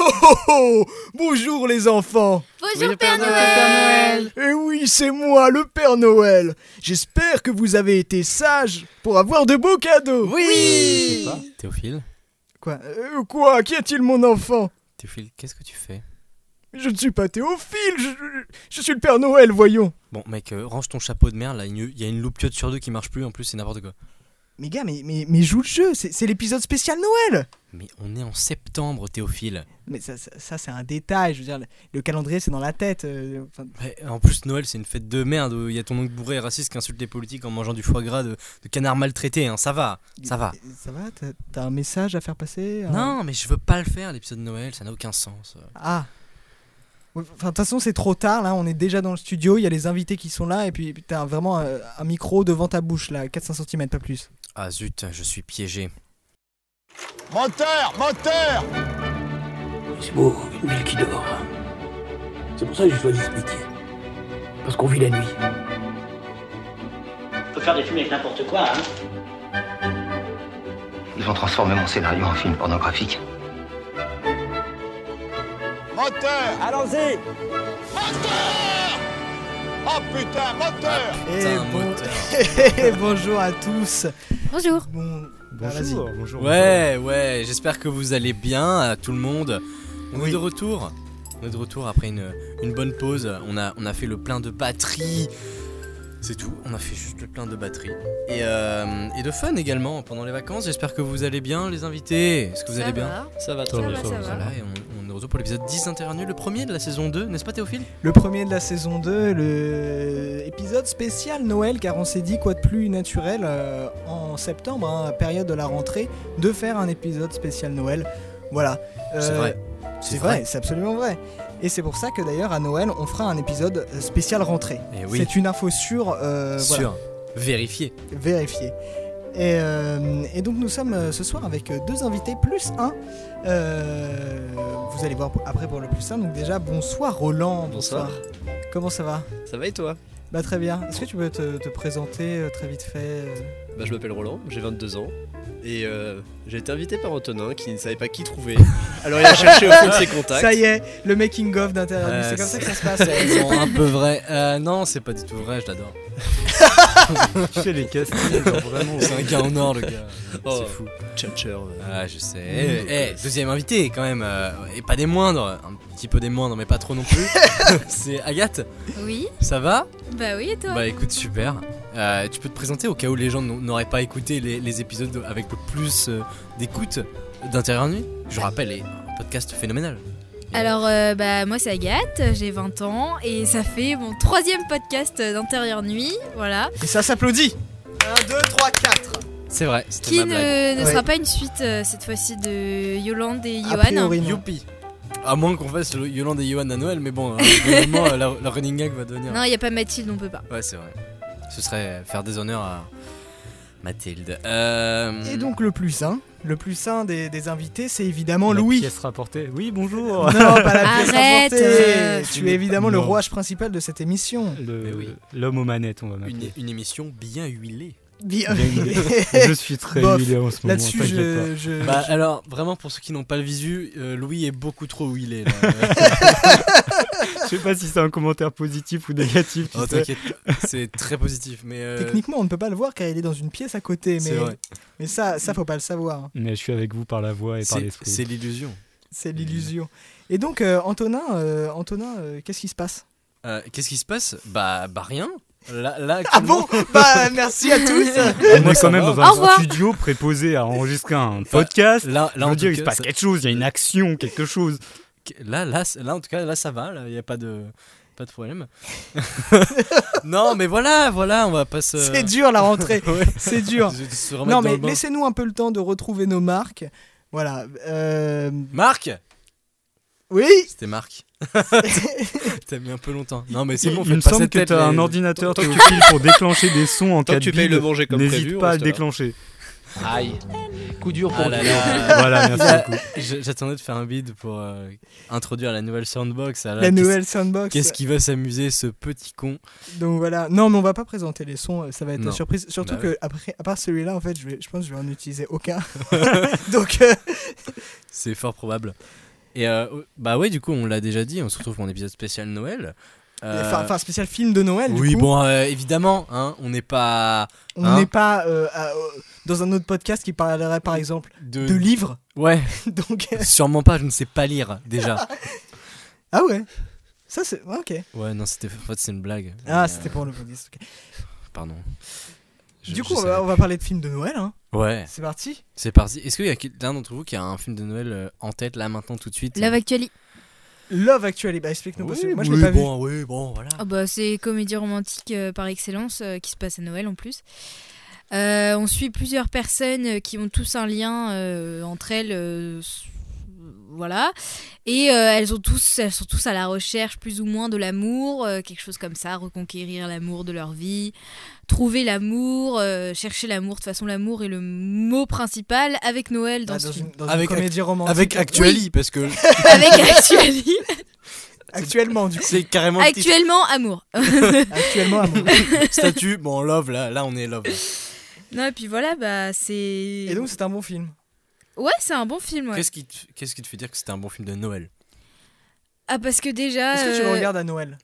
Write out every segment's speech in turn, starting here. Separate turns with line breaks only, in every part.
oh, oh Bonjour les enfants
Bonjour Père, Noël.
Eh oui, c'est moi, le Père Noël J'espère que vous avez été sages pour avoir de beaux cadeaux
Oui
Théophile
Quoi Euh, Quoi Qu'y a-t-il mon enfant
Théophile, qu'est-ce que tu fais
Je ne suis pas Théophile, je, je suis le Père Noël, voyons
Bon, mec, euh, range ton chapeau de merde, là, il y a- il y a une loupe piote sur deux qui marche plus, en plus, c'est n'importe quoi.
Mais gars, mais, mais, mais joue le jeu, c'est c'est l'épisode spécial Noël
Mais on est en septembre, Théophile.
Mais ça, ça, ça, c'est un détail, je veux dire, le, le calendrier c'est dans la tête. euh, enfin,
Ouais, en plus, Noël, c'est une fête de merde, où il y a ton oncle bourré et raciste qui insulte les politiques en mangeant du foie gras de, de canard maltraité, hein, ça va, ça va.
ça va T'as- T'as un message à faire passer un-
Non, mais je veux pas le faire, l'épisode de Noël, ça n'a aucun sens.
Ah. Ouais, Enfin, de toute façon, c'est trop tard. Là, on est déjà dans le studio. Il y a les invités qui sont là. Et puis, t'as vraiment euh, un, micro devant ta bouche, là, 400 cm, pas plus.
Ah zut, je suis piégé.
Moteur Moteur
C'est beau, une ville qui dort. C'est pour ça que j'ai choisi ce métier. Parce qu'on vit la nuit.
On peut faire des films avec n'importe quoi, hein.
Ils ont transformé mon scénario en film pornographique.
Moteur
Allons-y
Oh putain, moteur
Putain,
Eh, bon-
moteur.
Eh, bonjour à tous.
Bonjour.
Bon, bah,
Bonjour, bonjour.
Ouais, ouais, j'espère que vous allez bien, à tout le monde. On
Oui.
est de retour. On est de retour après une, une bonne pause. On a, on a fait le plein de batterie. C'est tout, on a fait juste le plein de batterie. Et, euh, et de fun également pendant les vacances. J'espère que vous allez bien, les invités. Est-ce que vous
Ça
allez bien
va.
Ça va,
Ça va, ça va.
Voilà, et on, on est de retour pour l'épisode 10 intervenu, le premier de la saison 2, n'est-ce pas Théophile
Le premier de la saison 2, le épisode spécial Noël, car on s'est dit quoi de plus naturel euh, en septembre, hein, période de la rentrée, de faire un épisode spécial Noël. Voilà.
C'est
Euh,
vrai.
C'est vrai, c'est absolument vrai. Et c'est pour ça que d'ailleurs à Noël, on fera un épisode euh, spécial rentrée.
Eh oui.
C'est une info sûre, euh, voilà,
Sûr. Vérifié.
vérifiée. Et, euh, et donc nous sommes euh, ce soir avec euh, deux invités plus un. Euh, vous allez voir pour- après pour le plus un. Donc déjà bonsoir Roland.
Bonsoir.
Comment ça va
Ça va et toi
Bah très bien. Est-ce que tu peux te, te présenter euh, très vite fait euh
bah, Je m'appelle Roland, j'ai 22 ans. Et euh, j'ai été invité par Antonin qui ne savait pas qui trouver. Alors il a cherché au fond de ses contacts.
Ça y est, le making of d'intérieur.
Euh,
c'est comme ça
c'est-
que ça se passe.
Ils sont un peu vrai. Euh, non, c'est pas du tout vrai, je l'adore.
Chez les castings, genre vraiment.
C'est un gars en or, le gars.
Oh.
C'est fou.
Tchatcher, euh,
Ah, je sais. Eh, eh, deuxième invité, quand même. euh, et pas des moindres. hein. Un petit peu des moindres, mais pas trop non plus. c'est Agathe.
Oui.
Ça va
Bah oui et toi
Bah écoute, super. Euh, tu peux te présenter au cas où les gens n'ont- n'auraient pas écouté les, les épisodes de- avec le plus euh, d'écoute d'intérieur nuit. Je rappelle, est un podcast phénoménal.
Alors euh, bah moi c'est Agathe, j'ai 20 ans et ça fait mon troisième podcast d'intérieur nuit, voilà,
Et ça s'applaudit. 1, 2, 3, 4.
C'est vrai, c'était
qui
ma blague.
ne, ne
Ouais.
sera pas une suite euh, cette fois-ci de Yolande et
A
Johan.
priori, non.
Youpi. À moins qu'on fasse le Yolande et Johan à Noël, mais bon, euh, au bout d'un moment, euh, la, la running gag va devenir.
Non, il y a pas Mathilde, on peut pas.
Ouais, c'est vrai. Ce serait faire déshonneur à Mathilde. Euh,
Et donc le plus un, le plus un des, des invités, c'est évidemment
La
Louis.
Pièce rapportée. Oui, bonjour.
Non, pas la pièce
Arrête,
inventée.
euh.
Tu es évidemment le
Non.
rouage principal de cette émission.
Mais
Le-
oui.
L'homme aux manettes, on va
une,
m'appeler.
une émission bien huilée.
Bien.
je suis très
Bof.
huilé en ce moment.
Là-dessus,
t'inquiète pas.
je, je-
Bah alors, vraiment, pour ceux qui n'ont pas le visu, euh, Louis est beaucoup trop huilé. Là. Euh,
Je sais pas si c'est un commentaire positif ou négatif. tu
oh,
sais.
t'inquiète, c'est très positif. Mais euh,
techniquement, on ne peut pas le voir car il est dans une pièce à côté.
c'est
Mais,
vrai.
mais ça, ça faut pas le savoir.
Mais je suis avec vous par la voix et par
C'est-
l'esprit.
C'est l'illusion.
C'est l'illusion. Et donc, euh, Antonin, euh, Antonin, euh, qu'est-ce qui se passe
Euh, Qu'est-ce qui se passe bah, bah rien. Là, là, actuellement-
Bah, merci à tous.
On est quand même dans
Au
un
revoir.
studio préposé à enregistrer un podcast.
Là, là,
je
en
veux
tout
dire, il se
cas,
passe
ça-
quelque chose, il y a une action, quelque chose.
là, là, c- là, en tout cas, là, ça va. Il n'y a pas de, pas de problème. non, mais voilà, voilà, on va pas se.
C'est dur la rentrée.
Ouais.
C'est dur.
Se- se
Non,
remettre dans
mais
le bain.
laissez-nous un peu le temps de retrouver nos marques. Voilà. euh,
Marc
Oui.
C'était Marc. T'as mis un peu longtemps. Non, mais c'est
Il,
bon,
il
faites
me
pas
semble
cette
que
tête,
t'as
les-
un ordinateur Théophile pour déclencher des sons en
Tant
cas
que
de
tu payes
bide.
le manger comme
N'hésite
prévu.
pas à
on
le
reste là.
déclencher.
Aïe Coup dur pour
Ah là là.
voilà, merci beaucoup.
J- J'attendais de faire un bid pour euh, introduire la nouvelle soundbox. Ah
La
là, qu'est-ce-
nouvelle soundbox.
Qu'est-ce qui va s'amuser, ce petit con
Donc voilà. Non, mais on va pas présenter les sons. euh, Ça va être
Non.
la surprise. Surtout
Bah
que après, à part celui-là, en fait, je, vais, je pense que je vais en utiliser aucun. Donc euh,
C'est fort probable. Et euh, bah ouais, du coup, on l'a déjà dit, on se retrouve pour un épisode spécial Noël. Euh,
Enfin, enfin, spécial film de Noël. du
oui,
coup.
bon, euh, évidemment, hein, on n'est pas
On
hein.
n'est pas euh, à- euh, dans un autre podcast qui parlerait par exemple
de...
de livres.
Ouais,
Donc euh,
sûrement pas, je ne sais pas lire déjà.
ah ouais. Ça c'est ouais, ok.
Ouais, non, c'était en fait, c'est une blague.
Ah
Mais,
c'était
euh,
pour le podcast. ok.
Pardon. Je-
Du
je
coup on
savais.
va, on va parler de films de Noël. hein.
Ouais,
C'est parti.
c'est parti. Est-ce qu'il y a quelqu'un d'entre vous qui a un film de Noël euh, en tête là maintenant tout de suite
Love Actually.
Love Actually. Bah explique-nous parce que moi je l'ai
oui,
pas vu.
bon, Oui, bon, voilà.
Ah bah, c'est comédie romantique euh, par excellence euh, qui se passe à Noël en plus. Euh, on suit plusieurs personnes euh, qui ont tous un lien euh, entre elles. euh, s- voilà. Et euh, elles, ont tous, elles sont tous à la recherche plus ou moins de l'amour, euh, quelque chose comme ça, reconquérir l'amour de leur vie, trouver l'amour, euh, chercher l'amour. De toute façon, l'amour est le mot principal avec Noël dans
Ah,
ce
dans
film.
une, dans une
Avec
comédie
Oh,
romantique.
Avec Actually, parce que
Avec Actually.
Actuellement du coup.
c'est carrément le titre.
Actuellement, amour.
Actuellement. à mon-
statut. Bon, Love, là, là, on est Love.
non, et puis voilà, bah, c'est.
Et donc c'est un bon film.
Ouais, c'est un bon film. ouais.
Qu'est-ce qui, te- qu'est-ce qui te fait dire que c'était un bon film de Noël
Ah, parce que déjà.
Est-ce que tu le
euh,
regardes à Noël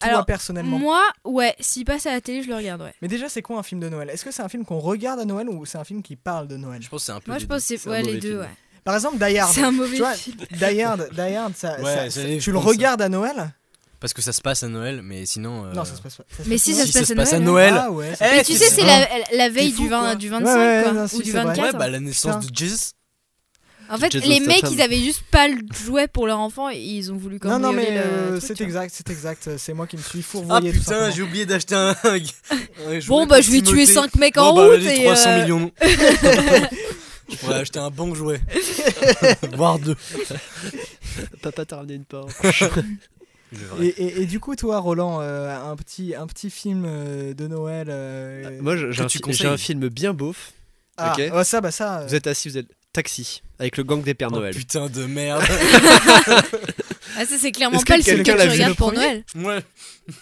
Toi
alors,
personnellement.
Moi, ouais, s'il passe à la télé, je le regarde, ouais.
Mais déjà c'est quoi un film de Noël Est-ce que c'est un film qu'on regarde à Noël ou c'est un film qui parle de Noël
Je pense que c'est un peu.
Moi,
les
je pense que
c'est
c'est
un
ouais,
mauvais
les deux,
film.
ouais.
Par exemple Die Hard.
C'est un
Tu
mauvais
vois,
film.
Die Hard, Die Hard, ça,
Ouais,
ça-
j'allais
tu le
prendre ça.
regardes à Noël
deux. Parce que ça se passe à Noël, mais sinon. euh,
Non, ça se passe pas. se
Mais
passe
si,
pas.
ça
si
se passe à
à
Noël.
Noël.
Ah ouais. ça
Eh,
se
Mais
passe
tu
pas.
sais, c'est la, la veille
fou,
du, 20
quoi.
du
Ouais,
25
ouais,
quoi,
non, si,
ou du
c'est vrai.
24.
Ouais,
hein.
bah la naissance
Putain.
de Jesus.
en fait,
Jason
les mecs,
Statham.
ils avaient juste pas le jouet pour leur enfant et ils ont voulu quand
Non,
même.
non, mais euh, c'est exact, c'est exact. C'est moi qui me suis
Ah
fourvoyé. tout
putain,
simplement.
j'ai oublié d'acheter un. un jouet
Bon,
pour
bah, je vais tuer
Timothée.
5 mecs
Bon,
en
bah,
route
vas-y,
et.
300
euh,
millions. non. je pourrais acheter un bon jouet. Voire deux.
Papa t'a ramené une porte.
Et, et- et du coup, toi, Roland, euh, un, petit, un petit film euh, de Noël. euh,
Ah, Moi, je- j'ai
que
un,
tu
fi- j'ai un
conseilles.
film bien beauf.
ah,
ok.
ouais, ça, bah ça. euh,
Vous êtes assis, vous êtes taxi avec le gang des Pères
Oh,
Noël.
putain de merde.
Ah, ça, c'est clairement
Est-ce
pas
que
le film que
quelqu'un
tu
l'a vu
regardes
le
pour
premier
Noël.
Moi,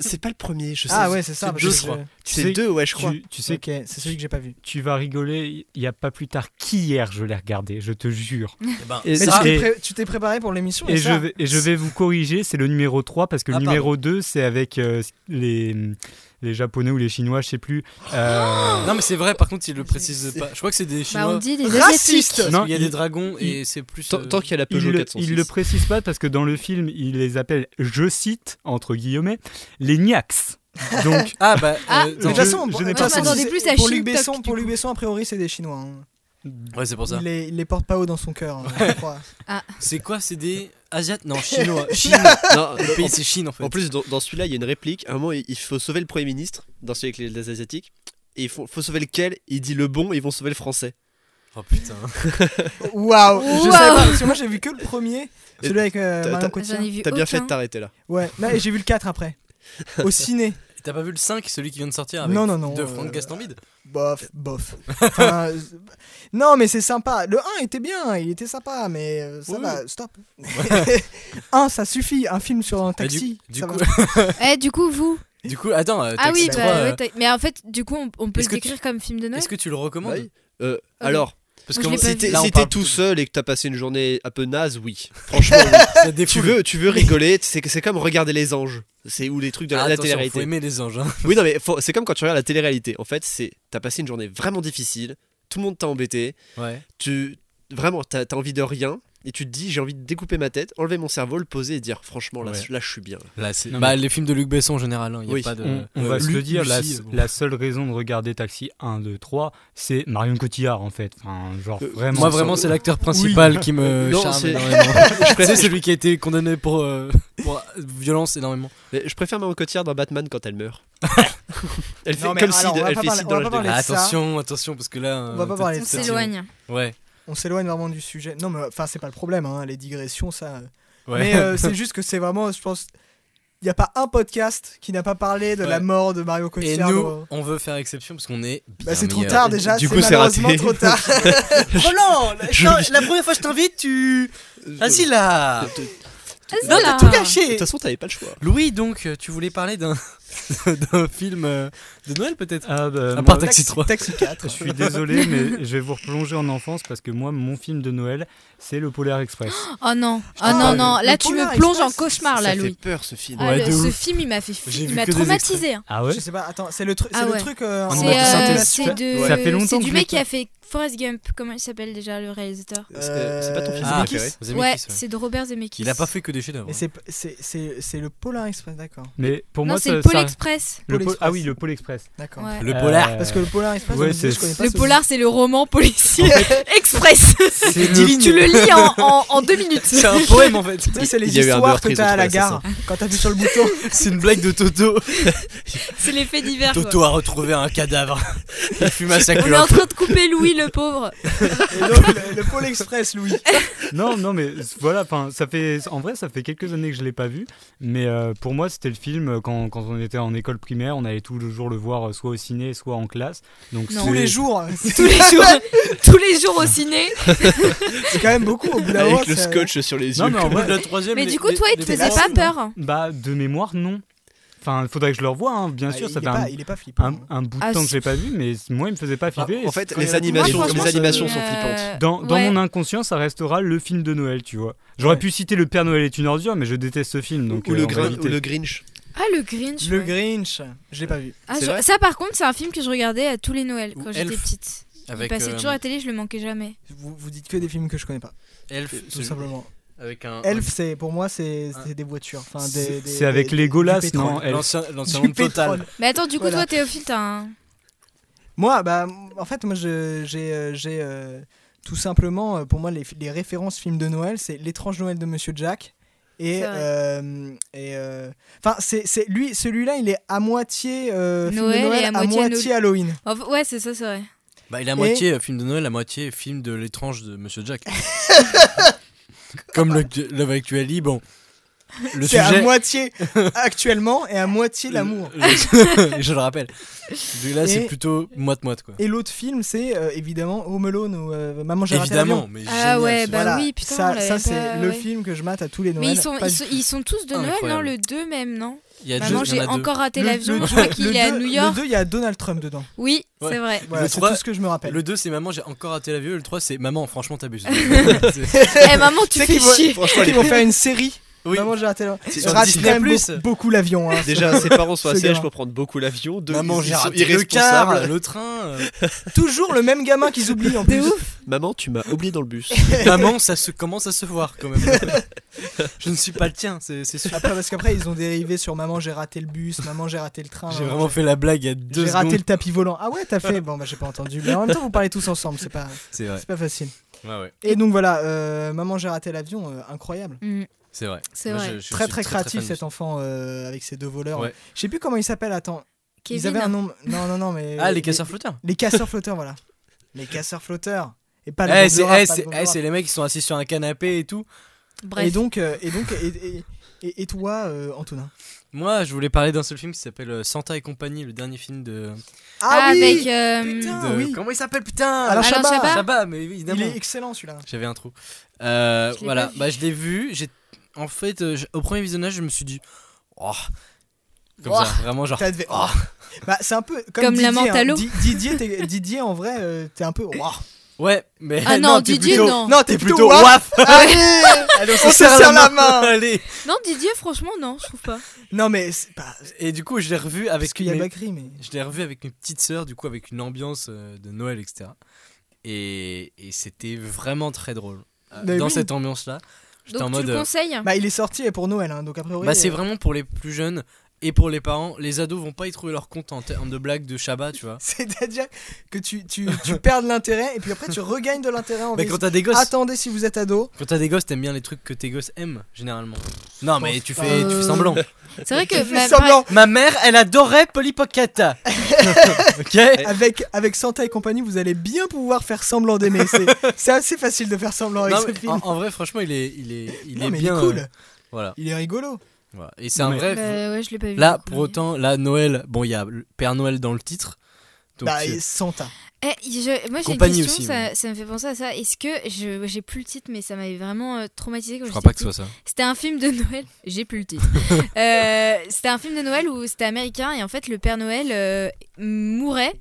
C'est pas le premier, je sais.
Ah ouais, c'est ça.
C'est
parce
deux,
que
je
je-
crois.
Tu
C'est
sais-
deux, ouais, je crois.
Tu, tu sais,
Ok, c'est celui que j'ai pas vu.
tu vas rigoler, il y a pas plus tard qu'hier, je l'ai regardé, je te jure.
eh ben,
Et
Mais
ça-
tu t'es
et-
pré- tu t'es préparé pour l'émission
Et je,
ça
vais, et je vais vous corriger, c'est le numéro 3 parce que le
Ah,
numéro 2 c'est avec euh, les, les Japonais ou les Chinois, je sais plus. Euh,
Non, mais c'est vrai, par contre, il le précise pas. Je crois que c'est des
Bah,
Chinois.
on dit les
Raciste
Asiatiques.
Non,
il y a
il-
des dragons et
il-
c'est plus.
Tant,
euh,
tant qu'il y a la
il,
Peugeot
le,
406.
il le précise pas parce que dans le film il les appelle, je cite, entre guillemets, les Niax. Donc,
Ah bah.
Ah.
euh,
Mais de toute
je-
façon,
je
pour-
n'ai
de
pas
toute façon,
senti.
c'est-
Plus à
pour Luc
Shintok,
Besson,
du
pour Luc
coup.
Besson, a priori, c'est des Chinois. hein.
Ouais, c'est pour ça.
Il les, il les porte pas haut dans son cœur, hein, je crois.
C'est quoi C'est des Asiates Non, Chinois. Chinois.
Non,
Le
en-
pays, c'est Chine en fait.
En plus, dans, dans celui-là, il y a une réplique. À un moment, il il faut sauver le Premier ministre, dans celui avec les, les Asiatiques. Et il faut, faut sauver lequel Il dit le bon, ils vont sauver le français.
Oh putain.
Waouh Je savais
Waouh.
pas, parce que moi j'ai vu que le premier,
Et
celui avec euh,
t'as-
Marion
t'as-
Cotillard.
J'en ai vu
T'as bien fait de
aucun.
t'arrêter là.
Ouais, non, et j'ai vu le 4 après. Au ciné.
T'as pas vu le 5, celui qui vient de sortir avec
Non, non, non,
de
euh,
Franck Gastambide
Bof, bof. Enfin, euh, non, mais c'est sympa. Le 1 était bien, il était sympa, mais euh, ça
Oui.
va, stop. 1, ça suffit. Un film sur un
Bah, du-
taxi.
du
ça
coup-
va.
Eh, du coup, vous.
Du coup, attends, euh,
Ah oui,
Taxi
Taxi
bah,
3, euh,
ouais, t'as- mais en fait, du coup, on, on peut
est-ce
le
que tu-
décrire comme film de Noël.
est-ce que tu le recommandes
Oui. Euh,
Ah oui.
Alors,
Parce
Moi, je l'ai pas
si
vu.
t'es
là, on
si
parle
t'es tout
plutôt
seul et que t'as passé une journée un peu naze, oui. Franchement, oui.
de- Ça
tu
défoule.
veux, tu veux rigoler. C'est c'est comme regarder les anges. C'est ou les trucs de
Ah,
la, la
attention, faut
télé-réalité.
aimer les anges. hein.
Oui, non, mais faut- c'est comme quand tu regardes la télé-réalité. En fait, c'est t'as passé une journée vraiment difficile. Tout le monde t'a embêté.
Ouais.
tu vraiment t'as as envie de rien et tu te dis j'ai envie de découper ma tête enlever mon cerveau le poser et dire franchement là,
Ouais.
là je suis bien là.
Là, c'est...
Non,
Bah, les films de Luc Besson en général, il y a
Oui.
pas de.
on, on
Euh,
va se
Lu-
le dire, la,
Lucie, bon.
la seule raison de regarder Taxi 1, 2, 3, c'est Marion Cotillard en fait. Enfin, genre
Euh,
vraiment.
Moi, vraiment, c'est l'acteur principal qui me
Non,
charme
c'est-
énormément. c'est celui qui a été condamné pour, euh, pour violence énormément.
Mais je préfère Maman Cotillard dans Batman quand elle meurt elle fait
Non, mais
comme si
alors, on va
elle
pas
fait
parler-
si
on
dans
va pas
l'âge de
parler-
glace.
Ah,
ça-
attention, attention, parce que là.
On va
euh,
pas
t'as-
parler
On
de ça.
s'éloigne.
Ouais.
On s'éloigne vraiment du sujet. Non, mais enfin, c'est pas le problème, hein, les digressions, ça. euh.
ouais.
Mais euh, c'est juste que c'est vraiment, je pense. Il n'y a pas un podcast qui n'a pas parlé de
Ouais.
la mort de Mario
Et
Cotillard.
nous,
dans-
on veut faire exception parce qu'on est.
Bah,
bien
c'est trop
meilleurs.
tard déjà,
Ah, euh, Du
c'est
coup, c'est
malheureusement
raté.
trop tard.
Roland,
Je-
la, la première fois que je t'invite, tu. Vas-y là
de de- de
Ah, c'est
Non,
là.
t'as tout gâché
toute façon t'avais pas le choix
Louis, donc, euh, tu voulais parler d'un d'un film euh, de Noël peut-être.
Ah, bah,
À
moi,
part Taxi 3.
Euh, Taxi 4.
je suis désolé, mais je vais vous replonger en enfance parce que moi, mon film de Noël, c'est le Polar Express.
Oh non, ah
Ah,
non,
le-
non,
le
là tu
Polar
me plonges en
Express,
cauchemar
ça
là,
fait
Louis.
peur ce film.
Ah,
Ouais,
le-
de
ce
ouf.
film il m'a fait, fi-
J'ai
il
vu
m'a
que des
traumatisé. hein.
Ah ouais
Je sais pas, attends, c'est le, truc
Ah
c'est le
ouais.
truc. euh, en
On
C'est
a tous
euh,
synthèse,
c'est
quoi.
de-
Ça fait longtemps
c'est
que
du
je
mec qui
l'ai
a fait Forrest Gump. Comment il s'appelle déjà le réalisateur
Est-ce que C'est pas ton film
Ah,
ok.
préféré
Zemeckis,
Ouais,
ouais.
c'est de Robert Zemeckis.
Il a pas fait que des chefs-d'œuvre. hein.
Et c'est c'est- c'est- c'est le Polar Express, d'accord.
Mais pour
Non,
moi,
c'est
ça-
le Pôle
ça-
Express.
le
Pôle
Pôle- Ah
Express.
oui, le Pôle Express. Euh,
D'accord.
Ouais.
Le polar.
Parce que le Polar Express,
Ouais,
on me
c'est-
dit, je connais pas
Le
ce-
polar, c'est le roman policier express.
C'est
tu,
le-
tu le lis en, en- en deux minutes.
C'est un poème en fait.
Tu sais, c'est les
Il y a eu un
histoires que
meurtrier,
t'as à la
c'est ça.
gare quand t'appuies sur le bouton.
C'est une blague de Toto.
C'est les faits divers. quoi.
Toto a retrouvé un cadavre. Il fume à sa
On est en
clope.
train de couper Louis le pauvre.
Et donc, le, le Pôle Express, Louis.
Non, non, mais voilà, 'fin, ça fait, en vrai, ça fait quelques années que je l'ai pas vu, mais euh, pour moi, c'était le film euh, quand, quand on était en école primaire, on allait tous les jours le voir, euh, soit au ciné, soit en classe. Donc
Non.
c'est-
Tous les jours.
Tous les jours, tous les jours au ciné.
C'est quand même beaucoup au bout d'un moment.
Avec le
ça-
scotch sur les yeux.
Non, mais en
Au bout
vrai,
de la troisième,
Mais
les-
du coup,
les-
toi, il te
les-
faisait
les-
pas
les-
peur.
bah de mémoire, non. Enfin, il faudrait que je le revoie, hein, bien
Ah,
sûr,
il
ça
est
fait
pas-
un,
Il est pas flippant.
un, un bout de
Ah,
temps que
si.
j'ai pas vu, mais moi, il me faisait pas flipper.
en fait,
Quand il y
les
a la-
animations,
Moi, franchement,
les animations
ça-
sont flippantes.
Dans, dans
Ouais.
mon inconscient, ça restera le film de Noël, tu vois. J'aurais
Ouais.
pu citer Le Père Noël est une ordure, mais je déteste ce film, donc
ou,
euh,
le
on va
Grin-
éviter.
ou le Grinch.
Ah, le Grinch.
Le
ouais.
Grinch, je l'ai pas vu.
Ah,
C'est
je-
vrai
ça, par contre, c'est un film que je regardais à tous les Noëls
Ou
quand j'étais
Elf.
petite. Il
Avec
passait
euh,
bah, toujours à la télé, je le manquais jamais.
Vous, vous dites que des films que je connais pas,
Elf,
tout
celui- Ah,
simplement.
avec un
Elf, c'est pour moi, c'est c'est des voitures. Enfin, des-
C'est
des-
c'est avec
des-
Legolas,
du pétrole.
non Elf
l'ancien l'ancien
du
monde total.
pétrole.
Mais attends, du coup,
Voilà.
toi, Théophile, t'as un.
Moi, bah, en fait, moi, je- j'ai, euh, j'ai euh, tout simplement, euh, pour moi, les, les références films de Noël, c'est l'étrange Noël de Monsieur Jack. Et,
C'est vrai.
euh, et euh, enfin, c'est, c'est lui, celui-là, il est à moitié euh, film de
Noël et
Noël,
à
à
moitié
moitié, Halloween.
Enfin, Oh, ouais, c'est ça, c'est vrai.
Bah, il est à moitié euh, film de Noël, à moitié film de l'étrange de Monsieur Jack. Comme le- Love Actually, bon. Le
c'est à
sujet.
moitié actuellement et à moitié l'amour.
le- je le rappelle. Donc là, c'est
Et-
plutôt moite-moite, quoi.
Et l'autre film, c'est euh, évidemment Home Alone ou euh, Maman j'ai raté l'avion.
Évidemment, mais
Ah
génial,
ouais,
ce-
bah oui, putain, on
ça,
l'avait
ça
pas-
c'est le
ouais.
film que je mate à tous les Noëls.
Mais ils sont,
Pas
ils,
du-
sont, ils sont tous de Noël, non
Incroyable.
Le 2 même, Bah non
Il y a deux,
Maman,
il y
j'ai
en a deux.
encore raté
Le-
l'avion.
le
Je crois
deux-
qu'il
le
est à
deux-
New York.
Le 2, il y a Donald Trump dedans.
Oui,
Ouais.
c'est vrai.
Voilà,
Le
c'est
trois-
tout ce que je me rappelle.
Le 2, c'est Maman, j'ai encore raté la vue. Le 3, c'est Maman, franchement, t'abuses.
Eh maman, tu
C'est
fais
qu'ils vont-
chier.
Franchement,
Peut-être qu'ils vont faire une série.
oui,
Maman, j'ai raté l'avion.
C'est
Je
sur
rate
Disney+.
quand même beaucoup, beaucoup l'avion. hein.
Déjà, ses parents sont
Ce
assez
gamin.
âgés pour prendre beaucoup l'avion. Deux,
Maman,
ils-
j'ai
ils sont
raté le
irresponsables.
car, le train. euh,
Toujours le même gamin qu'ils oublient en
De
plus.
ouf.
Maman, tu m'as oublié dans le bus.
Maman, ça se commence à se voir quand même. je ne suis pas le tien, c'est c'est sûr.
Après, parce qu'après, ils ont dérivé sur Maman, j'ai raté le bus, Maman, j'ai raté le train.
J'ai vraiment fait la blague il y a deux
J'ai raté le
secondes.
tapis volant. Ah ouais, t'as fait. Bon, bah j'ai pas entendu. Mais en même temps, vous parlez tous ensemble, c'est pas,
C'est vrai.
c'est pas facile.
Ouais, ouais.
Et donc voilà, euh, Maman, j'ai raté l'avion, euh, incroyable.
Mm,
C'est vrai.
C'est
Moi,
vrai.
je- je
Très
suis
très créatif
fan de-
cet enfant euh, avec ses deux voleurs.
Ouais.
Je sais plus comment il s'appelle, attends. Ils
Kevin.
avaient un nom. Non, non, non, mais.
Ah, les casseurs flotteurs.
Les casseurs flotteurs, voilà. Les casseurs flotteurs. Et pas
Eh,
le Bob
c'est
Dora,
eh,
pas le
c'est-
Bob
eh,
Dora.
c'est les mecs qui sont assis sur un canapé et tout.
Bref.
Et donc, euh, et, donc et, et- et- et toi, euh, Antonin
Moi, je voulais parler d'un seul film qui s'appelle euh, Santa et compagnie, le dernier film de.
Ah,
Ah
avec. euh,
Putain,
de-
oui.
Comment il s'appelle, putain
Alain
Alain
Chabat.
Chabat.
Chabat, mais oui,
Il
évidemment.
est excellent celui-là.
J'avais un trou. Euh,
Je l'ai
voilà,
pas vu.
bah je l'ai vu. J'ai en fait euh, j- au premier visionnage, je me suis dit, oh, comme
Oh.
ça, vraiment genre.
T'as devait-
Oh.
Bah, c'est un peu comme,
Comme
Didier,
la
hein.
Mentalo.
Di- Didier, t'es- Didier, en vrai, euh, t'es un peu. Ouah.
Ouais, mais
Ah non,
t'es
Didier,
plutôt-
non.
oh. t'es
plutôt waf.
Allez, on se serre la main.
Allez.
Non, Didier, franchement, non, je trouve pas.
Non, mais c'est pas.
Et du coup, je l'ai revu
Parce
avec
qu'il y a
mes-
Bakri, mais.
je l'ai revu avec mes petites sœurs, du coup avec une ambiance euh, de Noël, etc. Et, et c'était vraiment très drôle Euh,
Mais
dans
oui.
cette ambiance-là. J'étais
Donc
en
tu
mode.
le
euh,
conseilles
Bah, il est sorti pour Noël, hein, donc a priori.
Bah, c'est
euh,
vraiment pour les plus jeunes et pour les parents. Les ados vont pas y trouver leur compte en termes de blagues de Shabbat, tu vois.
C'est-à-dire que tu, tu, tu perds de l'intérêt et puis après tu regagnes de l'intérêt en
Mais
vieillissant.
quand t'as des gosses,
Attendez si vous êtes ado.
Quand t'as des gosses, t'aimes bien les trucs que tes gosses aiment, généralement. Non, mais
pense
tu
pas.
fais, tu fais semblant.
C'est vrai que.
Tu fais
ma-
semblant.
Ma mère, elle adorait Polly Pocket. ok
Avec, avec Santa et compagnie, vous allez bien pouvoir faire semblant d'aimer. C'est- C'est assez facile de faire semblant avec
Non,
ce
mais
film.
en, en vrai, franchement, il est, il est, il
Non,
est
mais
bien.
il est cool. euh,
euh, voilà.
Il est rigolo.
Voilà. Et c'est un
Mais-
vrai.
Bah, ouais, je l'ai pas vu.
Là,
le
pour
premier.
autant, là, Noël, bon, il y a le Père Noël dans le titre. Donc,
Bah,
c'est-
et sans teint.
Eh, je- moi j'ai une
Compagnie
question,
aussi,
ça,
mais-
ça me fait penser à ça. Est-ce que je j'ai plus le titre, mais ça m'avait vraiment euh, traumatisé quand
je
j'étais
crois pas que ce
petite.
soit ça.
C'était un film de Noël. J'ai plus le titre. Euh, c'était un film de Noël où c'était américain et en fait le Père Noël euh, mourait.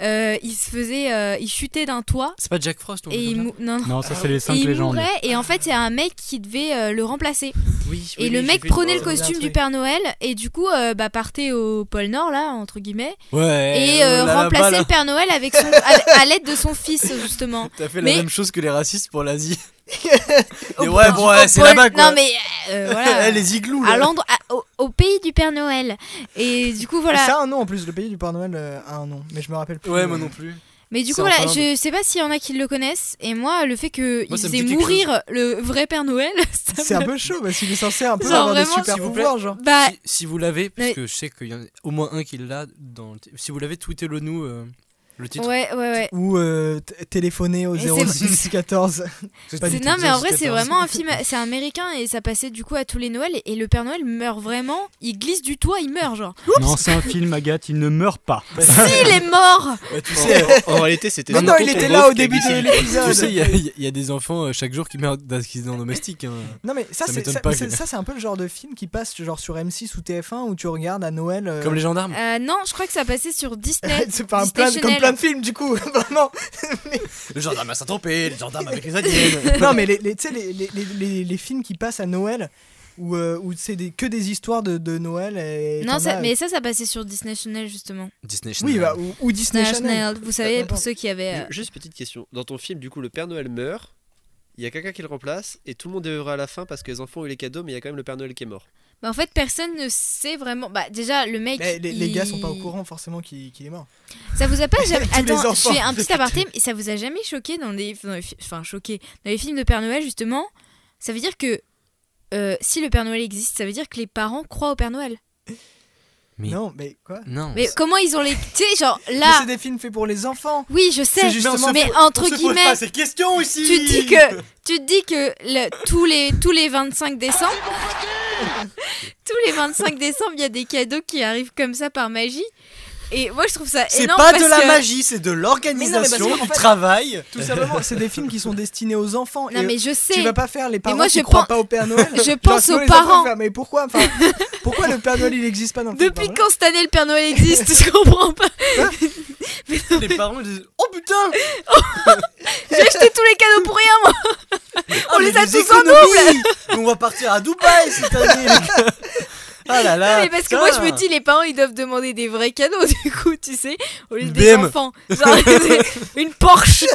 Euh, il se faisait, euh, il chutait d'un toit
C'est pas Jack Frost ou
et il mou- non, non.
Non, ça, c'est les
Et
5
il
légendes.
mourait et en fait c'est un mec qui devait euh, le remplacer.
Oui,
et le mec prenait le
Oh,
costume
bien
du
truc.
Père Noël et du coup euh, bah partait au pôle Nord là entre guillemets
Ouais.
et euh,
oh là là,
remplaçait
bah là.
le Père Noël avec son à, à l'aide de son fils justement.
T'as fait
Mais-
la même chose que les racistes pour l'Asie.
Au
mais ouais,
pôle-
bon, ouais,
au
c'est
pôle-
là-bas quoi.
Non mais euh, voilà.
Eh, les igloos
à
là.
Londres, à- au, au pays du Père Noël. Et du coup,
Ah,
voilà.
Ça a un nom en plus, le pays du Père Noël euh, a un nom, mais je me rappelle plus.
Ouais, moi non plus.
Mais du
c'est
coup,
en
voilà,
Finlande.
je sais pas s'il y en a qui le connaissent. Et moi, le fait que il
Moi, ça me
faisait
dit quelque
mourir le vrai Père Noël, ça me-
C'est un peu chaud parce qu'il est censé un peu
Genre,
avoir des
vraiment,
super
s'il vous plaît.
pouvoirs, genre.
Bah,
Si, si vous l'avez, parce
Mais-
que je sais qu'il y en a au moins un qui l'a dans. le t- Si vous l'avez, tweetez-le nous. euh, le titre.
ouais, ouais, ouais.
Ou euh, t- téléphoner au
Et c'est
0614.
C'est-
Pas du
C'est-
tout,
Non, mais en vrai,
06
c'est
14.
vraiment un film. C'est américain et ça passait du coup à tous les Noëls. Et, et le Père Noël meurt vraiment. Il glisse du toit, il meurt, genre.
Non, c'est un film, Agathe, il ne meurt pas.
S'il est mort
Bah, tu
En-
sais,
en, en réalité, c'était.
Mais non, il était là au début de
tu sais, il y, a-
l'épisode.
il y a des enfants euh, chaque jour qui meurent d'accidents domestiques. hein.
Non mais ça
Ça
c'est
m'étonne
ça,
pas
c'est-
que-
ça, c'est un peu le genre de film qui passe genre sur M6 ou TF1 où tu regardes à Noël. euh,
Comme les gendarmes.
Euh, Non, je crois que ça passait sur Disney.
c'est pas un
Disney
plein, comme
Channel.
plein de films du coup, vraiment.
Le gendarme à Saint-Tropez, le gendarme avec les aliens.
non mais les, les- tu sais les, les, les- les- les films qui passent à Noël où, euh, où c'est des, que des histoires de, de Noël. Et
Non,
t'en
ça-
as-
mais ça, ça passait sur Disney Channel justement.
Disney
oui
Channel.
bah, ou, ou Disney
Disney
Channel.
Channel, vous savez, pour
Attends.
ceux qui avaient. euh,
Juste petite question. Dans ton film, du coup, le Père Noël meurt. Il y a quelqu'un qui le remplace et tout le monde est heureux à la fin parce que les enfants ont eu les cadeaux, mais il y a quand même le Père Noël qui est mort.
Bah, en fait, personne ne sait vraiment. Bah, déjà, le mec.
Mais les, les
il-
gars sont pas au courant forcément qu'il qu'il est mort.
Ça vous a pas jamais.
Tous les
Attends, je
enfants.
fais un petit aparté, mais ça vous a jamais choqué dans les. dans les fi- Enfin, choqué. Dans les films de Père Noël, justement, ça veut dire que. euh, si le Père Noël existe, ça veut dire que les parents croient au Père Noël.
Mais-
Non mais quoi
Non.
Mais comment ils ont les. Tu sais, genre
Mais
là.
c'est des films faits pour les enfants.
Oui, je sais,
C'est justement-
mais entre guillemets,
ces questions ici.
tu dis que tu te dis que le- tous les tous les 25 décembre tous les 25 décembre il y a des cadeaux qui arrivent comme ça par magie et moi je trouve ça
C'est
énorme
pas
Eh parce
de la
que-
magie, c'est de
Mais non, mais
l'organisation,
parce qu'en
du
fait-
travail.
Tout simplement, c'est des films qui sont destinés aux enfants.
non
et
mais je sais
tu vas pas faire les parents
moi,
qui
je
croient
pense-
pas au Père Noël.
je
Genre,
pense
sinon,
aux
les enfants
parents.
vont faire, mais pourquoi enfin, Pourquoi le Père Noël il existe pas dans le film
depuis
Pardon
quand cette année le Père Noël existe je comprends pas
Les parents disent Oh putain
j'ai acheté tous les cadeaux pour rien moi
ah,
les
mais
a
des
tous en
économies Mais On va partir à Dubaï cette année Ah là là
Non, mais parce que moi je me
putain.
dis les parents ils doivent demander des vrais cadeaux du coup tu sais au lieu
Une
des
BM.
enfants Genre, une Porsche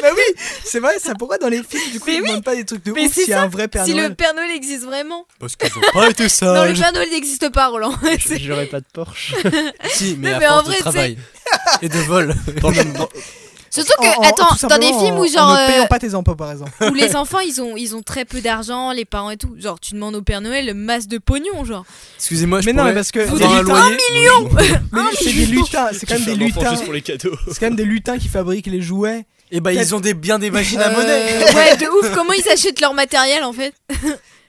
Bah oui, c'est vrai, ça pourquoi dans les films du coup
Mais
ils demandent pas des trucs de
Mais
ouf
c'est
s'il y a un vrai Père
si
Noël.
le Père Noël existe vraiment
Parce qu'ils ont pas été
non le
sages
Père Noël n'existe pas Roland C'est-
J'aurais pas de Porsche.
Si, mais
Non,
à
mais en
force
vrai,
de
tu
travail et de vol
Surtout
Oh,
que,
En- en- tout
attends, dans des
simplement,
films
en-
où, genre,
En ne payant
euh,
pas tes impôts par exemple.
Ah,
où les enfants, ils ont, ils ont très peu d'argent, les parents et tout, genre, tu demandes au Père Noël masse de pognon, genre.
Excusez-moi, je
Mais non,
pourrais
mais parce que-
avoir
Des
un
lutins.
loyer.
Mais
Un
oui, c'est des
million.
lutins, c'est quand même des lutins.
juste pour les cadeaux.
C'est quand même des lutins qui fabriquent les jouets.
Et bah ils ont des, bien des machines à
Euh,
monnaie
ouais, de ouf, comment ils achètent leur matériel, en fait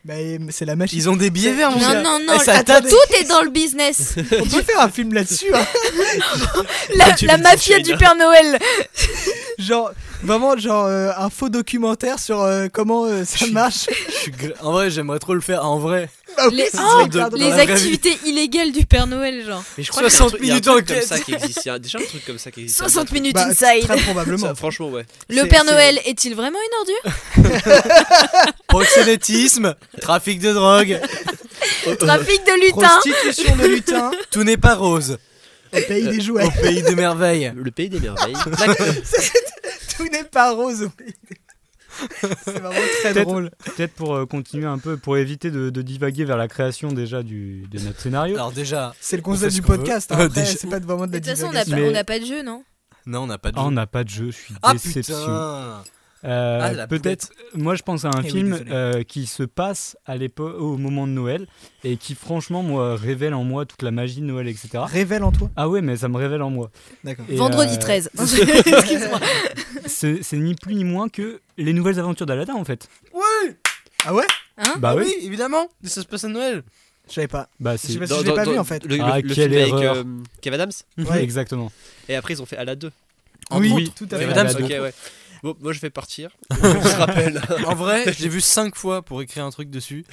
Bah, c'est la machine.
Ils ont des billets verts mon
Non,
gars
non, non,
Eh, ça
attends,
tape.
tout est dans le business.
On peut faire un film là-dessus. hein.
La,
Tu
la
vis dans
mafia
China.
du Père Noël.
Genre, vraiment, genre euh, un faux documentaire sur euh, comment euh, ça marche.
Je suis gra- En vrai, j'aimerais trop le faire en vrai
Bah oui,
Les-
c'est
oh,
vrai, pardon.
Les
la vraie
activités illégales du Père Noël, genre.
Mais je
crois qu'il y a un truc- il y a un truc
comme ça qui existe. Il y a déjà un truc comme ça qui existe.
60 minutes
Bah,
inside.
Très probablement.
Ça, franchement, ouais.
Le
c'est-
Père
c'est-
Noël est-il vraiment une ordure
Proxénétisme, trafic de drogue,
Trafic de lutins.
Prostitution de lutins
tout n'est pas rose
au pays des jouets.
Euh, au pays de merveilles
Le pays des merveilles.
Tout n'est pas rose. oui. C'est vraiment très
Peut-être-
drôle.
Peut-être pour euh, continuer un peu, pour éviter de, de divaguer vers la création déjà du, de notre scénario.
Alors déjà,
C'est le
on
concept
fait
du
ce qu'on
podcast.
veut. Euh,
hein. Après,
Déjà-
c'est pas vraiment de
De
la
toute façon, on n'a
divagation.
pas,
Mais-
on n'a pas de jeu, non
non on n'a pas de
Ah, on
jeu.
n'a pas de jeu, je suis
Ah
déception.
putain
Euh,
Ah, la
Peut-être, moi je pense à un
Eh oui,
film
désolé.
euh, qui se passe à l'époque, au moment de Noël et qui franchement moi révèle en moi toute la magie de Noël, etc.
Révèle en toi.
Ah ouais, mais ça me révèle en moi.
D'accord.
Et,
Vendredi
euh,
13. Excuse-moi.
C'est c'est ni plus ni moins que les nouvelles aventures d'Aladin en fait.
Oui
Ah ouais
Hein
bah oui.
évidemment, ça se passe à Noël
Je savais pas.
Bah,
Je sais
si.
pas si je l'ai pas vu en fait.
Le, le-
Ah,
le
quelle
film avec
erreur.
euh, Kev Adams.
Ouais.
Exactement.
Et après, ils ont fait à la 2.
oui,
autres.
tout à
Kev
fait.
Kev
Adams,
Adams.
ok, ouais. Bon, moi, je vais partir. On se rappelle.
En vrai, j'ai vu 5 fois pour écrire un truc dessus.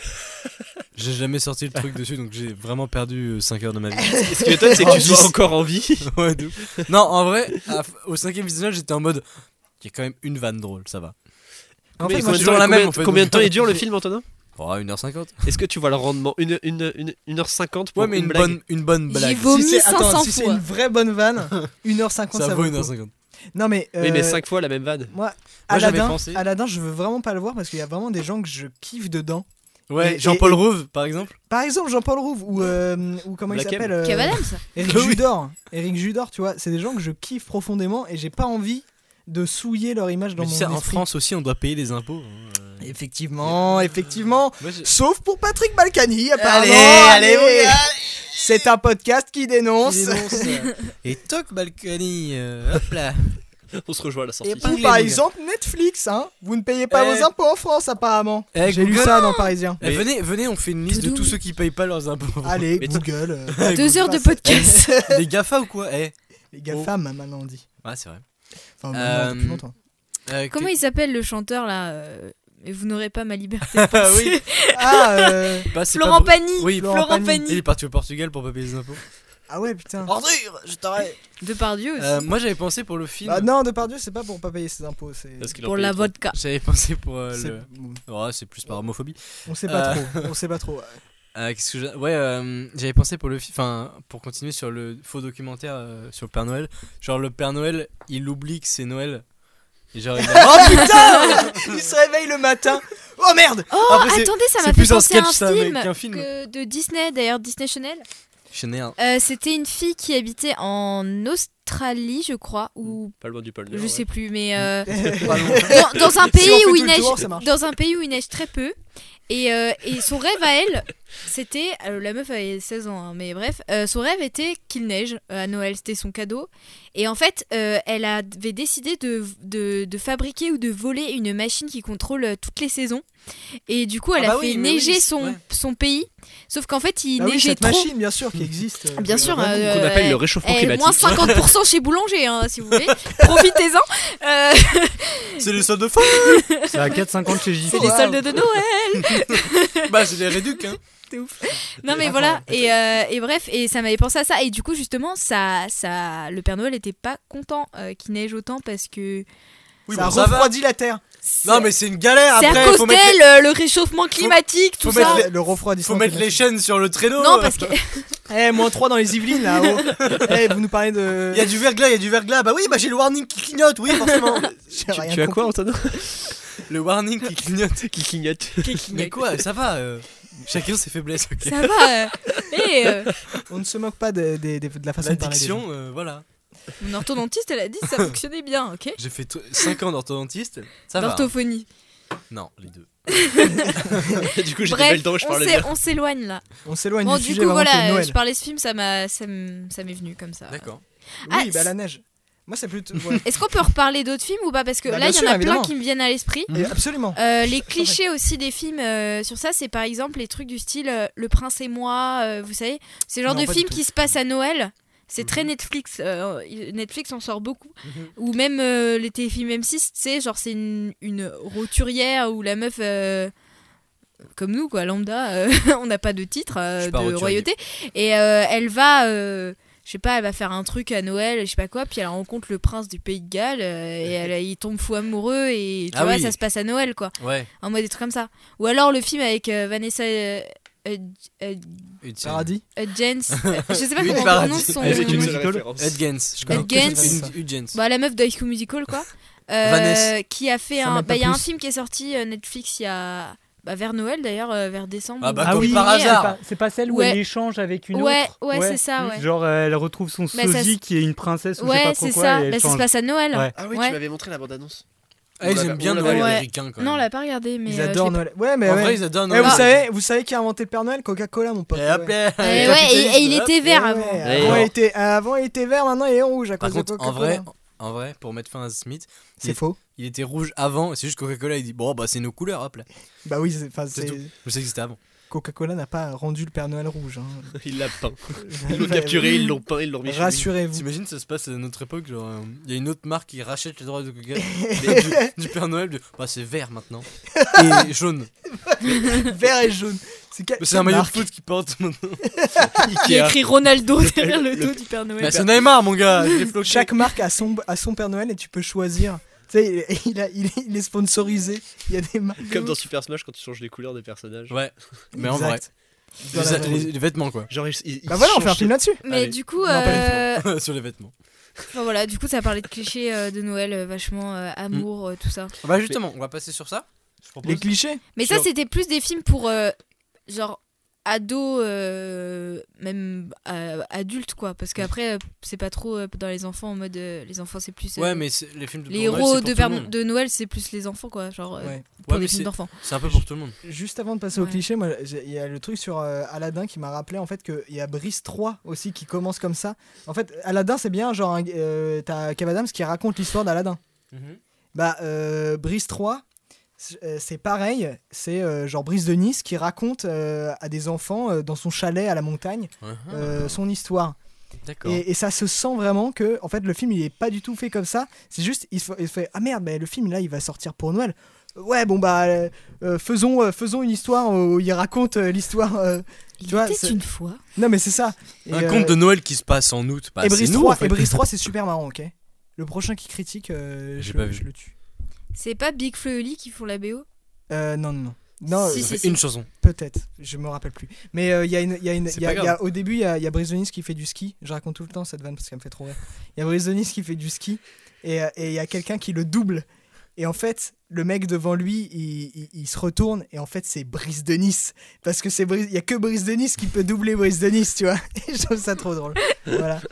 J'ai jamais sorti le truc dessus, donc j'ai vraiment perdu 5 heures de ma vie.
Ce qui m'étonne, c'est que tu
Oh,
sois
dix.
encore en vie.
Ouais, de ouf. Non, en vrai, à- au cinquième visionnage, j'étais en mode. Il y a quand même une vanne drôle, ça va.
En
Mais
fait, moi,
c'est
je-
toujours la
combien-
même, en fait.
Combien de temps il dure le film, Antonin
Oh, 1h50
Est-ce que tu vois le rendement 1h50 une, une, une heure cinquante pour
Ouais, mais une,
blague
bonne, une bonne
J'y
blague.
vomis
si c'est- attends,
500
si c'est
fois.
une vraie bonne vanne, 1h50
ah, Ça vaut
le coup.
1h50.
Non mais,
Oui, mais
euh,
5 fois la même vanne.
Moi,
j'avais
Aladdin,
pensé-
Aladdin, je veux vraiment pas le voir parce qu'il y a vraiment des gens que je kiffe dedans.
Ouais,
Et-
Jean-Paul Rouve, par exemple.
Par exemple, Jean-Paul Rouve ou, euh, ou comment
Black
il s'appelle euh,
Kev Adams
Eric
Que Ah oui.
Judor. Eric Judor, tu vois, c'est des gens que je kiffe profondément et j'ai pas envie de souiller leur image dans
Mais tu
mon
sais, en
esprit.
France aussi, on doit payer les impôts. hein.
Effectivement, effectivement.
Moi, j'ai-
Sauf pour Patrick Balkany, apparemment.
Allez, allez, mon gars,
C'est un podcast qui dénonce.
Et toc Balkany, euh, hop là.
On se rejoint à la sortie.
Et pas-
Ou
Épinglé, mon
par
gars.
exemple Netflix, hein. Vous ne payez pas
Eh.
vos impôts en France, apparemment.
Eh,
J'ai lu
Google.
ça dans Parisien.
Eh, venez, venez, on fait une liste de tous ceux qui payent pas leurs impôts.
Allez,
Mais toi-
Google. euh,
Deux heures de
Google,
podcast.
les GAFA ou quoi Eh.
Les GAFAM, maintenant on dit.
Ouais, c'est vrai.
Enfin, maintenant, depuis
Euh,
longtemps.
Euh,
Comment
que-
il s'appelle le chanteur là euh, Et vous n'aurez pas ma liberté. de
Ah oui,
penser.
Ah, euh,
bah, c'est
Florent
pas-
Pagny.
Oui,
Florent
Florent
Pagny.
Il est
Pagny.
parti au Portugal pour pas payer les impôts.
ah ouais, putain.
Ordure, je t'arrête.
Depardieu aussi.
Euh, moi j'avais pensé pour le film.
Bah non, Depardieu, c'est pas pour pas payer ses impôts. C'est.
Parce qu'il en
pour
paye
la
trop.
vodka.
J'avais pensé pour euh,
c'est-
le. Oh, c'est plus par homophobie.
On sait pas
Euh.
trop. On sait pas trop.
Euh, qu'est-ce que j'a- ouais, euh, j'avais pensé pour le film. Enfin, pour continuer sur le faux documentaire euh, sur le Père Noël. Genre le Père Noël, il oublie que c'est Noël. Et genre, il a-
Oh putain Il se réveille le matin. Oh merde
Oh,
Après, c'est-
attendez, ça
c'est
m'a fait
plus un
penser à
sketch, ça,
un
mais
film,
qu'un film.
que- de Disney, d'ailleurs Disney Channel.
Chanel.
Euh, C'était une fille qui habitait en Australie, je crois, ou
Pas loin du pôle Nord,
je
ouais.
sais plus, mais euh,
Pardon.
dans, dans un
Si on
pays
fait
où
tout
il
le
neige,
tour, ça marche.
dans un pays où il neige très peu. Et, euh, et son rêve à elle, c'était, alors, la meuf avait 16 ans, hein, mais bref, euh, son rêve était qu'il neige euh, à Noël, c'était son cadeau. Et en fait, euh, elle avait décidé de, de, de fabriquer ou de voler une machine qui contrôle euh, toutes les saisons. Et du coup, elle
Ah
a
bah oui,
fait
mais
neiger
oui,
son,
ouais. Bah
son pays. Sauf qu'en fait, il
Ah oui,
neigeait
cette
trop.
machine, bien sûr, qui existe. euh,
Bien sûr,
vraiment.
euh,
Qu'on appelle
euh,
le réchauffement
Eh,
climatique.
moins 50% chez Boulanger, hein, si vous voulez. Profitez-en. Euh,
C'est les soldes de fou
C'est à 4,50 chez JC.
c'est les soldes de Noël.
Bah, c'est les réducs, hein.
Non mais voilà et, euh, et bref et ça m'avait pensé à ça et du coup justement ça ça le Père Noël était pas content euh, qu'il neige autant parce que
Oui,
ça
bon, ça va.
refroidit la terre.
c'est
Non, mais c'est une galère
c'est à
après.
cause
faut
d'elle
mettre, les-
euh, le réchauffement climatique tout
faut mettre
ça.
les-
Le refroidissement.
faut mettre les
climatique.
chaînes sur le traîneau.
Non parce que
Eh, moins 3 dans les Yvelines là-haut. Eh, vous nous parlez de.
oh. Il y a du verglas, il y a du verglas. Bah oui, bah j'ai le warning qui clignote, oui, forcément.
J'ai rien
Tu as
compris.
quoi, Antonin
le warning qui clignote.
Qui clignote.
Mais quoi, ça va. euh, Chacun ses faiblesses, ok.
ça va. euh, et euh,
On ne se moque pas de, de- de- de la façon de parler. des gens.
L'addiction, euh, voilà.
mon orthodontiste elle a dit que ça fonctionnait bien, OK
J'ai fait 5 ans d'orthodontiste. Ça va. hein.
D'orthophonie.
Non, les deux.
du coup, j'ai des
Bref,
belles dents, je
on
parlais
s'é-
bien.
on s'éloigne là.
On s'éloigne
Bon,
du,
du
sujet
coup,
vraiment qui est
voilà, euh,
Noël.
je parlais de ce film, ça m'a, ça m- ça m'est venu comme ça.
D'accord.
Ah,
Oui, bah la neige. Moi, c'est plutôt. ouais.
Est-ce qu'on peut reparler d'autres films ou pas Parce que
Bah,
là,
bien
il y
sûr,
en a
évidemment.
plein qui me viennent à l'esprit.
Mhm.
Et Absolument.
Euh, les clichés aussi des films euh, sur ça, c'est par exemple les trucs du style euh, Le Prince et moi, euh, vous savez, c'est le genre
Non,
de
pas
film
du tout.
qui se passe à Noël. C'est très
Mhm.
Netflix. euh, il- Netflix en sort beaucoup. Ou même euh, les téléfilms M6, c'est genre c'est une, une roturière ou la meuf. euh, comme nous, quoi, lambda, euh, on n'a pas de titre euh,
Je suis
de
pas roturier.
royauté. Et euh, elle va, euh, je sais pas, elle va faire un truc à Noël, je sais pas quoi, puis elle rencontre le prince du pays de Galles, euh, et elle, il tombe fou amoureux, et tu
Ah
vois,
oui.
ça se passe à Noël, quoi.
Ouais.
En mode des trucs comme ça. Ou alors le film avec euh, Vanessa euh, Hud- Hud-
Hudgens.
Paradis.
Hudgens. euh, je sais pas
Oui,
comment on
Paradis.
prononce son
Avec
Avec
une
une
nom.
seule
musical.
référence.
Hudgens. Je
connais
Hudgens.
que ça.
Hud- Hudgens.
Bah, la meuf de High School Musical, quoi. Euh,
Vanessa.
qui a fait
Ça
un.
m'a
Bah,
pas
il y a un
plus.
film qui est sorti euh, Netflix il y a. Bah, vers Noël d'ailleurs, euh, vers décembre.
Ah bah,
ou
comme
janvier.
par hasard.
C'est pas, c'est pas celle où
Ouais.
elle échange avec une
Ouais,
autre.
ouais, c'est ça, ouais.
Genre, elle retrouve son
ça
sosie
se-
qui est une princesse ou je sais
Ouais,
pas
c'est
trop quoi.
ça.
et elle
Bah, ça se
change.
passe à Noël.
Ouais.
Ah oui,
Ouais.
tu m'avais montré la bande-annonce.
Ah, ils
Oh là
aiment bien
là.
Noël
Ouais.
américain quand même.
Non, on l'a pas regardé, mais.
Ils
euh, je
adorent
l'ai-
Noël. Ouais, mais
En
ouais.
vrai, ils adorent
Eh,
Noël.
vous savez, vous savez qui a inventé le Père Noël Coca-Cola, mon pote.
Et
ouais.
Eh, hop là,
Euh,
les
ouais, et, et
capitalistes,
il
ouais.
était
Ouais,
vert
ouais.
avant.
Avant, il était, avant, il était vert, maintenant il est rouge à
Par
cause de
contre, en
Coca-Cola.
vrai, en vrai, pour mettre fin à Smith.
C'est faux.
Il était rouge avant, c'est juste Coca-Cola, il dit Bon, bah c'est nos couleurs, hop là.
Bah oui, c'est- enfin,
C'est
c'est-
tout. Je sais que c'était avant.
Coca-Cola n'a pas rendu le Père Noël rouge. hein.
Il l'a peint. Ils l'ont capturé, ils l'ont peint, ils l'ont mis chez lui.
Rassurez-vous.
T'imagines, ça se passe à notre époque, genre, euh, il y a une autre marque qui rachète les droits de Coca des- du, du Père Noël, de- bah c'est vert maintenant. Et jaune.
Vert et jaune. C'est quel-
C'est un maillot de
marque
foot qui porte maintenant.
Il y a écrit Ronaldo derrière le dos du Père
Bah,
Noël.
c'est Neymar, mon gars je l'ai floqué.
Chaque marque a son, a son Père Noël et tu peux choisir. Tu sais, il, il a- il est- il est sponsorisé. Il y a des marques.
Comme dans Super Smash quand tu changes les couleurs des personnages.
Ouais, mais en vrai.
Exact.
Les,
Dans la vraie vie.
les- les vêtements, quoi.
Genre, ils- ils-
Bah
ils
voilà, on
changent
fait un film là-dessus.
Mais
Allez.
du coup,
Non, pas du tout.
euh,
Sur les vêtements.
enfin, voilà, du coup, ça parlait de clichés euh, de Noël, euh, vachement euh, amour, euh, tout ça.
Ah Bah justement, on va passer sur ça. Je propose.
Les clichés.
Mais ça, c'était plus des films pour euh, genre ados, euh, même euh, adultes, quoi. Parce qu'après, euh, c'est pas trop euh, dans les enfants en mode euh, les enfants, c'est plus. euh,
Ouais, mais c'est- les films de
Les
Père Noël,
héros
c'est pour
de,
tout le
Père-
monde.
de Noël, c'est plus les enfants, quoi. Genre, euh,
Ouais.
pour
Ouais, mais
des films
c'est-
d'enfants.
C'est un peu pour tout le monde.
Juste avant de passer aux
Ouais.
clichés, moi, j'ai- il y a le truc sur euh, Aladdin qui m'a rappelé en fait qu'il y a Brice 3 aussi qui commence comme ça. En fait, Aladdin, c'est bien, genre, un- euh, t'as Kev Adams qui raconte l'histoire d'Aladdin.
Mhm.
Bah, euh, Brice 3, c'est euh, c'est pareil, c'est euh, genre Brice de Nice qui raconte euh, à des enfants euh, dans son chalet à la montagne
Uh-huh.
euh, son histoire.
D'accord.
Et, et ça se sent vraiment que, en fait, le film, il est pas du tout fait comme ça. C'est juste, il se il se fait Ah merde, mais le film, là, il va sortir pour Noël. Ouais, bon, bah, euh, euh, faisons, euh, faisons une histoire où il raconte euh, l'histoire. euh.
Il
Tu vois,
était
c'est-
une fois.
Non, mais c'est ça. Et,
Un
euh,
conte de Noël qui se passe en août. Bah,
et
c'est
Brice
nous,
3,
en fait.
et Brice 3, c'est super marrant, ok Le prochain qui critique, euh, je,
J'ai pas
le-
vu.
je le tue.
C'est pas Big Flo et Oli qui font la BO
Euh, non, non, non. Non,
Si,
Ça
euh,
si.
fait une chanson.
peut-être, je me rappelle plus. Mais euh, il y a une, il y a une,
C'est
il y a-
pas
il y a-
grave.
au début, il y a, il y a Brice de Nice qui fait du ski. Je raconte tout le temps cette vanne parce qu'elle me fait trop rire. Il y a Brice de Nice qui fait du ski et euh, et il y a quelqu'un qui le double. Et en fait, le mec devant lui, il, il- il se retourne et en fait, c'est Brice de Nice parce que c'est Brice- il y a que Brice de Nice qui peut doubler Brice de Nice, tu vois. Et je trouve ça trop drôle. Voilà.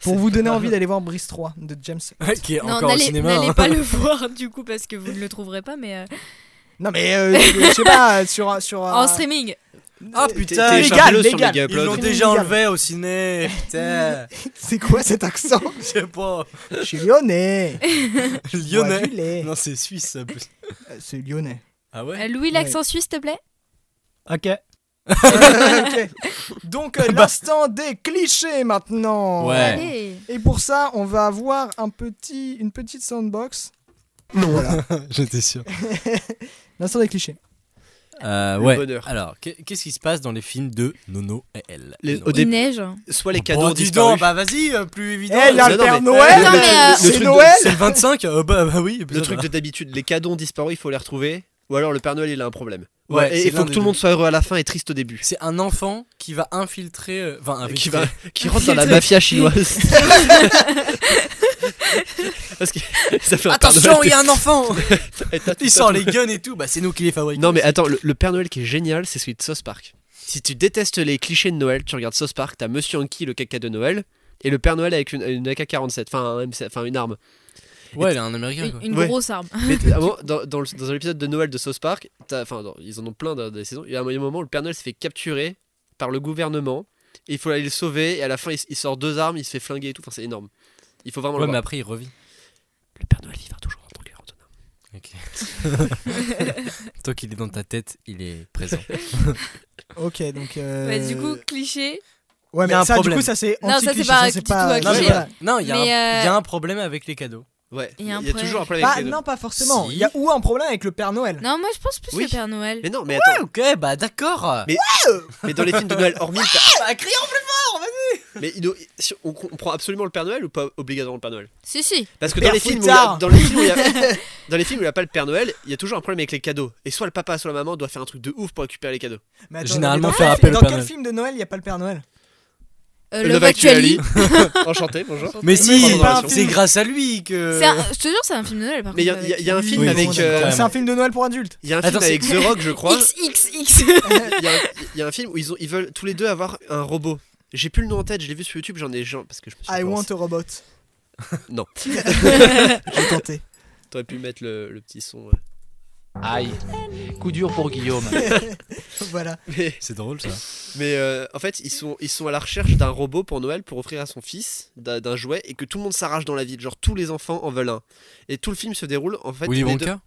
Pour vous donner envie d'aller voir Brice 3 de James.
qui est
Non,
encore au
n'allez
cinéma.
n'allez
hein.
pas le voir, du coup, parce que vous ne le trouverez pas, mais euh,
Non mais euh, je sais pas sur un- sur un-
en streaming.
Ah
T'es-
putain,
t'es-
légal,
téléchargez-le sur
légal.
Mega
Ils l'ont
Upload.
déjà enlevé au ciné. Putain.
c'est quoi cet accent
Je sais pas.
Je suis lyonnais. Bois
Lyonnais.
du lait.
Non, c'est suisse. ça, plus.
Euh, C'est lyonnais.
Ah
Euh,
ouais
Louis, l'accent suisse, s'il te plaît
Ok.
Ok. Donc euh, l'instant des clichés maintenant.
Ouais.
Allez
Et pour ça, on va avoir un petit, une petite soundbox.
J'étais sûr.
L'instant des clichés.
Euh,
Le
ouais.
bonheur.
Alors, qu'est- qu'est-ce qui se passe dans les films de Nono et elle
Les-
Nono.
au
Il
début,
neige. hein.
soit les cadeaux
Bon,
ont
dis
disparu.
donc, bah vas-y, euh, plus
Eh,
évident.
il y a
mais
le
non,
Père
mais-
Noël
Non, mais, euh,
C'est
truc de-
Noël
C'est le 25 euh, bah, bah oui.
Le truc de d'habitude, les cadeaux ont disparu, il faut les retrouver. Ou alors le Père Noël, il a un problème.
Ouais,
Ouais, et
c'est
il
l'un
faut que
des
tout le
deux.
monde soit heureux à la fin et triste au début.
C'est un enfant qui va infiltrer. euh, Enfin,
qui,
infiltrer.
va, qui rentre dans la mafia chinoise. Parce que ça fait un Père
Attention, il
Noël
y a un enfant
qui- t'as tout-
Il sort les guns et tout, bah c'est nous qui les fabriquons.
Non mais attends, le, le Père Noël qui est génial, c'est celui de Sauce Park. Si tu détestes les clichés de Noël, tu regardes Sauce Park, t'as Monsieur Anki, le caca de Noël, et le Père Noël avec une, une AK-47, enfin un MC enfin, une arme.
Ouais, il est un américain
Une,
quoi.
une
Ouais.
grosse arme.
Mais t- à un moment, dans, dans, le- dans un épisode de Noël de Sauce Park, t'as- enfin dans- ils en ont plein dans des saisons, il y a un moment où le Père Noël se fait capturer par le gouvernement, et il faut aller le sauver, et à la fin il, s- il sort deux armes, il se fait flinguer et tout, enfin c'est énorme. Il faut vraiment
Ouais,
le
mais
voir.
après il revit.
Le Père Noël vivra toujours dans ton cœur, Antonin.
Tant qu'il est dans ta tête, il est présent.
Ok, donc. euh,
Ouais, Bah, du coup, cliché.
Ouais,
il y a un
mais ça, du
problème.
coup, ça c'est
Non, ça, c'est
anti-cliché.
pas
ça,
du tout un
non, mais
cliché.
voilà. Non, il y, a
Mais,
un-
euh,
il y a un problème avec les cadeaux.
Ouais,
Il y
il y
a un
a,
problème.
toujours un problème
Bah,
avec les deux.
non, pas forcément.
Si.
Il y a ou un problème avec le Père Noël.
Non, moi, je pense plus
Oui.
le Père Noël.
Mais non, mais
Ah,
attends,
Ok, bah d'accord.
Mais- mais dans les films de Noël, hormis le Père-
Bah, crions
Mais il doit- si on, on prend absolument le Père Noël ou pas obligatoirement le Père Noël
Si, si.
Parce que
Le
dans
Père
les, films où il y a,
Fouettard.
dans les films où il y a- dans les films où il n'y a pas le Père Noël, il y a toujours un problème avec les cadeaux. Et soit le papa, soit la maman doit faire un truc de ouf pour récupérer les cadeaux.
Mais attends,
Généralement,
mais dans
faire
quel-
appel au
Dans
Père
quel
Noël.
film de Noël il n'y a pas le Père Noël
Euh,
Le
Love Actually.
Enchanté, bonjour.
Mais si,
c'est pas un
c'est
film.
grâce à lui que.
C'est un- Je te jure, c'est un film de Noël, par
Mais il y,
contre.
a- il y a- il y a un
Oui,
film
oui,
avec.
oui,
euh,
C'est un film de Noël pour adultes.
Il y a un film
Attends,
avec
c'est-
The Rock, je crois.
XXX.
Il y, a un- il y a un film où ils, ont, ils veulent tous les deux avoir un robot. J'ai plus le nom en tête, je l'ai vu sur YouTube, j'en ai genre parce que je me suis
I
pas
want
lancé.
a robot.
Non.
J'ai tenté.
T'aurais pu mettre le, le petit son. euh.
Aïe. Coup dur pour Guillaume.
voilà.
Mais,
C'est drôle ça.
mais, euh, en fait, ils sont, ils sont à la recherche d'un robot pour Noël pour offrir à son fils d'un d'un jouet et que tout le monde s'arrache dans la ville. Genre tous les enfants en veulent un. Et tout le film se déroule en fait.
Willy
les deux-
Wonka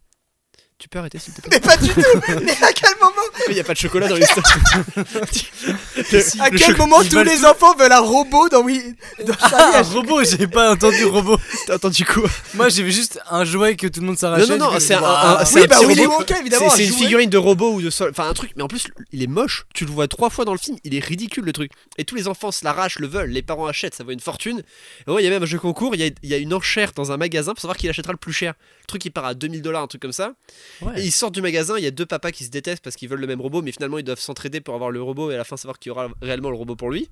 Tu peux arrêter s'il te plaît.
Mais pas du tout Mais à quel moment
Il n'y a pas de chocolat dans l'histoire.
À quel moment tous les enfants veulent un robot dans Wii dans Charlie
Ah, robot, j'ai pas entendu robot.
T'as entendu quoi
Moi, j'avais juste un jouet que tout le monde
Non,
s'arrachait.
non, non,
je-
c'est un,
Waouh.
un- c'est
Oui,
un
bah
petit
Willy
robot.
Wonka, évidemment.
C'est c'est
un
une
jouet.
figurine de robot ou de sol, enfin un truc, mais en plus il est moche, tu le vois trois fois dans le film, il est ridicule le truc. Et tous les enfants se l'arrachent, le veulent, les parents achètent, ça vaut une fortune. Et ouais, il y a même un jeu concours, il y a, il y a une enchère dans un magasin pour savoir qui l'achètera le plus cher. Le truc il part à 2000 dollars, un truc comme ça.
Ouais.
Et ils sortent du magasin, il y a deux papas qui se détestent parce qu'ils veulent le même robot, mais finalement ils doivent s'entraider pour avoir le robot et à la fin savoir qui aura réellement le robot pour lui.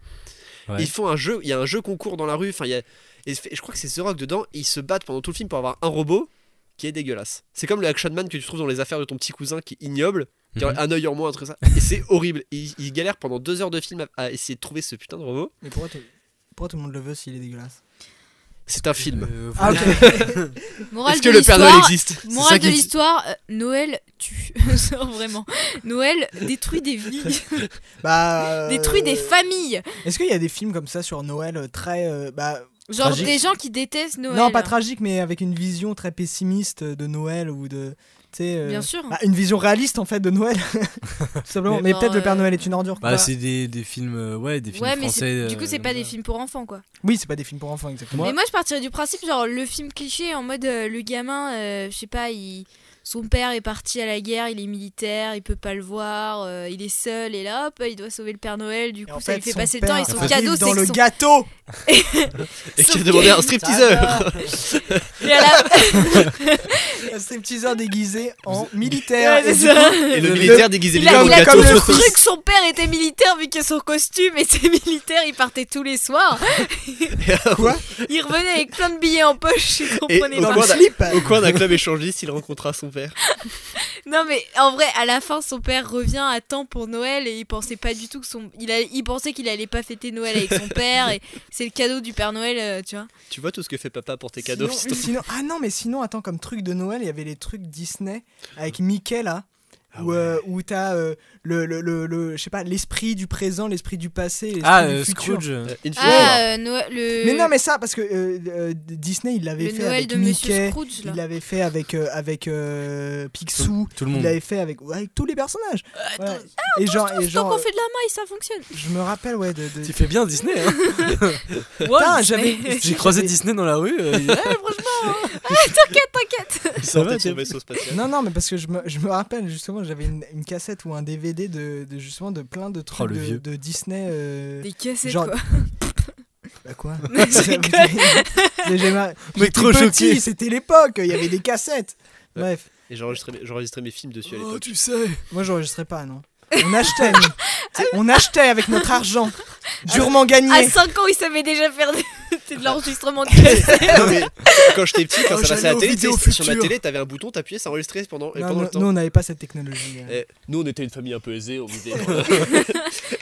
Ouais.
Et Ils font un jeu, il y a un jeu concours dans la rue, enfin il y a, et je crois que c'est The Rock dedans, et ils se battent pendant tout le film pour avoir un robot qui est dégueulasse. C'est comme le Action Man que tu trouves dans les affaires de ton petit cousin qui est ignoble, qui a
Mhm.
un œil en moins, un truc comme ça. Et c'est horrible. Et Ils, ils galèrent pendant deux heures de film à, à essayer de trouver ce putain de robot.
Mais pourquoi, tout- pourquoi tout le monde le veut s'il est dégueulasse
C'est un film.
Euh,
Ah,
voilà.
ok.
Morale
Est-ce que
de
le Père Noël
l'histoire.
existe
ça
Morale de
qui-
l'histoire, euh, Noël tue. Genre vraiment. Noël détruit des vies,
bah, euh,
détruit des familles.
Est-ce qu'il y a des films comme ça sur Noël euh, très. euh, bah,
Genre
Tragique.
des gens qui détestent Noël. hein.
Non, pas tragique, mais avec une vision très pessimiste de Noël ou de. tu sais, euh,
Bien sûr.
Ah,
bah, une vision réaliste en fait de Noël. Tout simplement. Mais,
Mais-
peut-être
Non,
le Père
euh,
Noël est une ordure. quoi.
Bah, c'est des, des films, euh, ouais, des films
ouais, mais
français.
c'est- du coup,
euh,
c'est pas
comme
des
ça.
films pour enfants, quoi.
Oui, c'est pas des films pour enfants exactement.
Mais moi, je partirais du principe, genre, le film cliché en mode euh, le gamin, euh, je sais pas, il... son père est parti à la guerre, il est militaire, il peut pas le voir, euh, il est seul, et là, hop, il doit sauver le Père Noël, du
Et
coup,
en
ça lui fait
son
passer
père
le temps, et son
arrive
cadeau, c'est
dans le
que son...
gâteau.
Et qui a
Sauf
demandé
que-
un stripteaseur
Et à la-
C'est petit heure déguisé en
Ouais,
militaire.
c'est
Et du
ça.
Et le
Le-
militaire déguisé
Il
lui
a,
dans
il
le
a
gâteau.
comme le truc, son père était militaire vu que son costume était militaire, il partait tous les soirs.
Quoi
Il revenait avec plein de billets en poche, je comprenais
au
dans
pas.
le
Voilà.
slip.
Au coin d'un club échangiste, il rencontra son père.
Non mais en vrai, à la fin, son père revient à temps pour Noël et il pensait pas du tout que son, il, a- il pensait qu'il allait pas fêter Noël avec son père et c'est le cadeau du Père Noël, euh, tu vois.
Tu vois tout ce que fait papa pour tes cadeaux
Sinon, sinon- ah non, mais sinon, attends, comme truc de Noël, il y avait les trucs Disney avec
Ah
Mickey là. où euh, où t'as euh, le, le, le, le- je sais pas, l'esprit du présent, l'esprit du passé, l'esprit
Ah,
du
euh,
futur.
Scrooge.
Euh, Infinity War.
Ah, euh, Noël, le.
Mais non, mais ça, parce que euh, euh, Disney, il l'avait
le
fait
Noël
avec
de Monsieur
Mickey,
Scrooge
il
là.
l'avait fait avec, euh, avec euh, Picsou,
Tout, tout le
il
monde.
l'avait fait avec, ouais, avec tous les personnages.
Euh,
Voilà.
ah,
et genre, et
Oh, Tant
genre
qu'on fait de la maille, ça fonctionne.
euh, je me rappelle, ouais, de. de-
Tu fais bien Disney. Hein.
Putain, j'avais.
J'ai croisé Disney dans la rue. euh, il-
T'inquiète.
Il
Ça va,
sortait de son
t'es-
vaisseau spatial.
Non, non, mais parce que je me, je me rappelle justement, j'avais une, une cassette ou un DVD de, de justement de plein de
Oh,
trucs
le
de,
vieux.
de Disney. euh,
Des cassettes
Genre-
quoi.
Bah quoi
Mais je
Vous avez-
rigole.
vous avez jamais-
Mec,
J'étais
trop
petit,
choqué.
C'était l'époque, il y avait des cassettes. Bref,
Et j'enregistrais mes- j'enregistrais mes films dessus à l'époque.
Oh, tu sais.
moi j'enregistrais pas, non. On achetait, nous. Tu sais, on achetait avec notre argent, durement
À
gagné.
5 ans, il savait déjà faire des- de l'enregistrement de cassettes.
Non, mais quand j'étais petit, quand
Oh,
ça passait à la
j'allais aux
télé, tu sais,
vidéos
sur la
futures.
télé, t'avais un bouton, t'appuyais, ça enregistrait pendant, et
Non,
pendant
non,
le temps.
nous, on n'avait pas cette technologie. euh.
Eh, nous, on était une famille un peu aisée, on vivait.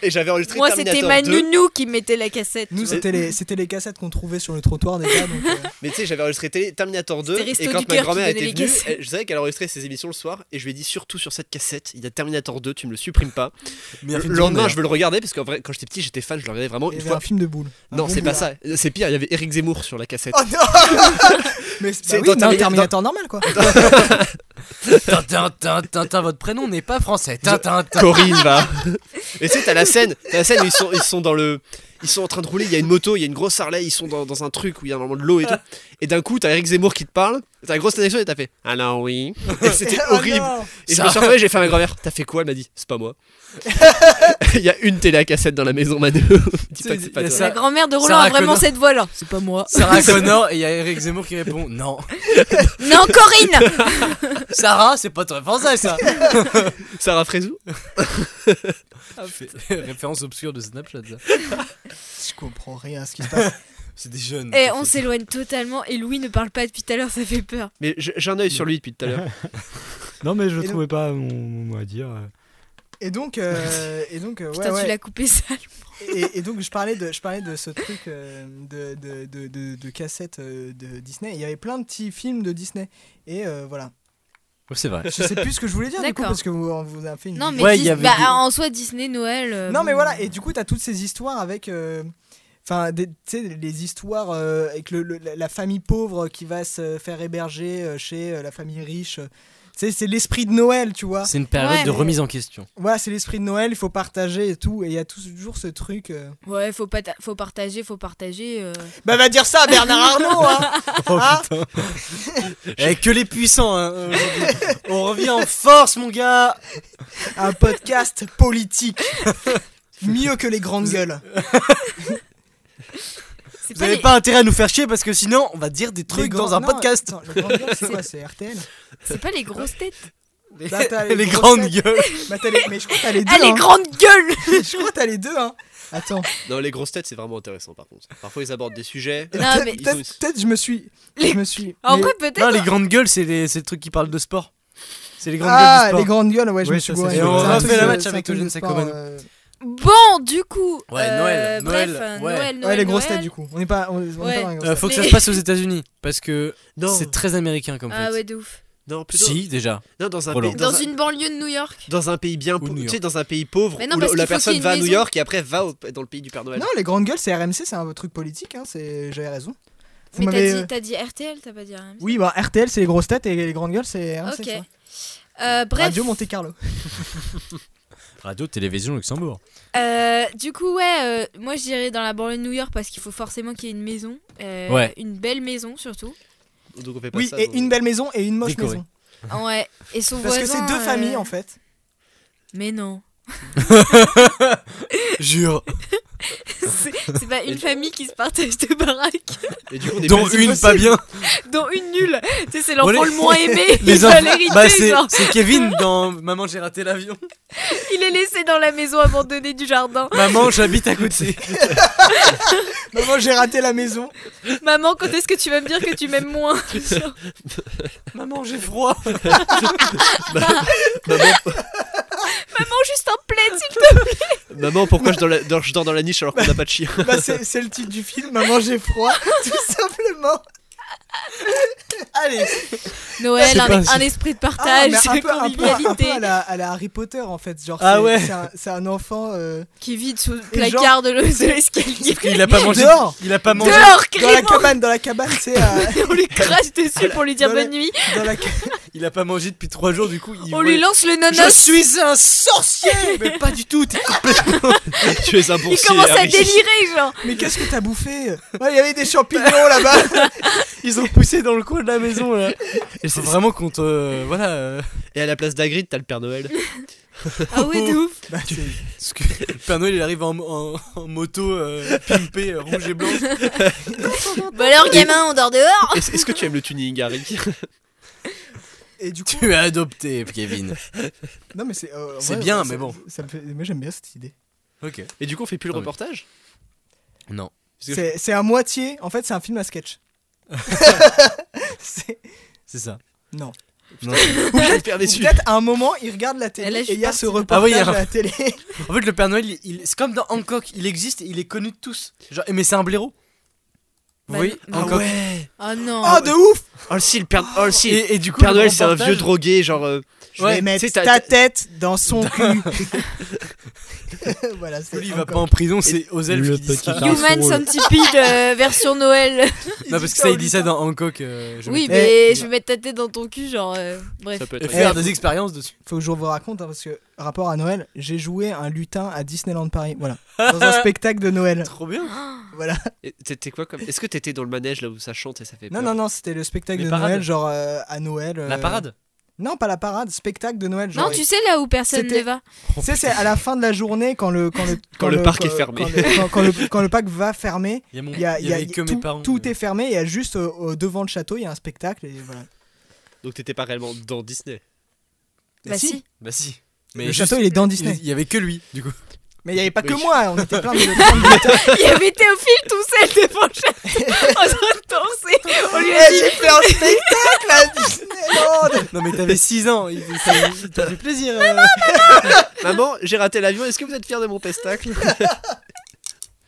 et j'avais enregistré
Moi, c'était
Terminator
ma
2,
nounou qui mettait la cassette.
Nous,
tu vois.
c'était les, c'était les cassettes qu'on trouvait sur le trottoir déjà. donc, euh,
mais tu sais, j'avais enregistré télé- Terminator 2,
C'était Resto
et
du
quand ma
Cœur qui
grand-mère
donnait
était
les
venue,
cassettes.
elle- je savais qu'elle enregistrait ses émissions le soir, et je lui ai dit surtout sur cette cassette, il y a Terminator 2, tu me le supprimes pas.
Mais
Le
il y a
lendemain,
une
je veux le regarder, parce qu'en vrai, quand j'étais petit, j'étais fan, je le regardais vraiment
il y
une
avait
fois.
un film de boule. Un
Non,
bon
c'est pas
boule.
ça, c'est pire, il y avait Eric Zemmour sur la cassette.
Oh non Mais c'est
C'est
bah oui,
dans
mais un
Terminator-
Terminator normal quoi.
Tintin, Tintin, Tintin, votre prénom n'est pas français. Tintin, Tintin.
Corinne va. Et tu sais, t'as la scène, t'as la scène où ils sont, ils sont dans le. Ils sont en train de rouler, il y a une moto, il y a une grosse Harley, ils sont dans, dans un truc où il y a vraiment de l'eau et tout. Et d'un coup, t'as Eric Zemmour qui te parle, t'as une grosse connexion et t'as fait Alors oui. Et c'était
Oh
horrible.
non.
et je me suis retrouvé, j'ai fait à ma grand-mère T'as fait quoi Elle m'a dit C'est pas moi. Il y a une télé à cassette dans la maison, Manu. Dis pas que c'est pas
Il y a
toi.
ça-
La grand-mère de Roland
Sarah
a vraiment
Connor.
cette voix-là. C'est pas moi.
Sarah Connor et il y a Eric Zemmour qui répond non.
Non, Corinne
Sarah, c'est pas très français ça.
Sarah Frézou
Ah, Référence obscure de Snapchat. ça.
Je comprends rien à ce qui se passe.
C'est des jeunes.
Et Eh, on s'éloigne totalement et Louis ne parle pas depuis tout à l'heure, ça fait peur.
Mais je- j'ai un œil sur lui depuis tout à l'heure.
Non, mais je
Et donc-
trouvais pas mon, mon mot à dire. euh.
Et donc, euh, et donc, euh, ouais,
Putain,
ouais.
tu l'as coupé sale.
et, et donc je parlais de, je parlais de ce truc euh, de, de, de, de, de cassette euh, de Disney. Il y avait plein de petits films de Disney. Et euh, voilà.
C'est vrai.
Je sais plus ce que je voulais dire du coup
D'accord.
parce que vous, on vous a fait une
Non, mais
Ouais, il y
Dis-
avait
bah,
des-
en soi, Disney, Noël. euh,
Non, mais
bon.
voilà, et du coup, t'as toutes ces histoires avec. euh, Enfin, des- tu sais, les histoires euh, avec le- le- la- la famille pauvre qui va se faire héberger euh, chez euh, la famille riche. Tu sais, c'est l'esprit de Noël, tu vois.
C'est une période
Ouais.
de remise en question.
Voilà, c'est l'esprit de Noël, il faut partager et tout. Et il y a toujours ce truc. euh,
Ouais, faut, pas ta- faut partager, faut partager. euh.
Bah, va dire ça à Bernard Arnault, hein
Oh
Ah.
putain. Eh, que les puissants. hein, aujourd'hui. On revient en force, mon gars.
Un podcast politique. Mieux que les grandes gueules.
C'est
Vous
pas
avez
les-
pas intérêt à nous faire chier parce que sinon on va dire des
Les
trucs
grandes-
dans un
non,
podcast.
attends, les grandes gueules, c'est quoi C'est RTL
c'est pas les grosses têtes.
Bah, t'as
Les
grosses
grandes
têtes.
gueules.
Bah, t'as les- Mais je crois que t'as les deux.
Ah, les
hein.
grandes gueules
Je crois que t'as les deux, hein. Attends.
Non, les grosses têtes, c'est vraiment intéressant par contre. Parfois, ils abordent des sujets.
Euh,
Et
Non,
peut-être-
mais-
peut-être,
Ils sont-
peut-être je me suis.
Les-
Je me suis.
En
mais-
vrai,
Non,
peut-être.
les grandes gueules, c'est les, c'est les trucs qui parlent de sport. C'est les grandes
ah,
gueules
les
du sport.
grandes gueules, ouais, je
Oui,
me suis
ça, c'est
gouré.
sûr. Et
C'est
on
un
refait
truc
la
de-
match
c'est un
avec
truc
Eugène
de sport,
Sacomano.
euh,
Bon, du coup.
Ouais,
euh,
Noël,
bref,
Noël,
euh,
ouais.
Noël, Noël.
Ouais, les grosses
Noël.
têtes, du coup. On n'est pas, on, on est
Ouais.
pas dans les grosses
Euh,
têtes.
faut que ça
Mais-
se passe aux États-Unis parce que
Non,
c'est très américain comme
Ah
fait.
ouais, de ouf.
non, plutôt.
Si, déjà.
Non, dans un,
Roland.
pays,
Dans
un-
une banlieue de New York.
dans un pays bien
Ou New
pauvre, tu
York.
sais, dans un pays pauvre
Mais non,
où
parce
la- la
qu'il faut qu'il y
personne
ait une
va à New
maison.
York et après va au- dans le pays du Père Noël.
Non, les grandes gueules, c'est RMC, c'est un truc politique, hein, c'est... j'avais raison. Vous
Mais t'as
m'avez, euh,
dit, t'as dit RTL, t'as pas dit rien.
Oui, bah RTL, c'est les grosses têtes et les grandes gueules, c'est RMC.
Ok.
ça.
Euh, bref.
Radio Monte Carlo.
Radio, télévision, Luxembourg.
Euh, du coup, ouais, euh, moi je dirais dans la banlieue de New York parce qu'il faut forcément qu'il y ait une maison. euh,
Ouais.
Une belle maison surtout.
Donc on fait pas
Oui,
ça.
et
donc-
une belle maison et une moche
Décoré.
maison.
Ouais. Et son
Parce que
voisin,
c'est deux
euh,
familles en fait.
Mais non.
Jure.
c'est c'est pas une famille qui se partage deux baraques,
Et du coup, on est
Dont
pas-
une pas bien.
dont une nulle. Tu sais, c'est l'enfant
Bon, les-
le moins aimé. il
Les
va
enfants-
l'hériter.
Bah, c'est
genre.
c'est Kevin dans Maman, j'ai raté l'avion.
Il est laissé dans la maison abandonnée du jardin.
Maman, j'habite à côté.
Maman, j'ai raté la maison.
Maman, quand est-ce que tu vas me dire que tu m'aimes moins Genre,
Maman, j'ai froid.
Maman, juste un plaid, s'il te
Maman, pourquoi je dors, la- dors- je dors dans la niche alors qu'on n'a pas de chien
Bah, c'est, c'est le titre du film, Maman, j'ai froid, tout simplement. Allez,
Noël,
C'est
un,
pas-
un esprit de
Ah,
partage,
mais un peu, un peu- un peu
convivialité,
à, la, à la Harry Potter en fait. Genre,
Ah
c'est,
ouais.
c'est un, c'est un enfant euh,
qui vide sous le
Et genre-
placard de le- de l'escalier.
Il a pas mangé.
dehors,
Il a pas mangé.
Dehors,
dans la
Clément
cabane, dans la cabane, c'est euh,
On lui crache dessus pour lui dire
Dans la-
bonne nuit.
dans la ca-
Il a pas mangé depuis trois jours, du coup. Il
On lui
voit-
lance le
Je
nonos.
suis un sorcier Mais pas du tout, t'es complètement.
Tu es un
Il
boursier.
commence à
Harry.
délirer, genre.
Mais qu'est-ce que t'as bouffé Ouais, Il y avait des champignons là-bas.
Ils ont poussé dans le coin de la maison là. Et c'est vraiment qu'on te. voilà. euh,
Et à la place d'Agrid, t'as le Père Noël.
Ah ouais, de ouf.
Bah, c'est-
parce que le Père Noël il arrive en, en- en moto euh, pimpée euh, rouge et blanc.
Bon Bah alors, gamin, on dort dehors.
Est-ce est-ce que tu aimes le tuning, Harry
Et du coup,
Tu es adopté, Kevin.
non mais c'est. euh, en
C'est
vrai,
bien,
ça-
mais bon.
ça me fait- Moi j'aime bien cette idée.
Ok.
Et du coup, on fait plus le
Non, mais-
reportage
Non.
Parce
C'est, c'est à moitié. En fait, c'est un film à sketch. c'est...
C'est ça.
Non.
Non.
Ou peut-être faire des
Ou
sujets.
Peut-être à un moment, il regarde la télé
Là, je
et
suis
il y a ce
partie.
reportage
Ah oui, il y a-
à la télé.
En fait, le Père Noël, il, il- c'est comme dans Hancock, il existe et il est connu de tous. Genre, mais c'est un blaireau. Vous
Bah,
voyez
non.
Hancock.
Ah ouais
Oh non.
Oh, de ouf
Oh si, le Père, oh, si,
Et, et du coup,
Père
le
Noël, c'est un
reportage-
vieux drogué, genre. euh,
Je
Ouais,
vais mettre
tu sais, t'as-
ta
t'as-
tête dans son cul. voilà, c'est
Lui, il va pas
encore-
en prison, c'est aux elfes
le
qui disent
petit
ça.
garçon.
Human Centipede euh, version Noël.
Non,
dit
parce que ça,
au
il dit ça dans Hancock. euh, je
Oui,
mettre-
mais
Eh,
je vais mettre ta tête dans ton cul, genre. euh, bref.
ça peut
vais
être.
faire des expériences dessus.
Faut que je vous raconte, hein, parce que rapport à Noël, j'ai joué un lutin à Disneyland Paris. Voilà. Dans un spectacle de Noël.
Trop bien.
Voilà.
Et T'étais quoi comme Est-ce que t'étais dans le manège là où ça chante et ça fait
Non,
peur
non, non, c'était le spectacle
Les
de
parades.
Noël, genre euh, à Noël. euh,
La parade.
Non, pas la parade, spectacle de Noël. Genre,
Non, tu sais là où personne
C'était-
ne va.
Tu sais, c'est à la fin de la journée quand le, quand le,
le parc est fermé.
Quand le, quand- quand le- quand le parc va fermer,
Il y a mon.
il y a,
il
il
y
y a-
avait que
tout,
mes parents.
tout est fermé, il y a juste euh, au- devant le château, il y a un spectacle. Et voilà.
Donc t'étais pas réellement dans Disney.
Bah si.
Bah si.
Le
Mais
château, il est dans Disney.
Il y avait que lui, du coup.
Mais il n'y avait pas que
Oui.
moi, on était plein de. plein de-
Il y avait Théophile tout seul devant le château en train de danser. On lui a
Eh,
dit
j'ai fait un spectacle à Disneyland
Non, mais t'avais 6 ans. Il, ça, il t'a fait plaisir. euh.
Maman, j'ai raté l'avion. Est-ce que vous êtes fier de mon pestacle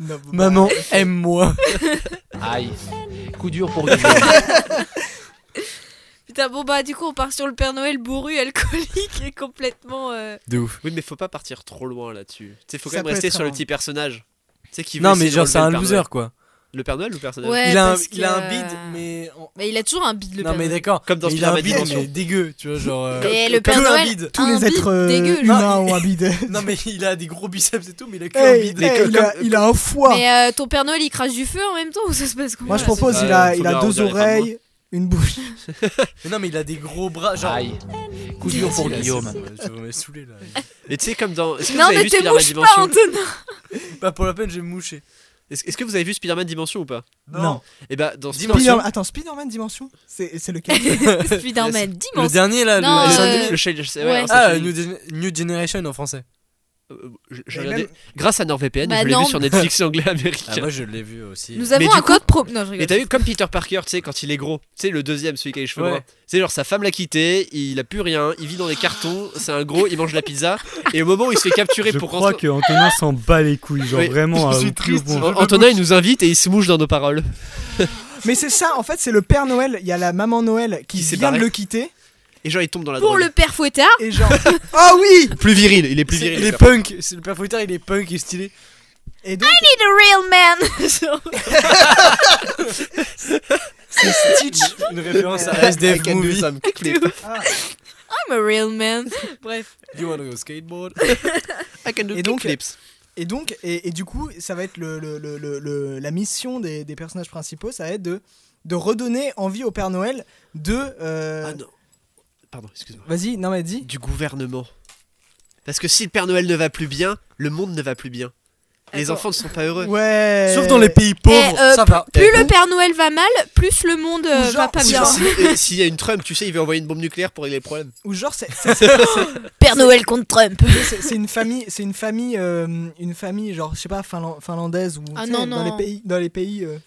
Non, bah,
Maman, aime-moi.
Aïe. Coup dur pour Guillaume.
Putain, bon bah du coup on part sur le Père Noël bourru, alcoolique et complètement... euh,
De ouf.
Oui, mais faut pas partir trop loin là-dessus. Tu sais, faut quand
Ça
même
peut
rester
être
sur le
un-
petit personnage. Tu sais, qui veut
Non,
essayer
mais
de
genre,
relever
c'est
le
un
Père
loser
Noël.
quoi.
Le Père Noël ou le personnage
Ouais,
il, a un,
parce
il a un
que-
bide, mais. en-
Mais il a toujours un bide le
Non,
Père
mais
Noël.
d'accord.
Comme dans
Mais il a un bide,
Spider-Man
mais dégueu, tu vois, genre. euh,
Mais le
que
Père
un
Noël,
bide.
Tous
un
les
bide
êtres euh,
dégueu.
humains ont un bide.
Non, mais il a des gros biceps et tout, mais il a que un
Hey,
bide.
hey,
que-
il, a,
comme-
il a un foie.
Mais euh, ton Père Noël il crache du feu en même temps ou ça se passe comment
Moi, je
là,
propose,
c'est-
il a,
Ouais,
il
faut
a
bien
deux
arrondir les fins de
oreilles, une bouche.
Mais non, mais il a des gros bras, genre. Coup dur pour Guillaume. Je vais me saouler là.
Et tu sais, comme dans. Est-ce
c'est-
que
Non
vous avez
mais
vu
t'es
Spider-Man
mouche pas
Dimension
Antonin
Pas pour la peine, j'ai mouché.
Est-ce est-ce que vous avez vu Spider-Man Dimension ou pas
Non.
Et bah, dans Spider-Man.
Spider- Attends, Spider-Man Dimension C'est c'est lequel
Spider-Man,
Le
dimanche
dernier là,
Non,
le.
Le
le-
euh,
Shining- le Shining- c'est- ouais,
ouais.
un
Ah,
Shining.
New, Gen- New Generation en français.
Euh, je- je
Et
regardais-
même-
Grâce à NordVPN,
Bah
je l'ai
non.
vu sur Netflix anglais américain.
moi je l'ai vu aussi.
Nous
Mais
avons
du
un
coup-
code pro... Non je
Mais t'as
rigole.
vu comme Peter Parker, tu sais, quand il est gros, tu sais, le deuxième, celui qui a les cheveux
Ouais.
bruns. Tu sais, genre sa femme l'a quitté, il a plus rien, il vit dans des cartons, c'est un gros, il mange de la pizza, et au moment où il se fait capturer
Je
pour
crois
rentrer-
que Antonin s'en bat les couilles, genre
Oui.
vraiment.
Je
à
suis
au plus
triste.
bon.
An- Antonin, il nous invite et il se mouche dans nos paroles.
Mais c'est ça, en fait, c'est le Père Noël. Il y a la maman Noël qui
Qui s'est
vient de
barrée.
le quitter.
Et genre, il tombe dans la
Pour
drogue.
le Père Fouettard,
Et genre, oh oui
Plus viril, il est plus
Il
viril.
est punk, c'est le père Fouettard, il est punk, il est stylé.
Et donc,
the real man Genre,
C'est Stitch, une référence à SDF Movie.
ça me clip.
I'm a real man Bref.
You wanna go skateboard?
I can do
Et donc-
kickflips.
et, donc et, et du coup, ça va être le, le- le- le- le- la mission des, des personnages principaux, ça va être de, de redonner envie au Père Noël de... euh,
Ah non. Pardon, excuse-moi.
Vas-y, non mais dis.
Du gouvernement. Parce que si le Père Noël ne va plus bien, le monde ne va plus bien. Les
Attends.
enfants ne sont pas heureux.
Ouais.
Sauf dans les pays pauvres,
Eh, euh,
ça va.
Plus le Père Noël va mal, plus le monde euh,
Ou genre-
va pas
ou
bien.
genre,
Si- et S'il y a une Trump, tu sais, il veut envoyer une bombe nucléaire pour régler les problèmes.
Ou genre, c'est- c'est
Père Noël contre Trump.
c'est- c'est une famille, c'est une famille, euh, une famille genre, je sais pas, finlan- finlandaise ou
Ah
tu sais,
non,
dans
non.
les pays, dans les pays. euh,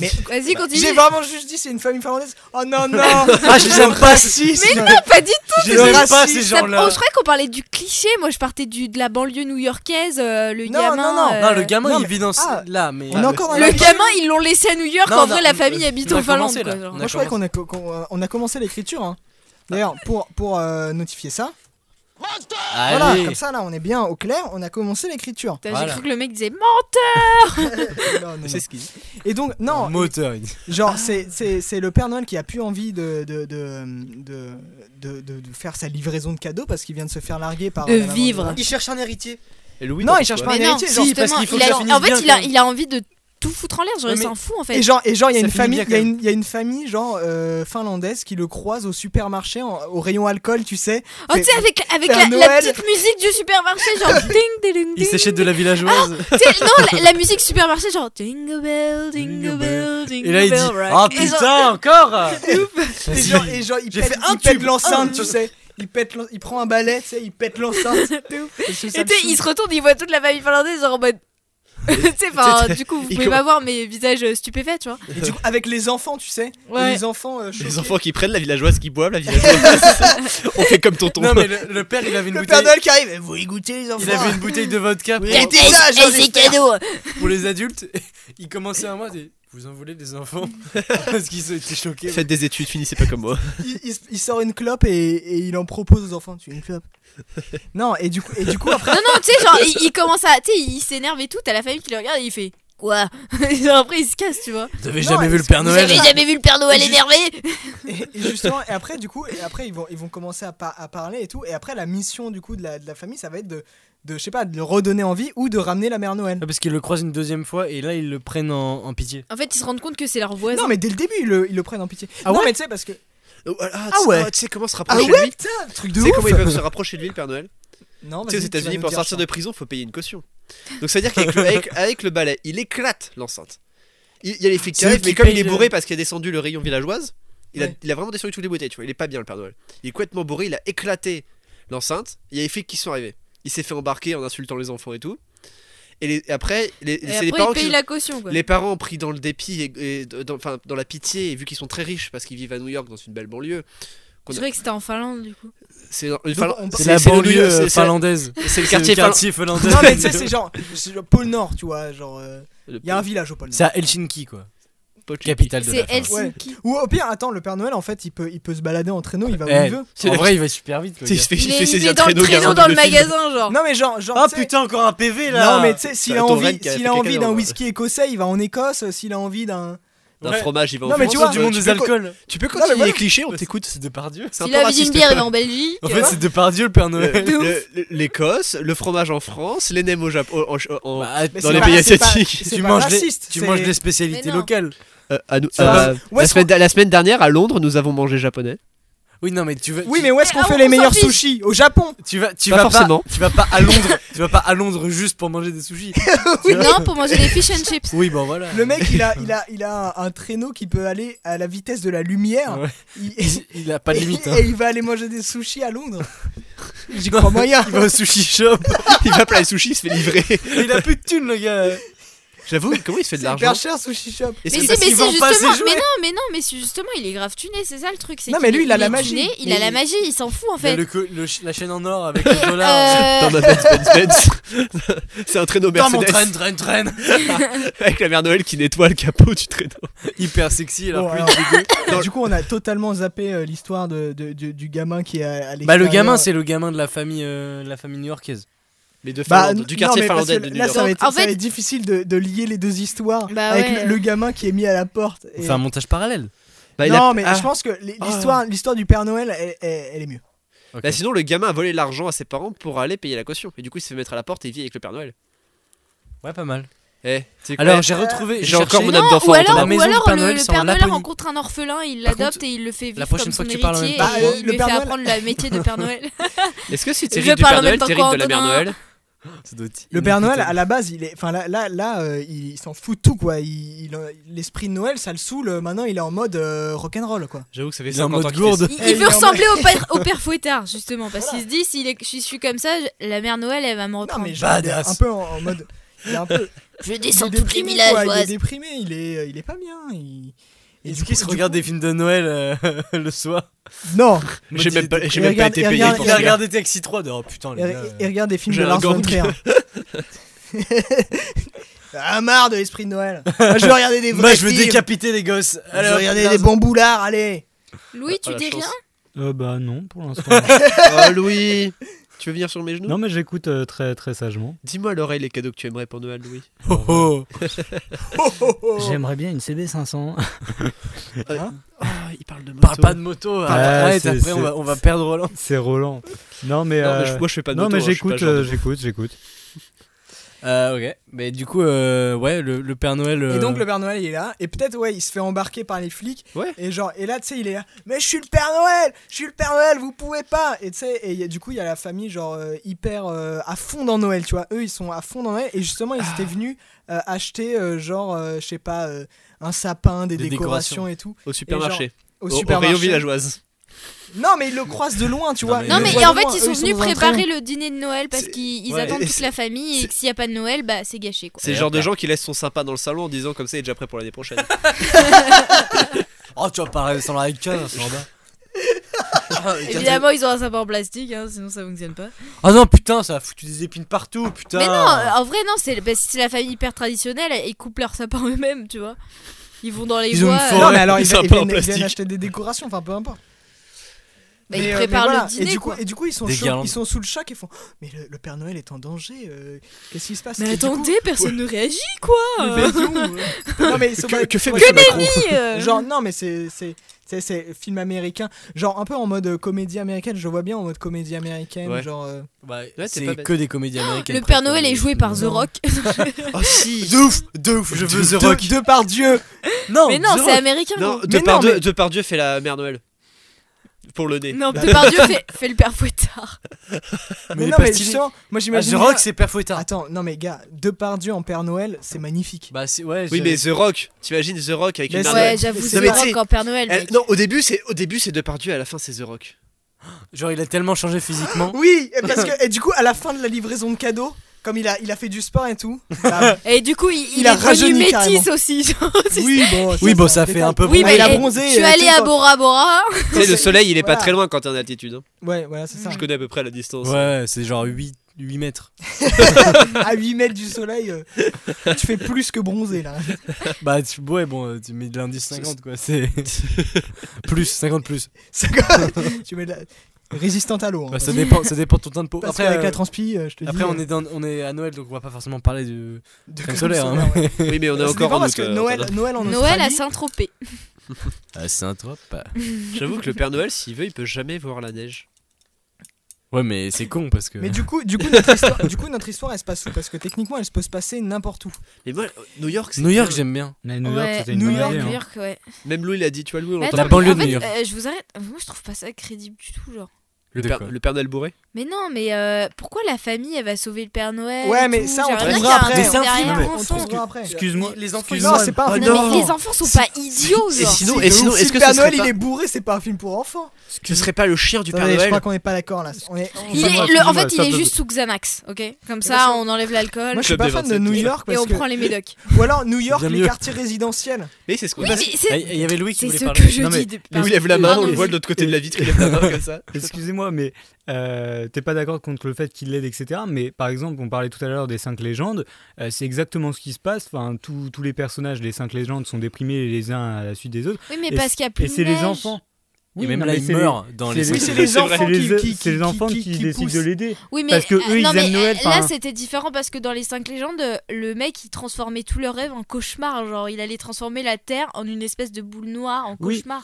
Mais
Vas-y,
Bah,
j'ai
continue.
vraiment juste dit c'est une famille finlandaise. Oh non non. ah
je les aime pas.
Raciste.
Pas du tout.
Je les aime pas
racisme,
ces
ça-
gens-là.
oh, je croyais qu'on parlait du cliché. Moi, je partais du, de la banlieue new-yorkaise. euh, le
Non,
gamin.
non, non.
euh,
Non, le gamin
non,
il vit dans ce-
ah,
là, mais.
On est encore dans la
Le gamin, ils l'ont laissé à New York.
Non,
en
non,
vrai, la
on-
famille
on
habite
a
en Finlande.
commencé,
quoi,
là.
genre.
On a
Moi, je croyais qu'on
commencé.
a, co- qu'on- euh, on a commencé l'écriture. hein. D'ailleurs, pour, pour euh, notifier ça, voilà,
euh, Allez.
comme ça, là, on est bien au clair, on a commencé l'écriture.
Putain,
Voilà.
J'ai cru que le mec disait menteur.
Non, non, non.
C'est ce qu'il dit.
Et donc,
Ah.
non,
Moteur. il dit.
genre, c'est- c'est c'est le Père Noël qui a plus envie de, de, de, de, de- de- de faire sa livraison de cadeaux parce qu'il vient de se faire larguer par. euh,
De
la maman
vivre.
Noël.
Il cherche un héritier.
Et Louis,
Non,
t'en
il
penses
cherche
quoi
pas un
Mais non,
héritier, genre,
parce
justement,
qu'il faut
il
que
a,
ça finisse
en fait,
bien,
il a,
quand même.
il a envie de tout foutre en l'air. Genre,
Ouais,
il
mais-
s'en fout en fait.
Et genre, et genre, il y a
Ça
une
finit
famille,
bien,
il y a
quand
une- il y a une famille, genre euh, finlandaise, qui le croise au supermarché, en- au rayon alcool, tu sais.
Oh, tu sais, avec, avec
Père
la, la
Noël.
petite musique du supermarché, genre ding, ding, ding,
Il
ding.
s'achète de la villageoise.
Tu sais, non, la, la musique supermarché, genre Dingle Bell, Dingle Bell, Dingle
Et là il dit
Bell, right.
Ah
Et genre,
putain,
euh,
encore
Et genre, et genre, il
J'ai
pète,
fait un
il pète
tube.
l'enceinte, tu sais. Il, pète l'en- il prend un balai, tu sais, il pète l'enceinte. Et c'est ça
Et
le
tu sais, il
sou-
se retourne, il voit toute la famille finlandaise, genre en mode. tu sais, enfin, du coup, vous
Il
pouvez
commence-
pas voir mes visages euh, stupéfaits, tu vois.
Et du coup, avec les enfants, tu sais.
Ouais.
Les enfants euh, choqués.
Les enfants qui prennent la villageoise qui boivent la villageoise. On fait comme tonton.
Non mais le, le père il avait une
Le
bouteille
Père Noël qui arrive. eh, Vous y goûtez, les enfants
il avait une bouteille de vodka pour,
Gâtez
eh,
ça, j'en ai fait.
pour les adultes. Il commençait à moi des vous en voulez des enfants parce qu'ils étaient choqués.
Faites des études, finissez pas comme moi.
il, il s- il sort une clope et, et il en propose aux enfants. Tu veux une clope Non, et du coup, et du coup après.
Non, non, tu sais, genre, il, il commence à. Tu sais, il s'énerve et tout, t'as la famille qui le regarde et il fait. Quoi Et genre, Après, il se casse, tu vois.
Vous n'avez
Non,
jamais vu le Père
Vous
Noël
avez jamais vu le Père Noël énervé
Et, et justement, et après, du coup, et après, ils vont, ils vont commencer à, par- à parler et tout. Et après, la mission du coup de la, de la famille, ça va être de, de, je sais pas, de le redonner envie ou de ramener la mère Noël.
Ah, Parce qu'ils le croisent une deuxième fois et là ils le prennent en, en pitié.
En fait, ils se rendent compte que c'est leur voisin.
Non, mais dès le début, ils le, ils le prennent en pitié.
Ah
non,
ouais
mais tu sais, parce que.
Oh, ah,
Ah ouais.
ah, Tu sais comment se rapprocher de lui
Putain, truc
Tu
de
sais
ouf
comment ils peuvent se rapprocher de lui, le Père Noël
Non, Oh, vas-y, tu
Tu sais, aux
vas
États-Unis,
nous
pour
dire ça.
sortir de prison, faut payer une caution. Donc ça veut dire qu'avec le, avec, avec le balai, il éclate l'enceinte. Il il y a les flics qui
C'est
arrivent,
lui
mais
qui
comme
paye
il est
le-
bourré parce qu'il a descendu le rayon villageoise, il, a,
Ouais.
il a vraiment descendu toutes les bouteilles, tu vois. Il est pas bien, le Père Noël. Il est complètement bourré, il a éclaté l'enceinte. Il y a les flics qui sont arrivés. Il s'est fait embarquer en insultant les enfants et tout. Et, les- et après, les-
Et
c'est
après,
les parents
ils
qui.
payent la caution, quoi.
Les parents pris dans le dépit et, et dans, enfin, dans la pitié, et vu qu'ils sont très riches parce qu'ils vivent à New York dans une belle banlieue,
Je dirais que c'était en Finlande, du coup.
c'est une
Donc,
Finla-
on-
C'est la
c'est le New
banlieue
York-
euh,
c'est- c'est-
finlandaise.
c'est le
C'est le
quartier finlandais.
quartier finlandais.
Non, mais tu sais, c'est genre, c'est genre pôle Nord, tu vois. Genre, il y a un village au pôle Nord. Il
Le-
y a un village au pôle
C'est
Nord.
à Helsinki quoi.
Pochi.
Capitale de la
C'est
fin.
Helsinki.
Ou au pire, attends, le Père Noël, en fait, il peut, il peut se balader en traîneau, il va où
Eh,
il veut.
C'est
en
la-
vrai, il va
Euh,
super vite. le
Il
gars.
se fait,
Il
il se fait
est, il
saisir
est dans le traîneau
dans
dans le
double film.
magasin, genre.
Non, mais genre, genre
Oh,
Ah
tu sais-
putain, encore un PV là
Non, mais tu sais, s'il
T'as
a
ton
envie,
raid qui a
s'il
fait
a
caca
envie
dans
d'un
le-
whisky écossais, il va en Écosse. euh, S'il a envie d'un.
D'un
Ouais.
fromage, il va en
Non, mais
France.
tu vois,
du monde
tu
des
peux-
alcools.
Tu peux
Non, mais
continuer
voilà.
les clichés, on
Bah,
t'écoute.
C'est Depardieu.
C'est un
S'il
peu
a envie
raciste.
d'une bière, il va en Belgique.
En fait, c'est Depardieu le Père Noël.
Le- le- L'Écosse, le fromage en France, les nems au Japon, en- en- en-
Bah,
Mais
dans
c'est
les
pas-
pays
c'est pas-
asiatiques.
c'est
tu
pas
manges
raciste,
Tu
c'est-
manges des spécialités
Mais non.
locales.
Euh, à nous-
C'est
euh,
pas- où
la,
est-ce
semaine, la semaine dernière à Londres, nous avons mangé japonais.
Oui, non, mais tu veux.
Oui,
tu-
mais où est-ce qu'on
Ah,
fait
on
les
s'en
meilleurs
fiche.
sushis Au Japon.
Tu vas, tu
Pas
vas
forcément.
pas, tu vas pas à Londres, tu vas pas à Londres juste pour manger des sushis.
Non, pour manger des fish and chips.
Oui, bon voilà.
Le mec, il a, il a, il a un traîneau qui peut aller à la vitesse de la lumière.
Ouais.
Il-
Il a pas de limite. hein.
Et il va aller manger des sushis à Londres. J'y crois moyen.
Il va au sushi shop.
il va plein les sushis, il se fait livrer.
Il a plus de thunes, le gars.
J'avoue, comment il se fait de
C'est
l'argent
hyper cher sushi shop.
Et
Mais si,
c'est-
mais
parce
si,
qu'ils vendent
justement.
pas ces
mais
jouets.
non, mais non, mais si, justement, il est grave tuné, c'est ça le truc. c'est
Non,
qu'il
mais lui,
est-
il a la
est
magie.
tuné, il
Mais
a la
il-
magie, il s'en fout en
Il a
fait.
le co- le ch- la chaîne en or avec le dollar.
Euh,
Dans ma Benz, Benz, Benz. C'est un traîneau
Putain, mon
Mercedes
traîne, traîne, traîne.
avec la mère Noël qui nettoie le capot du traîneau.
Hyper sexy, alors
Bon,
plus.
alors, du coup, on a totalement zappé euh, l'histoire de, de- du- du gamin qui est à, à
Bah, le
l'extérieur.
gamin, c'est le gamin de la famille, euh, la famille new-yorkaise.
Mais de
Bah,
Finlande, du quartier
non, mais parce
finlandais
que
de New
Là, ça
York.
va
York.
être,
En
ça va
fait-
être difficile de, de lier les deux histoires
Bah
avec
ouais.
le, le gamin qui est mis à la porte.
On
Et-
fait un montage parallèle.
Bah, il a-
non, mais
Ah.
je pense que l- l'histoire, l'histoire du Père Noël, elle, elle- elle est mieux.
Bah, sinon, le gamin a volé l'argent à ses parents pour aller payer la caution. Et du coup, il se fait mettre à la porte et il vit avec le Père Noël.
Ouais, pas mal.
Eh, tu sais quoi
Alors, j'ai retrouvé.
j'ai encore mon
cherché-
âme
non,
d'enfant.
ou
en
alors,
toi.
la
ou
maison du
alors
Père
le,
Noël,
le
c'est en
Père Noël
Laponie.
rencontre un orphelin, il
Par
l'adopte
contre,
et il le fait vivre
la prochaine
comme
fois
son
que tu parles en
héritier
même temps,
et
euh,
il
le
lui fait
Père Noël-
apprendre le métier de Père Noël.
Est-ce que si
Je
t'hérites du
parle en
Père
même
Noël,
temps
t'hérites de la
qu'Antonin.
mère Noël
Le Père Noël, à la base, il est, enfin là, là, là, euh, il, il s'en fout de tout quoi. Il- il- euh, l'esprit de Noël, ça le saoule. Maintenant, il est en mode euh, rock'n'roll quoi.
J'avoue que ça fait
Il est en
50 ans
mode
qu'il fait ça.
gourde.
Il,
Eh,
il veut
mais en
ressembler au père, au père Fouettard, justement, parce qu'il se dit si je suis comme ça, je- la mère Noël, elle va me
Non
reprendre.
mais genre, il est
Badass.
un peu en, en mode, il est un peu.
Je
il est
descends toutes les
déprimé, quoi. Il est
villageoises.
déprimé. Il est, euh, il est pas bien. Il... et
Est-ce
du
qu'il
coup-
se
du
regarde
coup-
des films de Noël euh, le soir
Non.
J'ai même pas, j'ai
Il
même pas
regarde-
été
il
payé
regarde-
pour
Il a
ça.
regardé Taxi 3. de- Oh putain, les
Et,
gars.
et- et regarde des films
J'ai
de
un
Lars von
gang.
Trier. ah marre de l'esprit de Noël. Moi, je veux regarder des vrais
Moi, je veux
films.
décapiter les gosses.
je veux
Alors,
regarder
là,
des bons boulards, allez.
Louis,
Oh,
tu
la
dis
chance.
rien
Euh, bah non, pour l'instant.
Oh Louis Tu veux venir sur mes genoux
non, mais j'écoute euh, très, très sagement.
Dis-moi à l'oreille les cadeaux que tu aimerais pour Noël Louis.
Oh, oh.
J'aimerais bien une CB500.
Ah, il parle de moto.
Parle pas de moto. hein. arrête,
c'est-
après, on va, on va perdre Roland.
C'est Roland. Non, mais.
Non, mais je-
euh,
moi je fais pas de
non,
moto.
mais
hein, je suis
j'écoute,
pas le genre de-
euh, j'écoute, j'écoute.
Euh, ok. Mais du coup, euh, ouais, le, le Père Noël. euh,
Et donc le Père Noël il est là et peut-être ouais il se fait embarquer par les flics
Ouais.
et genre et là tu sais il est là mais je suis le Père Noël je suis le Père Noël vous pouvez pas et tu sais et il y a- du coup il y a la famille genre euh, hyper euh, à fond dans Noël tu vois eux ils sont à fond dans Noël et justement ils étaient venus euh, acheter euh, genre euh, je sais pas euh, un sapin des,
Des
décorations, et tout
au supermarché.
au,
Au, au
supermarché
rayon villageoise.
non mais ils le croisent de loin tu vois
mais-
Ils
Non,
le
mais
voient
en
de
fait,
loin.
ils
Eux,
sont venus
dans un
préparer
train.
le dîner de Noël parce
C'est-
qu'ils ils
ouais.
attendent toute la famille et
C'est-
que s'il n'y a pas de Noël, bah c'est gâché quoi.
C'est le genre de gens qui laissent son sympa dans le salon en disant comme ça il est déjà prêt pour l'année prochaine.
Oh, tu vas parler sans la cave, ça en bas. Ah, les cartes-
Évidemment, ils ont un sapin en plastique, hein, sinon ça fonctionne pas.
Ah non, putain, ça a foutu des épines partout, putain.
Mais non, en vrai, non, c'est bah, c'est la famille hyper traditionnelle, ils coupent leur sapin eux-mêmes, tu vois. Ils vont dans les
Ils ont
bois,
une
euh,
forêt.
non mais alors
Des
ils, ils
sapins en
viennent, ils viennent
plastique.
acheter des décorations enfin peu importe
bah, ils
Mais, euh, mais
préparent
voilà.
le dîner.
et du coup,
quoi.
et du coup, ils sont,
Des
chauds-
guirlandes.
ils sont sous le choc et font Mais le, le Père Noël est en danger, euh, qu'est-ce qui se passe
Mais
Et du coup-
attendez, personne ne réagit quoi euh.
Non, mais ils sont
que,
pas-
que fait
ouais,
Monsieur Macron
Euh,
Genre, non, mais c'est. c'est- c'est- C'est film américain, genre un peu en mode euh, comédie américaine, je le vois bien en mode comédie américaine,
Ouais.
genre... euh,
Bah,
t'es pas
c'est
bête.
que des comédies américaines.
Le Père Noël est joué par The
Non.
Rock.
Oh si
De ouf, de ouf, je veux
de,
The Rock.
de par Dieu
Non,
Mais non,
The
c'est
Rock.
américain.
Non,
Non,
Mais
de par
non,
Dieu,
mais-
de Pardieu fait la mère Noël. Pour le nez.
non Depardieu fait, fait le père Fouettard.
Mais,
il est
non,
pas
mais
stylé.
justement, moi
Ah,
j'imagine...
The Rock,
bien-
c'est Père Fouettard.
Attends, non mais gars, de par Dieu en Père Noël, c'est magnifique.
Bah, c'est, ouais.
Oui
je-
mais The Rock, t'imagines The Rock avec
Mais
une
c'est-
mère
Ouais,
Noël.
j'avoue,
mais
c'est
tu
The Rock
sais-
en Père Noël.
Elle-
mec.
Non, au début c'est au début c'est Depardieu, à la fin c'est The Rock.
Genre, il a tellement changé physiquement.
Oui, et parce que et du coup, à la fin de la livraison de cadeaux, comme il a, il a fait du sport et tout... bah,
Et du coup, il, il
Il a
est devenu
rajeuni,
métis
carrément.
aussi. genre, c'est-
oui, bon,
Oui, bon,
c'est
ça
un
fait
détail.
un peu
Oui,
Ah, il
mais
a
eh,
bronzé,
je suis
euh,
allé
tout le
à
temps.
Bora Bora.
Tu sais le soleil, il est pas
Voilà.
très loin quand t'es en altitude. hein.
Ouais, voilà, c'est ça.
Je connais à peu près la distance.
Ouais, c'est genre 8 8 mètres.
à 8 mètres du soleil, euh, tu fais plus que bronzer là.
Bah, tu, ouais, bon, euh, tu mets de l'indice 50, quoi. C'est. plus, 50 plus.
C'est quoi tu mets de la... résistante à l'eau. hein.
Bah, ça dépend, ça dépend de ton tein de peau.
Parce
Après,
qu'avec
euh,
la transpi, euh, je te dis.
après on,
euh,
est dans- on est à Noël, donc on va pas forcément parler du.
de
crème
crème
solaire, hein.
solaire, ouais.
Oui, mais on est
Ça
encore
dépend
en
parce
août,
que
euh,
Noël,
attends.
Noël en
Noël à
Australie,
Saint-Tropez.
Ah, c'est un trop.
J'avoue que le Père Noël, s'il veut, il peut jamais voir la neige.
Ouais, mais c'est con parce que.
Mais du coup, du coup, notre histoire, du coup, notre histoire, elle se passe où Parce que techniquement, elle se peut se passer n'importe où.
Mais moi, New York, c'est
New York,
bien.
j'aime bien.
Mais New York,
Ouais,
c'était une
New
bonne
York,
idée,
New
hein.
York, ouais.
Même Lou, il a dit, tu vois, Lou, on
Mais
l'entend
attends,
la banlieue
en
de
fait,
New York.
euh, je vous arrête. Moi, je trouve pas ça crédible du tout, genre.
le,
De
père,
quoi
le Père Noël bourré.
Mais non, mais euh, pourquoi la famille elle va sauver le Père Noël
Ouais,
et
mais
tout
ça, on
Genre, il y a
trouvera
un
après. hein.
truc
Mais c'est
un
derrière,
film.
on
On
s'en
trouvera après.
Excuse-moi.
Les enfants,
Excuse-moi, c'est pas un film.
Non, mais les enfants sont pas idiots,
Et
genre.
sinon,
C'est
et
de
sinon
ouf.
est-ce
Si
que
le
ce
Père
serait,
Noël,
pas,
il est bourré, c'est pas un film pour enfants.
ce serait pas le chien du Père
Attendez, je
Noël
crois qu'on n'est pas d'accord là. On est-
Il
Excuse-moi,
est- le- en
excuse-moi,
fait, il est
stop.
juste sous Xanax, ok Comme
bien
ça,
sûr.
on enlève l'alcool
Moi, je suis
Club
pas
des
fan de
27,
New
tout ça.
York
et
parce
on
que.
prend les médocs.
Ou alors New York,
J'aime
les
mieux.
quartiers résidentiels.
Mais c'est ce qu'on
Oui,
dit.
mais
Ah,
c'est
Il y avait Louis qui
c'est
voulait
ce
parler.
que je
Non, mais-
dis depuis.
Lou, il
Ah
lève la main,
Non,
on le
mais-
voit de l'autre côté de la vitre, il lève la main comme ça.
Excusez-moi, mais euh, t'es pas d'accord contre le fait qu'il l'aide, etc. Mais par exemple, on parlait tout à l'heure des cinq légendes. euh, c'est exactement ce qui se passe. Enfin, tous- tous les personnages des cinq légendes sont déprimés les uns à la suite des autres.
Oui, mais
Et
parce
c'est-
qu'il y a plus
Et
de
c'est les
neige.
enfants.
Et même
non,
là,
mais
il
c'est les-
meurt dans les.
c'est
Oui,
les-
c'est les
C'est
enfants qui,
vrai.
C'est
qui,
les, c'est les
qui-
enfants
qui-
qui,
qui
décident
poussent.
de l'aider.
Oui, mais,
Parce que
euh,
eux, ils
non,
aiment
mais,
Noël,
euh,
enfin.
Là, c'était différent parce que dans les 5 légendes, euh, le mec, il transformait tous leurs rêves en cauchemar. Genre, il allait transformer la Terre en une espèce de boule noire, en
Oui.
cauchemar.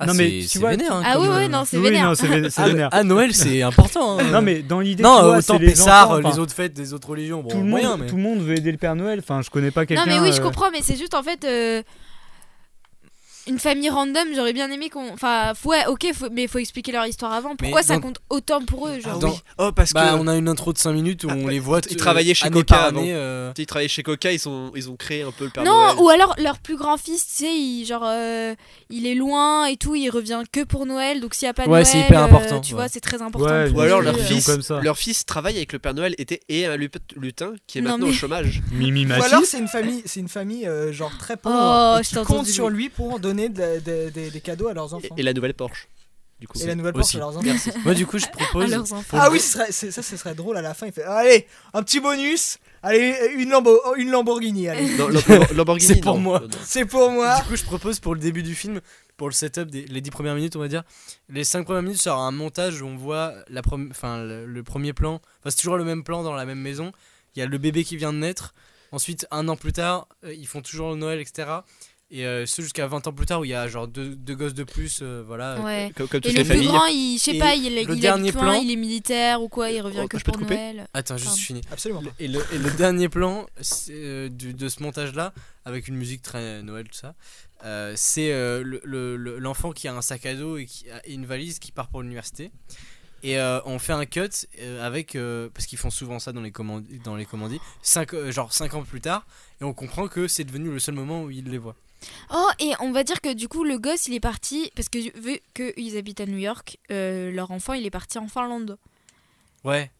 Ah,
Non, mais
mais
tu
c'est
vois,
vénère. hein,
Ah
comme,
oui, oui,
euh,
non, c'est
oui,
vénère.
non, c'est vé- c'est
Ah,
vénère.
ah, Noël, c'est important. hein.
Non, mais dans l'idée,
Non,
tu vois,
autant
c'est les
Pessard,
enfants,
euh,
enfin,
les autres fêtes des autres religions. Bon,
tout le monde,
moyen, mais.
tout le monde veut aider le Père Noël. Enfin, je connais pas
Non,
quelqu'un.
mais oui, je
euh,
comprends, mais c'est juste en fait. euh, Une famille random, j'aurais bien aimé qu'on. Enfin, faut- ouais, ok, faut- mais faut expliquer leur histoire avant. Pourquoi ça
dans-
compte autant pour eux genre
Dans-
Oh, parce
Bah,
que.
on a une intro de 5 minutes où
Ah,
on les voit.
ils
euh,
travaillaient chez
année
Coca
par
avant.
année, euh,
Ils travaillaient chez Coca, ils, sont, ils ont créé un peu le Père
Non,
Noël.
ou alors leur plus grand fils, tu sais, il, genre, euh, il est loin et tout, il revient que pour Noël, donc s'il n'y a pas
Ouais,
Noël,
c'est hyper
euh,
important,
tu
ouais.
vois, c'est très important.
Ouais,
pour
Ou alors
lui,
leur
euh.
fils,
comme ça.
leur fils travaille avec le Père Noël était et un lup- lutin qui est
Non,
maintenant au
mais-
chômage.
Mimi
Bah,
Ou alors c'est une famille, c'est une famille euh, genre très pauvre
Oh,
et
je
qui
t'ai
compte
entendu,
sur
oui.
lui pour donner de la- des- des- des cadeaux à leurs
Et,
enfants.
et la nouvelle Porsche. Du coup.
Et la nouvelle porte
aussi.
à leurs enfants.
Moi, du coup, je
à
propose.
leurs enfants.
Ah oui, ce serait- c'est- ça, ce serait drôle à la fin. Il fait Allez, un petit bonus. Allez, une, Lambo- une Lamborghini. allez.
Non, Lambo- Lamborghini.
C'est pour
non,
moi.
non, non.
C'est pour moi.
Du coup, je propose pour le début du film, pour le setup, des, les 10 premières minutes, on va dire. Les 5 premières minutes, ça aura un montage où on voit la prom- enfin, le, le premier plan. Enfin, c'est toujours le même plan dans la même maison. Il y a le bébé qui vient de naître. Ensuite, un an plus tard, euh, ils font toujours le Noël, etc. Et euh, ce jusqu'à 20 ans plus tard, où il y a genre deux, deux gosses de plus. euh, voilà.
Ouais.
Comme, comme
Et
toutes
le
les
plus
familles.
grand, il, je sais
Et
pas, il, est-
le
il
dernier
habite loin,
plan-
il est militaire ou quoi, il revient
Oh,
que
je peux
pour
te couper
Noël.
Attends, juste
Pardon.
je finis.
Absolument pas.
Et le, et le dernier plan c'est, euh, du- de ce montage-là, avec une musique très Noël, tout ça, euh, c'est euh, le- le- le- l'enfant qui a un sac à dos et qui a une valise qui part pour l'université. Et euh, on fait un cut euh, avec, euh, parce qu'ils font souvent ça dans les, commandes, dans les commandis, cinq, euh, genre 5 ans plus tard, et on comprend que c'est devenu le seul moment où il les voit.
Oh, et on va dire que du coup, le gosse, il est parti, parce que vu qu'ils habitent à New York, euh, leur enfant, il est parti en Finlande.
Ouais.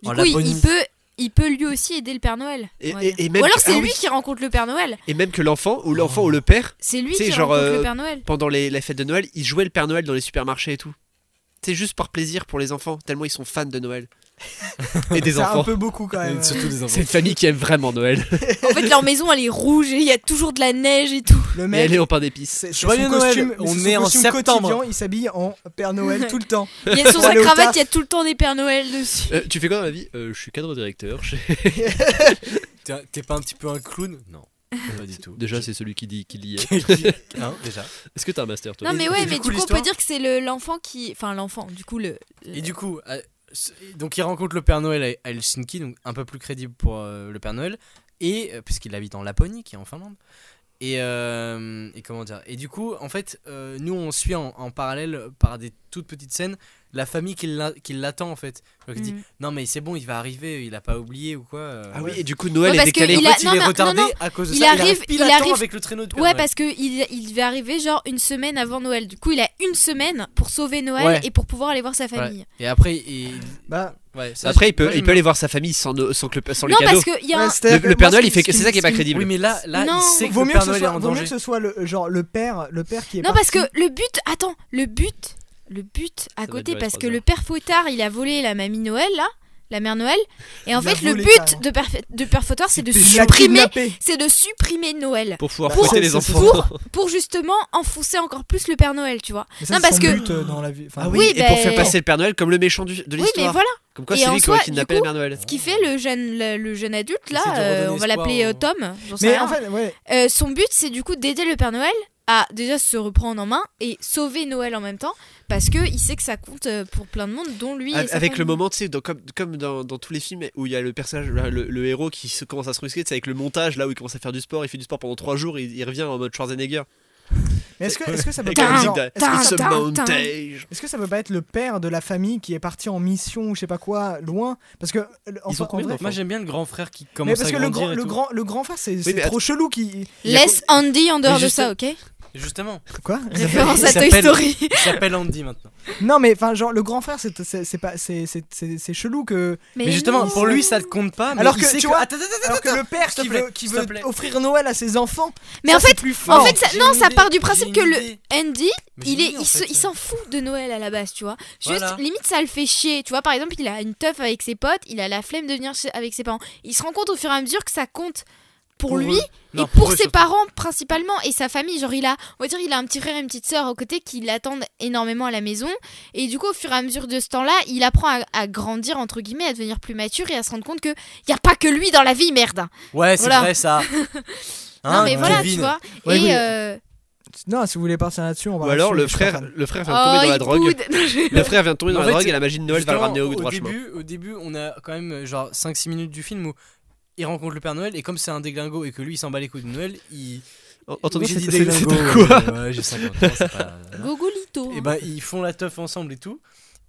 Du
En
coup, il,
Laponie.
il peut, il peut lui aussi aider le Père Noël.
Et-
on va dire.
et- et même
ou alors
que-
c'est
ah
lui
oui.
qui rencontre le Père Noël.
Et même que l'enfant, ou l'enfant ou le père,
C'est lui
Tu sais,
qui
genre,
rencontre
euh,
le Père Noël.
pendant les, la fête de Noël, ils jouaient le Père Noël dans les supermarchés et tout. C'est juste par plaisir pour les enfants, tellement ils sont fans de Noël. et des
C'est un
enfants.
peu beaucoup quand même.
Et surtout les enfants.
C'est une famille qui aime vraiment Noël.
En fait, leur maison, elle est rouge et il y a toujours de la neige et tout.
Le
Mais elle
mec.
est en pain d'épices.
c'est- c'est
Joyeux
son
Noël,
costume-
on
c'est son
est en
costume
septembre.
quotidien, Il s'habille en Père Noël tout le temps.
Il y a sur
Pour
sa
aller au taf.
cravate, il y a tout le temps des Pères Noël dessus.
Euh, tu fais quoi dans la vie Euh, Je suis cadre directeur. je-
T'es t'es pas un petit peu un clown Non, pas du tout.
Déjà, c'est celui qui dit qu'il y est.
Hein, déjà.
Est-ce que t'as un master toi
Non,
Et-
mais
et
ouais,
du
mais du
coup,
coup, on
l'histoire-
peut dire que c'est le- l'enfant qui. Enfin, l'enfant, du coup, le.
Et du coup, euh, ce- donc il rencontre le Père Noël à à Helsinki, donc un peu plus crédible pour euh, le Père Noël, et euh, puisqu'il habite en Laponie, qui est en Finlande. Et, euh, et comment dire Et du coup, en fait, euh, nous on suit en, en parallèle par des toutes petites scènes la famille qui l'a- qui l'attend en fait. Donc, il dit
Mm.
non mais c'est bon, il va arriver, il a pas oublié ou quoi. euh,
Ah oui, et du coup, Noël
Ouais,
est
parce
décalé.
que
en
il
fait,
a-
il
non,
est
non,
retardé
non, non.
à cause de
Il
ça.
arrive-
pile
il
à temps
arrive-
avec le traîneau. du Père
Ouais,
Noël.
parce que il, il devait arriver genre une semaine avant Noël. Du coup, il a une semaine pour sauver Noël
Ouais.
et pour pouvoir aller voir sa famille.
Et après, il...
Bah,
ouais, ça,
Après,
je-
il peut,
moi,
il
j'aime
peut
bien.
aller voir sa famille sans, no- sans, que le- sans les
Non,
cadeaux.
parce qu'il y a.
ouais,
un-
c'est-à-dire
Le,
que
le Père
euh, moi,
Noël,
ce
il fait que
ce
c'est ça qui est pas
ce
crédible.
Oui, mais là, là,
Non.
il sait que
Vaut
le
mieux que
Père
ce
Noël est
soit,
en
vaut mieux que
danger.
ce soit le, genre le père, le père qui est
Non, parce
parti.
que le but. Attends, le but. Le but à
doit
côté,
durer
parce
trois
que
heures.
le père Fouettard, il a volé la mamie Noël là. la mère Noël. Et en
Il l'a
fait, le
volé,
but
carrément.
de, Perf- de Perfauteur, c'est de
Il l'a
supprimer,
kidnappé.
c'est de supprimer Noël
Pour pouvoir
Bah,
fouetter
c'est-
les
c'est- c'est-
enfants.
pour justement enfoncer encore plus le Père Noël, tu vois.
Mais ça,
Non,
c'est son
parce que-
but, euh, dans la vie. Enfin,
oui,
Ah et pour
bah-
faire passer le Père Noël comme le méchant du- de
Oui, mais
l'histoire.
voilà.
Comme quoi,
Et
c'est
en
lui qui
soi,
aurait
du
kidnappé
coup,
le Père Noël.
Ce qui fait le jeune, le, le jeune adulte, là,
Essayer
euh,
de redonner
on va
espoir
l'appeler euh,
au-
Tom, j'en sais
hein. Mais
rien.
en fait, ouais.
Euh, son but, c'est du coup d'aider le Père Noël à déjà se reprendre en main et sauver Noël en même temps, parce que il sait que ça compte euh, pour plein de monde, dont lui. et
Avec
sa
avec le
famille.
moment, tu sais, dans- comme, comme dans, dans tous les films où il y a le personnage, le, le- le héros qui se, commence à se rusquer, c'est avec le montage là où il commence à faire du sport, il fait du sport pendant 3 jours, il, il revient en mode Schwarzenegger.
Mais est-ce que, est-ce que ça peut
Avec la
pas.
musique
genre,
de
est-ce que ça-
It's a
tin, tin.
Montage.
Est-ce que ça peut pas être le père de la famille qui est parti en mission ou je sais pas quoi, loin Parce que. le- en-
Ils ont
en
combien
vrai-
d'enfants Moi j'aime bien le grand frère qui
Mais
commence
parce
à
que le
grandir
grand,
et
le
tout.
grand, le grand frère, c'est c'est
mais
trop chelou qui.
Laisse Andy en dehors
Mais
de
je
ça, ok
Justement,
Quoi
Référence à
Il
Toy
s'appelle-
Story.
il s'appelle Andy maintenant.
Non, mais enfin, genre, le grand frère, c'est c'est- c'est pas, c'est- c'est- c'est- c'est chelou que.
Mais justement,
non.
pour lui ça ne compte pas. mais
Alors
il
que,
sait
tu vois,
Attends, attends, attends,
Alors que le père
s'il
qui
te plaît,
veut, qui
s'il te
veut
plaît.
offrir Noël à ses enfants.
Mais
ça,
en fait,
c'est plus
en
fort.
fait, ça,
J'ai
non,
une
ça
idée,
part du
j'ai
principe
une
que le
idée.
Andy,
Mais j'ai
il
une
est,
idée, en
il se-
fait.
il s'en fout de Noël à la base, tu vois. Juste,
Voilà.
limite, ça le fait chier. Tu vois, par exemple, il a une teuf avec ses potes, il a la flemme de venir chez- avec ses parents. Il se rend compte au fur et à mesure que ça compte pour,
Pour
lui
eux. Non,
et pour,
eux,
ses
surtout.
parents principalement et sa famille. Genre, il a, on va dire, il a un petit frère et une petite sœur aux côtés qui l'attendent énormément à la maison. Et du coup, au fur et à mesure de ce temps-là, il apprend à, à grandir entre guillemets, à devenir plus mature et à se rendre compte que y a pas que lui dans la vie, merde.
Ouais, c'est
Voilà.
vrai ça.
non
Hein,
mais voilà, tu
Kevin.
vois.
Ouais,
et
oui.
euh,
Non, si vous voulez partir là-dessus, on va.
Ou alors
là-dessus, je suis
le
pas
frère,
fan.
le frère vient de
oh,
tomber dans la
il
drogue.
boude.
Le frère vient de tomber dans
En
la
fait,
drogue et la magie de Noël va le
Justement,
ramener au droit chemin.
début, Au début, on a quand même euh, genre 5-6 minutes du film où il rencontre le Père Noël et comme c'est un déglingo et que lui il s'en bat les couilles de Noël, il.
En- Entendez,
Oui,
c'est-
j'ai
c'est-
dit
c'est-
déglingo, ouais, ouais, j'ai 50 ans, c'est pas.
Gogolito.
Et bah ils font la teuf ensemble et tout.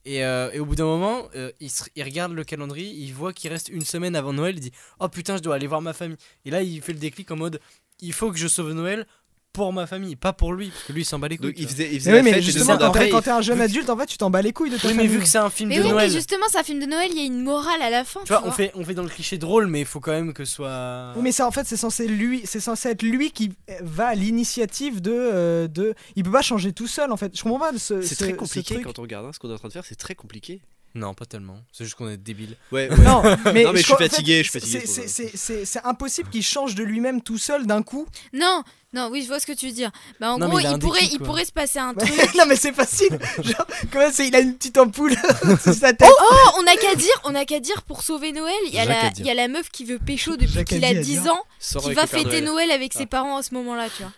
Et, euh, et au bout d'un moment, euh, il, se- il regarde le calendrier, il voit qu'il reste une semaine avant Noël, il dit Oh putain, je dois aller voir ma famille. Et là, il fait le déclic en mode Il faut que je sauve Noël pour ma famille, pas pour lui, parce que lui il s'en bat les couilles.
Donc il
tu vois.
faisait, il faisait
Mais oui,
la
mais
fête et deux
justement,
semaines
quand
après,
t'es- quand
il-
t'es un jeune adulte, en fait, tu t'en bats les couilles de ta
Oui, mais
famille.
vu que c'est un film
Mais
de
oui, mais
Noël.
justement, ça film de Noël, il y a une morale à la fin. Tu,
Tu vois, on fait, on fait dans le cliché drôle, mais il faut quand même que ce soit.
Oui, mais ça en fait c'est censé lui c'est censé être lui qui va à l'initiative de euh, de il peut pas changer tout seul en fait je comprends pas ce
c'est
ce-
très
ce
compliqué
truc.
quand on regarde hein, ce qu'on est en train de faire, c'est très compliqué.
Non, pas tellement. C'est juste qu'on est débile.
Ouais,
non mais,
Non, mais je suis
crois- en fait,
fatigué, je suis
c'est-
fatigué,
c'est-
faut-
c'est- c'est c'est impossible qu'il change de lui-même tout seul d'un coup
Non, non, oui, je vois ce que tu veux dire. Bah, en
Non,
gros,
mais il a
il,
un
pourrait,
déclic,
il
quoi.
pourrait se passer un truc.
Bah non mais c'est facile genre quand même, c'est- il a une petite ampoule sur sa tête
Oh, on n'a qu'à dire, on n'a qu'à dire pour sauver Noël, il y a,
Jacques
la,
a dit.
il y a la meuf qui veut pécho depuis
Jacques a
qu'il a
dit hein. à
10
dire.
ans,
Sors
qui
avec
va
le Père
fêter
Noël.
Noël avec ses
Ah.
parents à ce moment-là, tu vois.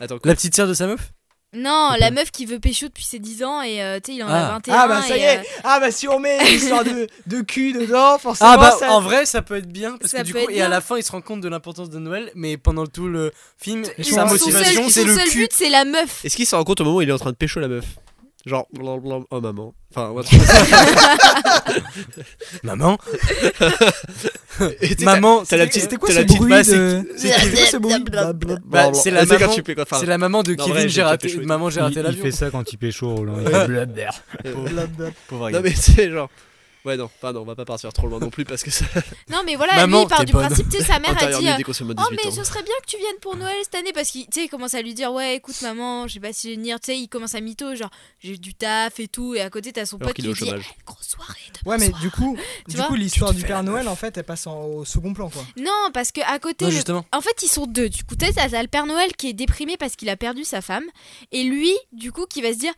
Attends, quoi
La petite sœur de sa meuf
Non, la meuf qui veut pécho depuis ses 10 ans et euh, tu sais, il en a
Ah.
21.
ah bah ça
et,
y est
euh,
ah bah si on met une histoire de, de cul dedans forcément
Ah bah
ça-
en vrai ça peut être bien parce
Ça
que du
peut
coup
être
et
bien.
à la fin il se rend compte de l'importance de Noël mais pendant tout le film
Mais
sa
son-
son
motivation
seul-
c'est
son
le
seul
cul.
but, c'est la meuf.
Est-ce qu'il se rend compte au moment où il est en train de pécho la meuf Genre, blan, blan, oh maman. Enfin, un truc
Maman,
Et t'es-
maman,
t'as la petite-
c'était quoi
t'as
ce
la petite
bruit
basse
de
qui-
c'était quoi ce bruit Blablabla.
Bah,
c'est la
tu sais quand
maman-
tu fais quoi, enfin,
c'est la maman de
Non,
Kevin,
vrai,
j'ai
j'ai
raté,
fait chaud et tout.
maman j'ai raté
il, il
l'avion.
fait ça quand il pécho Roland. Il
Ouais.
fait blabber.
Euh,
Blablabla.
Non mais c'est genre. Ouais non, enfin non, on va pas partir trop loin non plus parce que ça
Non, mais voilà,
Maman,
lui, il part
t'es
du
bonne.
principe, tu sais, sa mère a dit.
intériorise
euh,
dès qu'on se met
Oh
18
mais
ans.
ce serait bien que tu viennes pour Noël cette année parce qu'il tu sais, il commence à lui dire ouais écoute maman je sais pas si je vais venir tu sais il commence à mytho genre j'ai du taf et tout et à côté t'as son
Alors
pote qui
qu'il est au
lui dit
chômage.
Eh, grosse soirée
ouais
demain
mais
soir.
du coup
Tu
du
vois,
coup l'histoire du Père Noël en fait elle passe en- au second plan quoi
non parce que à côté
Non
le-
justement.
en fait ils sont deux du coup tu sais, t'as t'as le Père Noël qui est déprimé parce qu'il a perdu sa femme et lui du coup qui va se dire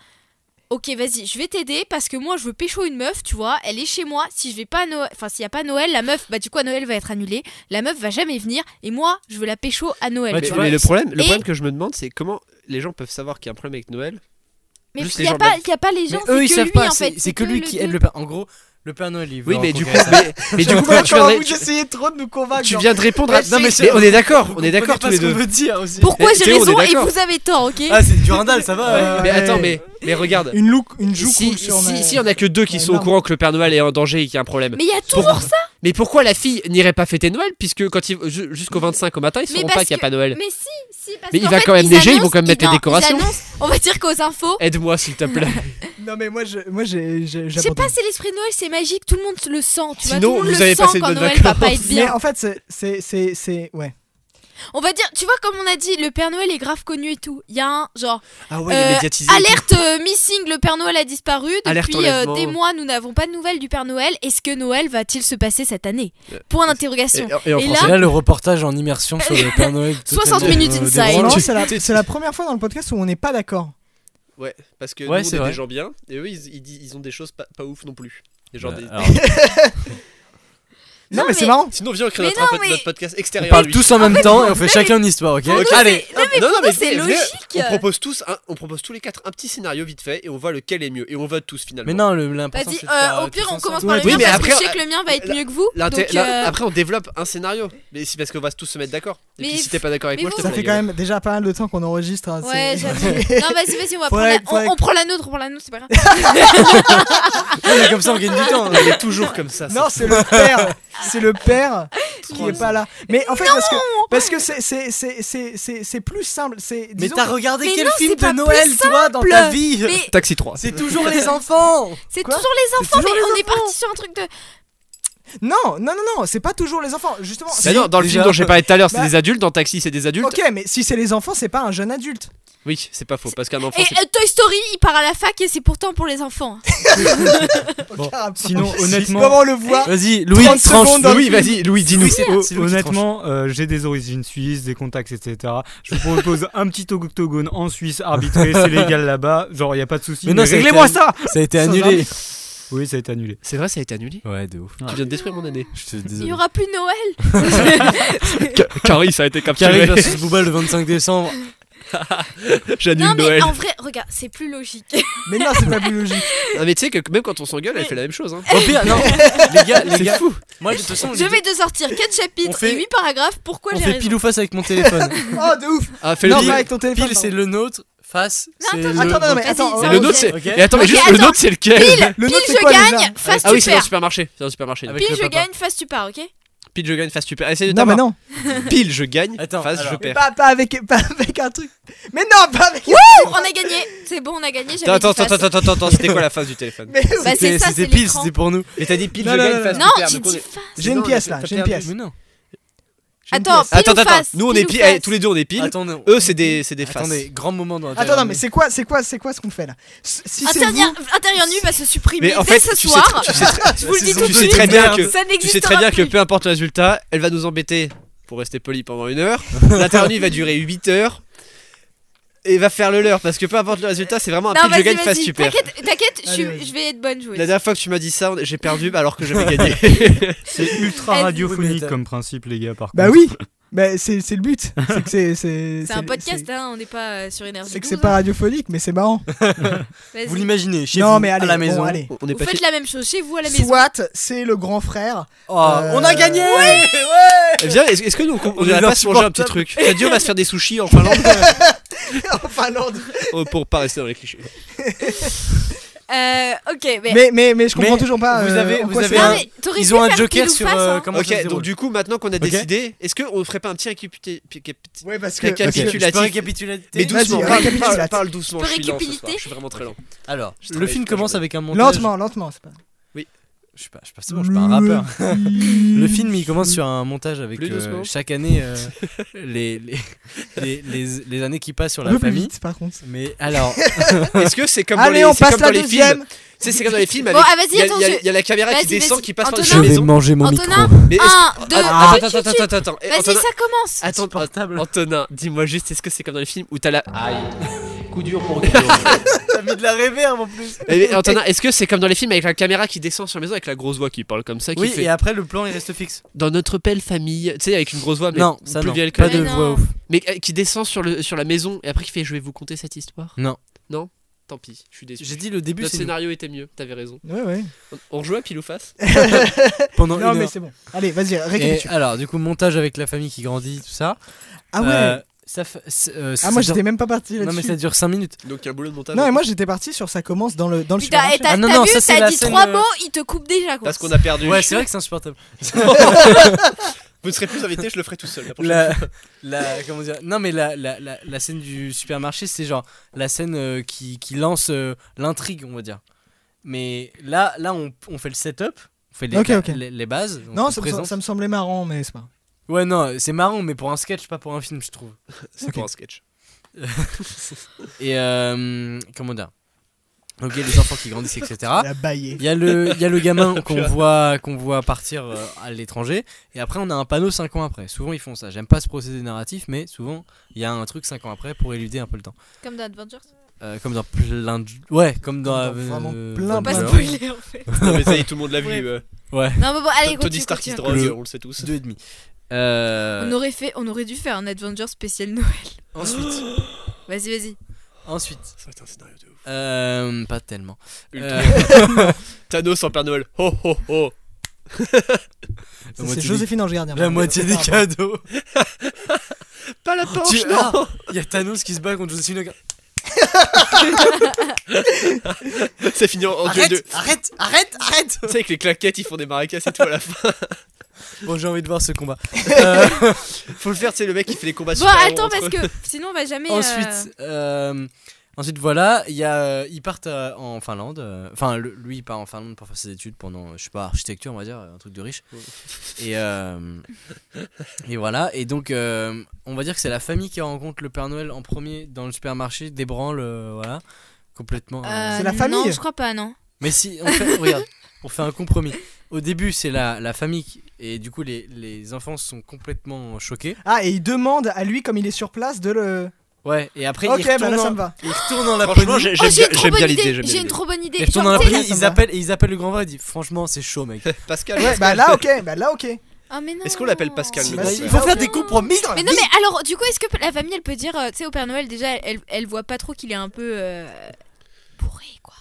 Ok, vas-y, je vais t'aider parce que moi je veux pécho une meuf, tu vois. Elle est chez moi. Si je vais pas à Noël, enfin s'il y a pas Noël, la meuf, bah du coup à Noël va être annulée. La meuf va jamais venir et moi je veux la pécho à Noël.
Ouais,
Mais,
tu vois,
mais le
c'est-
problème, le
Et-
problème que je me demande c'est comment les gens peuvent savoir qu'il y a un problème avec Noël.
Mais
Juste
il
les
n'y a,
gens de la-
pas- y a pas les gens.
mais eux
c'est
ils
que
savent
lui,
pas,
en
c'est
fait, euh,
c'est que lui qui aide
dieu.
le père. En gros, le Père Noël il veut
Oui mais du coup,
rencontrer sa
mais, mais du coup
Comment
tu viens,
vous
de- tu-
essayez trop de nous convaincre
tu
genre.
viens de répondre à.
Mais
Non mais,
c'est-
mais on est d'accord,
Vous
on est d'accord tous
comprenez
les
pas ce
deux.
qu'on veut dire aussi.
Pourquoi
Eh,
j'ai
Théo, on est
raison et
d'accord.
vous avez tort, ok
Ah, c'est du Randall, ça va. euh.
Ouais.
Mais attends mais mais regarde.
Une, look, une joue
Si
coule sur ma-
si si on a que deux qui
Ouais,
sont au
non.
courant que le Père Noël est en danger et qu'il y a un problème.
Mais il y a toujours
Pourquoi-
ça
Mais pourquoi la fille n'irait pas fêter Noël puisque quand ils ju- jusqu'au 25 au matin ils
Mais
sauront
parce
pas qu'il y a
que-
pas Noël.
Mais si, si, parce
Mais il
qu'en
va
fait,
quand même neiger, ils vont
annoncent-
quand même mettre
non,
les décorations.
ils annoncent- On va dire qu'aux infos.
Aide-moi s'il te plaît.
Non mais moi je moi j'ai j'ai-
Je sais
j'abandonne.
pas, c'est l'esprit de Noël, c'est magique, tout le monde le sent. Tu vois,
Sinon,
tout le monde
vous
le
avez
sent
passé de
quand
bonnes
Noël va pas
vacances.
être
Mais
bien.
en fait c'est c'est c'est c'est ouais.
On va dire, tu vois, comme on a dit, le Père Noël est grave connu et tout. Il y a un genre
Ah ouais, il est
Euh,
médiatisé. et tout.
Alerte euh, missing, le Père Noël a disparu.
Alerte
Depuis euh,
enlèvement.
des mois, nous n'avons pas de nouvelles du Père Noël. Est-ce que Noël va-t-il se passer cette année
Euh,
Point d'interrogation.
Et- et en
Et
français.
là-
C'est là le reportage en immersion sur le Père Noël. totalement,
60 minutes
euh,
inside.
débranlant.
Roland,
tu-
c'est la, c'est la première fois dans le podcast où on n'est pas d'accord.
Ouais, parce que
Ouais,
nous, on
c'est
est
vrai.
des gens bien, et eux, ils, ils disent- ils ont des choses pas, pas ouf non plus. Et genre
Ouais,
des-
alors,
Non, mais,
mais-
c'est marrant.
Sinon, viens, on crée
Mais
notre,
non,
un pod-
mais-
notre podcast
on
extérieur. à
parle
lui.
tous en même temps et on
Non,
fait chacun une histoire, ok
Pour nous,
Allez,
c'est- non, mais pour
non, non,
nous,
mais
c'est
venez,
logique.
on propose tous, un- on propose tous les quatre un petit scénario vite fait, et on voit lequel est mieux, et on vote tous finalement.
mais non, le- l'important
Vas-y,
c'est de
euh,
faire,
au
euh,
pire,
tous
on
ensemble.
commence par le
Oui,
mien
mais
parce que
après,
je sais que le mien va être
la-
mieux que vous.
L'inté-
donc,
la-
euh,
Après, on développe un scénario, mais c'est parce qu'on va tous se mettre d'accord. Et
Mais
puis, si
f-
t'es pas d'accord avec
mais
moi,
vous-
je te
Ça
prends
fait
la
quand
gueule.
même déjà pas mal de temps qu'on enregistre. hein,
Ouais,
c'est-
j'avoue. non, vas-y, vas-y, on va prendre
Faudrait-
la...
faudrait-
On, on prend la nôtre, on prend la nôtre, c'est pas grave.
Ouais, mais comme ça on gagne du temps.
On est toujours comme ça.
Non, c'est le père. C'est le père qui est pas là. Mais en fait, parce que parce que c'est c'est c'est c'est c'est c'est plus simple. C'est
Mais
disons-
t'as regardé
Mais
quel
non,
film
c'est pas
de Noël,
plus
toi, dans
simple.
ta vie
Mais
Taxi 3.
C'est toujours les enfants
c'est
Quoi
toujours les enfants, mais
toujours les
on est parti sur un truc de.
non non non non, c'est pas toujours les enfants. Justement.
Bah non, dans le
déjà.
film dont j'ai parlé tout à l'heure, c'est
Bah-
des adultes. Dans Taxi, c'est des adultes.
Ok, mais si c'est les enfants, c'est pas un jeune adulte.
Oui, c'est pas faux. Parce qu'un enfant,
Et
c'est.
euh, Toy Story, il part à la fac et c'est pourtant pour les enfants.
Bon,
Aucun rapport.
sinon,
Ah, Si-
honnêtement-
Comment on le voit
Vas-y, Louis,
30
tranche.
secondes dans le
Louis,
film.
vas-y, Louis, dis-nous.
Oui,
C'est Louis qui tranche.
Honnêtement, euh, j'ai des origines suisses, des contacts, etc. Je vous propose un petit octogone en Suisse arbitré, c'est légal là-bas. Genre, il a pas de souci.
Mais non, c'est
réglez-moi
réglé.
ça
Ça a été
Sans
annulé.
Oui, ça a été annulé.
C'est vrai, ça a été annulé.
Ouais, de ouf.
Tu viens de détruire mon année.
Je te
Il y
désolé.
aura plus Noël.
Carrie, ça a été
Carré versus Booba le 25 décembre.
J'annule
non, mais
Noël.
en vrai, regarde, c'est plus logique.
Mais non, c'est pas plus logique.
Ah, mais tu sais que même quand on s'engueule, elle
Mais-
fait la même chose. Hein.
Au pire, non. Les gars, les gars.
fou.
Moi, de toute façon,
Je
les
vais te sortir 4 chapitres
fait-
et 8 paragraphes. Pourquoi
On
j'ai
fait
raison
pile ou face avec mon téléphone.
Oh, de ouf.
Ah, fais
Non,
le
pas
nôtre.
avec ton téléphone.
Pile, c'est le nôtre. Face, c'est le.
pardon. Attends, non, non, mais
Vas-y,
attends.
c'est
euh,
le
un
nôtre,
objet.
c'est.
Ok.
Et attends, mais
Ok,
juste le
attends.
nôtre, c'est lequel
Le
Pile,
nôtre, c'est
je
quoi déjà
gagne, face,
Ah oui,
tu
c'est dans le
perds.
supermarché. C'est dans le supermarché.
Avec
Pile,
le
je
papa.
gagne, face, tu pars, ok
Pile, je gagne, face, tu perds. Essaye de
Non, mais
t'avoir.
non.
Pile, je gagne,
Attends,
face, je
alors.
Mais
perds.
Pas, pas, avec, pas avec un truc. Mais non, pas avec.
Bon, On a gagné, c'est bon, on a gagné. j'avais
Attends,
dit face.
attends, attends, attends, attends, c'était quoi la face du téléphone
Mais
Bah, c'est
C'était
ça,
c'était
c'est
pile,
l'écran.
c'était pour nous.
Mais t'as dit pile,
Non,
je
non,
gagne,
non,
face,
Non,
je perds.
j'ai
donc on
dit
est-
face.
J'ai une
Non,
pièce
t'as
là, j'ai une
perdu.
pièce.
Mais non.
Attends, pile
Attends,
ou
attends,
face
nous on
Pile
est
ou
pile,
face
eh, tous les deux on est pile.
Attends, non.
Eux, c'est des c'est des faces.
Attendez, grand moment dans la
Attends, non, mais c'est quoi, c'est quoi, c'est quoi ce qu'on fait là S- Si c'est
Intérieur,
vous,
intérieur nu va se supprimer
Mais en
dès
fait,
ce
tu sais-
soir.
tu sais très-
je vous le dis
saison-
tout de
tu sais
suite.
très bien
Ça
que tu sais très
n'existera
bien que
plus.
peu importe le résultat, elle va nous embêter pour rester poli pendant une heure. L'interview va durer 8 heures et va faire le leur parce que peu importe le résultat, c'est vraiment un
Non,
pile je
vas-y,
gagne face
vas-y.
super.
T'inquiète, t'inquiète, je
Allez, vas-y.
suis- je vais être bonne
La
joueuse.
dernière fois que tu m'as dit ça, on- j'ai perdu alors que j'avais gagné.
C'est ultra
Vas-y.
Oui, mais
radiophonique
t'as-
comme principe, les gars, par
bah
contre.
oui, bah c'est c'est le but. C'est que c'est c'est
C'est un podcast, hein, on n'est pas euh, sur énergie.
C'est que c'est
12,
pas
hein.
radiophonique, mais c'est marrant.
Vas-y.
Vous l'imaginez, chez
non,
vous,
mais allez,
à la
bon,
maison.
allez.
On- On est
Vous
pas
faites
chez-
la même chose chez vous à la maison.
Soit c'est le grand frère.
Oh,
Euh,
On a gagné
Eh bien, est-ce est-ce que nous on
On est
dirait pas se manger un petit
insupportable.
truc Tu as dit on va se faire des sushis en Finlande
en Finlande.
Oh, pour pas rester dans les clichés.
Euh, ok, mais.
Mais, mais, mais je comprends
Mais
toujours pas.
vous
euh,
avez-
en
vous
quoi
avez
c'est-
un-
Non, mais t'aurais
Ils
pu
ont un
faire
joker
pile ou
sur
face,
euh,
hein.
comment ça se
Ok, donc
déroule.
du coup, maintenant qu'on a décidé, est-ce qu'on ferait pas un petit récapitulatif
Ouais, parce que.
La
parce que-
Ok, je
récapitulatif.
peux récapituler.
Mais
Vas-y,
doucement, parle,
récapitulate.
parle, parle doucement,
Tu
je
peux
suis lent ce soir,
récapituler
je suis vraiment très lent.
Alors,
Je
le
travaille
film
toute la
commence
journée.
avec un montage.
Lentement, lentement, c'est pas.
Je suis pas, je suis pas, c'est bon, je suis pas un rappeur. hein.
Mmh.
Le film, il commence sur un montage avec
Plus
euh,
doucement.
chaque année euh, les, les, les, les- les années qui passent
Un
sur la
peu plus
famille.
vite, par contre.
Mais alors,
Est-ce que c'est comme dans
Allez,
les
on
c'est
passe
comme
la
dans les films
deuxième.
Tu sais, c'est comme dans les films
Bon,
avec.
ah,
Il y, a-
vas-y, attends,
il y a-
je-
il y a la caméra qui
Vas-y,
descend,
vas-y.
qui passe par
Antonin
je
Non.
vais
maison.
manger mon
Antonin,
micro.
Mais est-ce-
Un, deux,
Ah,
tu,
attends,
tu,
attends,
tu.
attends, attends, Eh,
Vas-y,
Antonin,
ça commence.
attends, Antonin, Antonin, dis-moi juste, est-ce que c'est comme dans les films où t'as la.
Ah.
T'as mis de la réverb en plus.
Eh, mais Antonin, est-ce que c'est comme dans les films avec la caméra qui descend sur la maison avec la grosse voix qui parle comme ça, qui
Oui,
fait.
et après le plan il reste fixe.
Dans notre belle famille, tu sais, avec une grosse voix, mais
non, ça
plus
non.
vieille que
Pas
la-
de
Mais
voix
non.
off.
Mais euh, qui descend sur, le, sur la maison et après qui fait Je vais vous conter cette histoire
Non.
Non Tant pis, je suis déçu.
J'ai dit le début,
Notre
c'est
scénario était mieux, t'avais raison.
Ouais, ouais.
On, on rejoue à pile ou face
pendant
Non,
une
mais
heure.
c'est bon. Allez, vas-y,
Et
récapitule.
alors, du coup, montage avec la famille qui grandit, tout ça.
Ah ouais.
Euh, ça fait- c'est- euh, ça
Ah, moi,
dure-
j'étais même pas parti
Non, mais
là-dessus.
ça dure 5 minutes.
Donc il y a un boulot de montage.
Non, et moi, j'étais parti sur ça commence dans le dans le
Putain, et
supermarché.
t'as
Ah non,
t'as
non,
vu,
ça, c'est
t'as
la
dit
scène,
trois
euh,
mots, il te coupe déjà quoi.
Parce qu'on a perdu.
Ouais, c'est vrai que c'est insupportable.
Vous ne serez plus invité, je le ferai tout seul. la prochaine
la, la- comment dire non mais la, la, la, la scène du supermarché c'est genre la scène euh, qui, qui lance euh, l'intrigue on va dire mais là là on, on fait le setup on fait les,
Ok, ok.
les, les bases on
Non,
se
ça me,
présente
ça me semblait marrant, mais c'est pas.
Ouais, non, c'est marrant, mais pour un sketch, pas pour un film, je trouve.
C'est pour un sketch.
Et euh, comment dire Donc il y a les enfants qui grandissent, etc.
Il a baillé.
Il y a le, il y a le gamin qu'on voit, qu'on voit partir euh, à l'étranger. Et après, on a un panneau 5 ans après. Souvent, ils font ça. J'aime pas ce procédé narratif, mais souvent, il y a un truc 5 ans après pour éluder un peu le temps.
Comme dans Avengers.
Euh, comme dans plein de. Ouais, comme dans.
Dans vraiment
euh,
plein
dans
Faut pas
bah,
Blade.
spoiler en fait.
Non, mais ça y est, tout le monde l'a vu.
Ouais.
euh,
Ouais,
Non, mais bon, allez,
Tony
continue,
Stark qui se
continue.
drogue,
Le-
on le sait tous.
deux et demi. Euh,
On aurait, fait, on aurait dû faire un Avenger spécial Noël.
Ensuite,
Vas-y, vas-y.
ensuite.
Ça va être un scénario de ouf.
euh, pas tellement.
Ultra.
Euh,
Thanos en Père Noël. Ho ho ho.
Ça,
moitié
C'est hein,
des-
Joséphine Ange Gardien.
la moitié des cadeaux.
Pas la
Tu-
planche,
ah,
non
Il y a Thanos qui se bat contre Joséphine. Lagarde.
Ça finit en- en duel de.
Arrête, arrête, arrête, arrête.
Tu sais, avec les claquettes, ils font des maracas et tout à la fin.
Bon, j'ai envie de voir ce combat.
Faut le faire, tu sais, le mec qui fait les combats
Bon,
super-héros
attends,
entre
parce que
eux.
sinon on va jamais. euh,
Ensuite, euh, ensuite voilà, il y a, euh, ils partent euh, en Finlande. euh, Enfin, le- lui, il part en Finlande pour faire ses études pendant, euh, je sais pas, architecture, on va dire, un truc de riche. Et, euh, et voilà. Et donc, euh, on va dire que c'est la famille qui rencontre le Père Noël en premier dans le supermarché, débranle, euh, voilà, complètement. euh,
euh,
C'est la
Non,
famille.
je crois pas, non.
mais si, on fait, regarde, on fait un compromis. Au début, c'est la, la famille qui- et du coup, les, les enfants sont complètement choqués.
Ah, et il demande à lui, comme il est sur place, de le.
Ouais. Et après,
Ok,
ils retournent
bah là
en-
ça me va.
ils retournent dans la
Franchement,
police.
j'ai-
Oh,
j'aime
j'ai
bien-
une trop
j'aime bien
bonne
l'idée.
idée. J'ai
j'aime bien
une
l'idée.
trop bonne idée.
Ils retournent
Genre,
dans
tu
la
sais,
police,
ça me
ils
va.
appellent, et ils appellent le grand vrai, ils disent franchement c'est chaud mec.
Pascal,
Ouais,
est-ce
bah
que-
là, ok, bah là, ok.
Ah, mais non.
Est-ce qu'on l'appelle Pascal
Si,
le
bah,
grand
si.
frère
Il faut faire
non.
des compromis dans la
Mais non,
vie.
mais alors, du coup, est-ce que la famille elle peut dire, euh, tu sais, au Père Noël, déjà, elle, elle voit pas trop qu'il est un peu euh, bourré, quoi.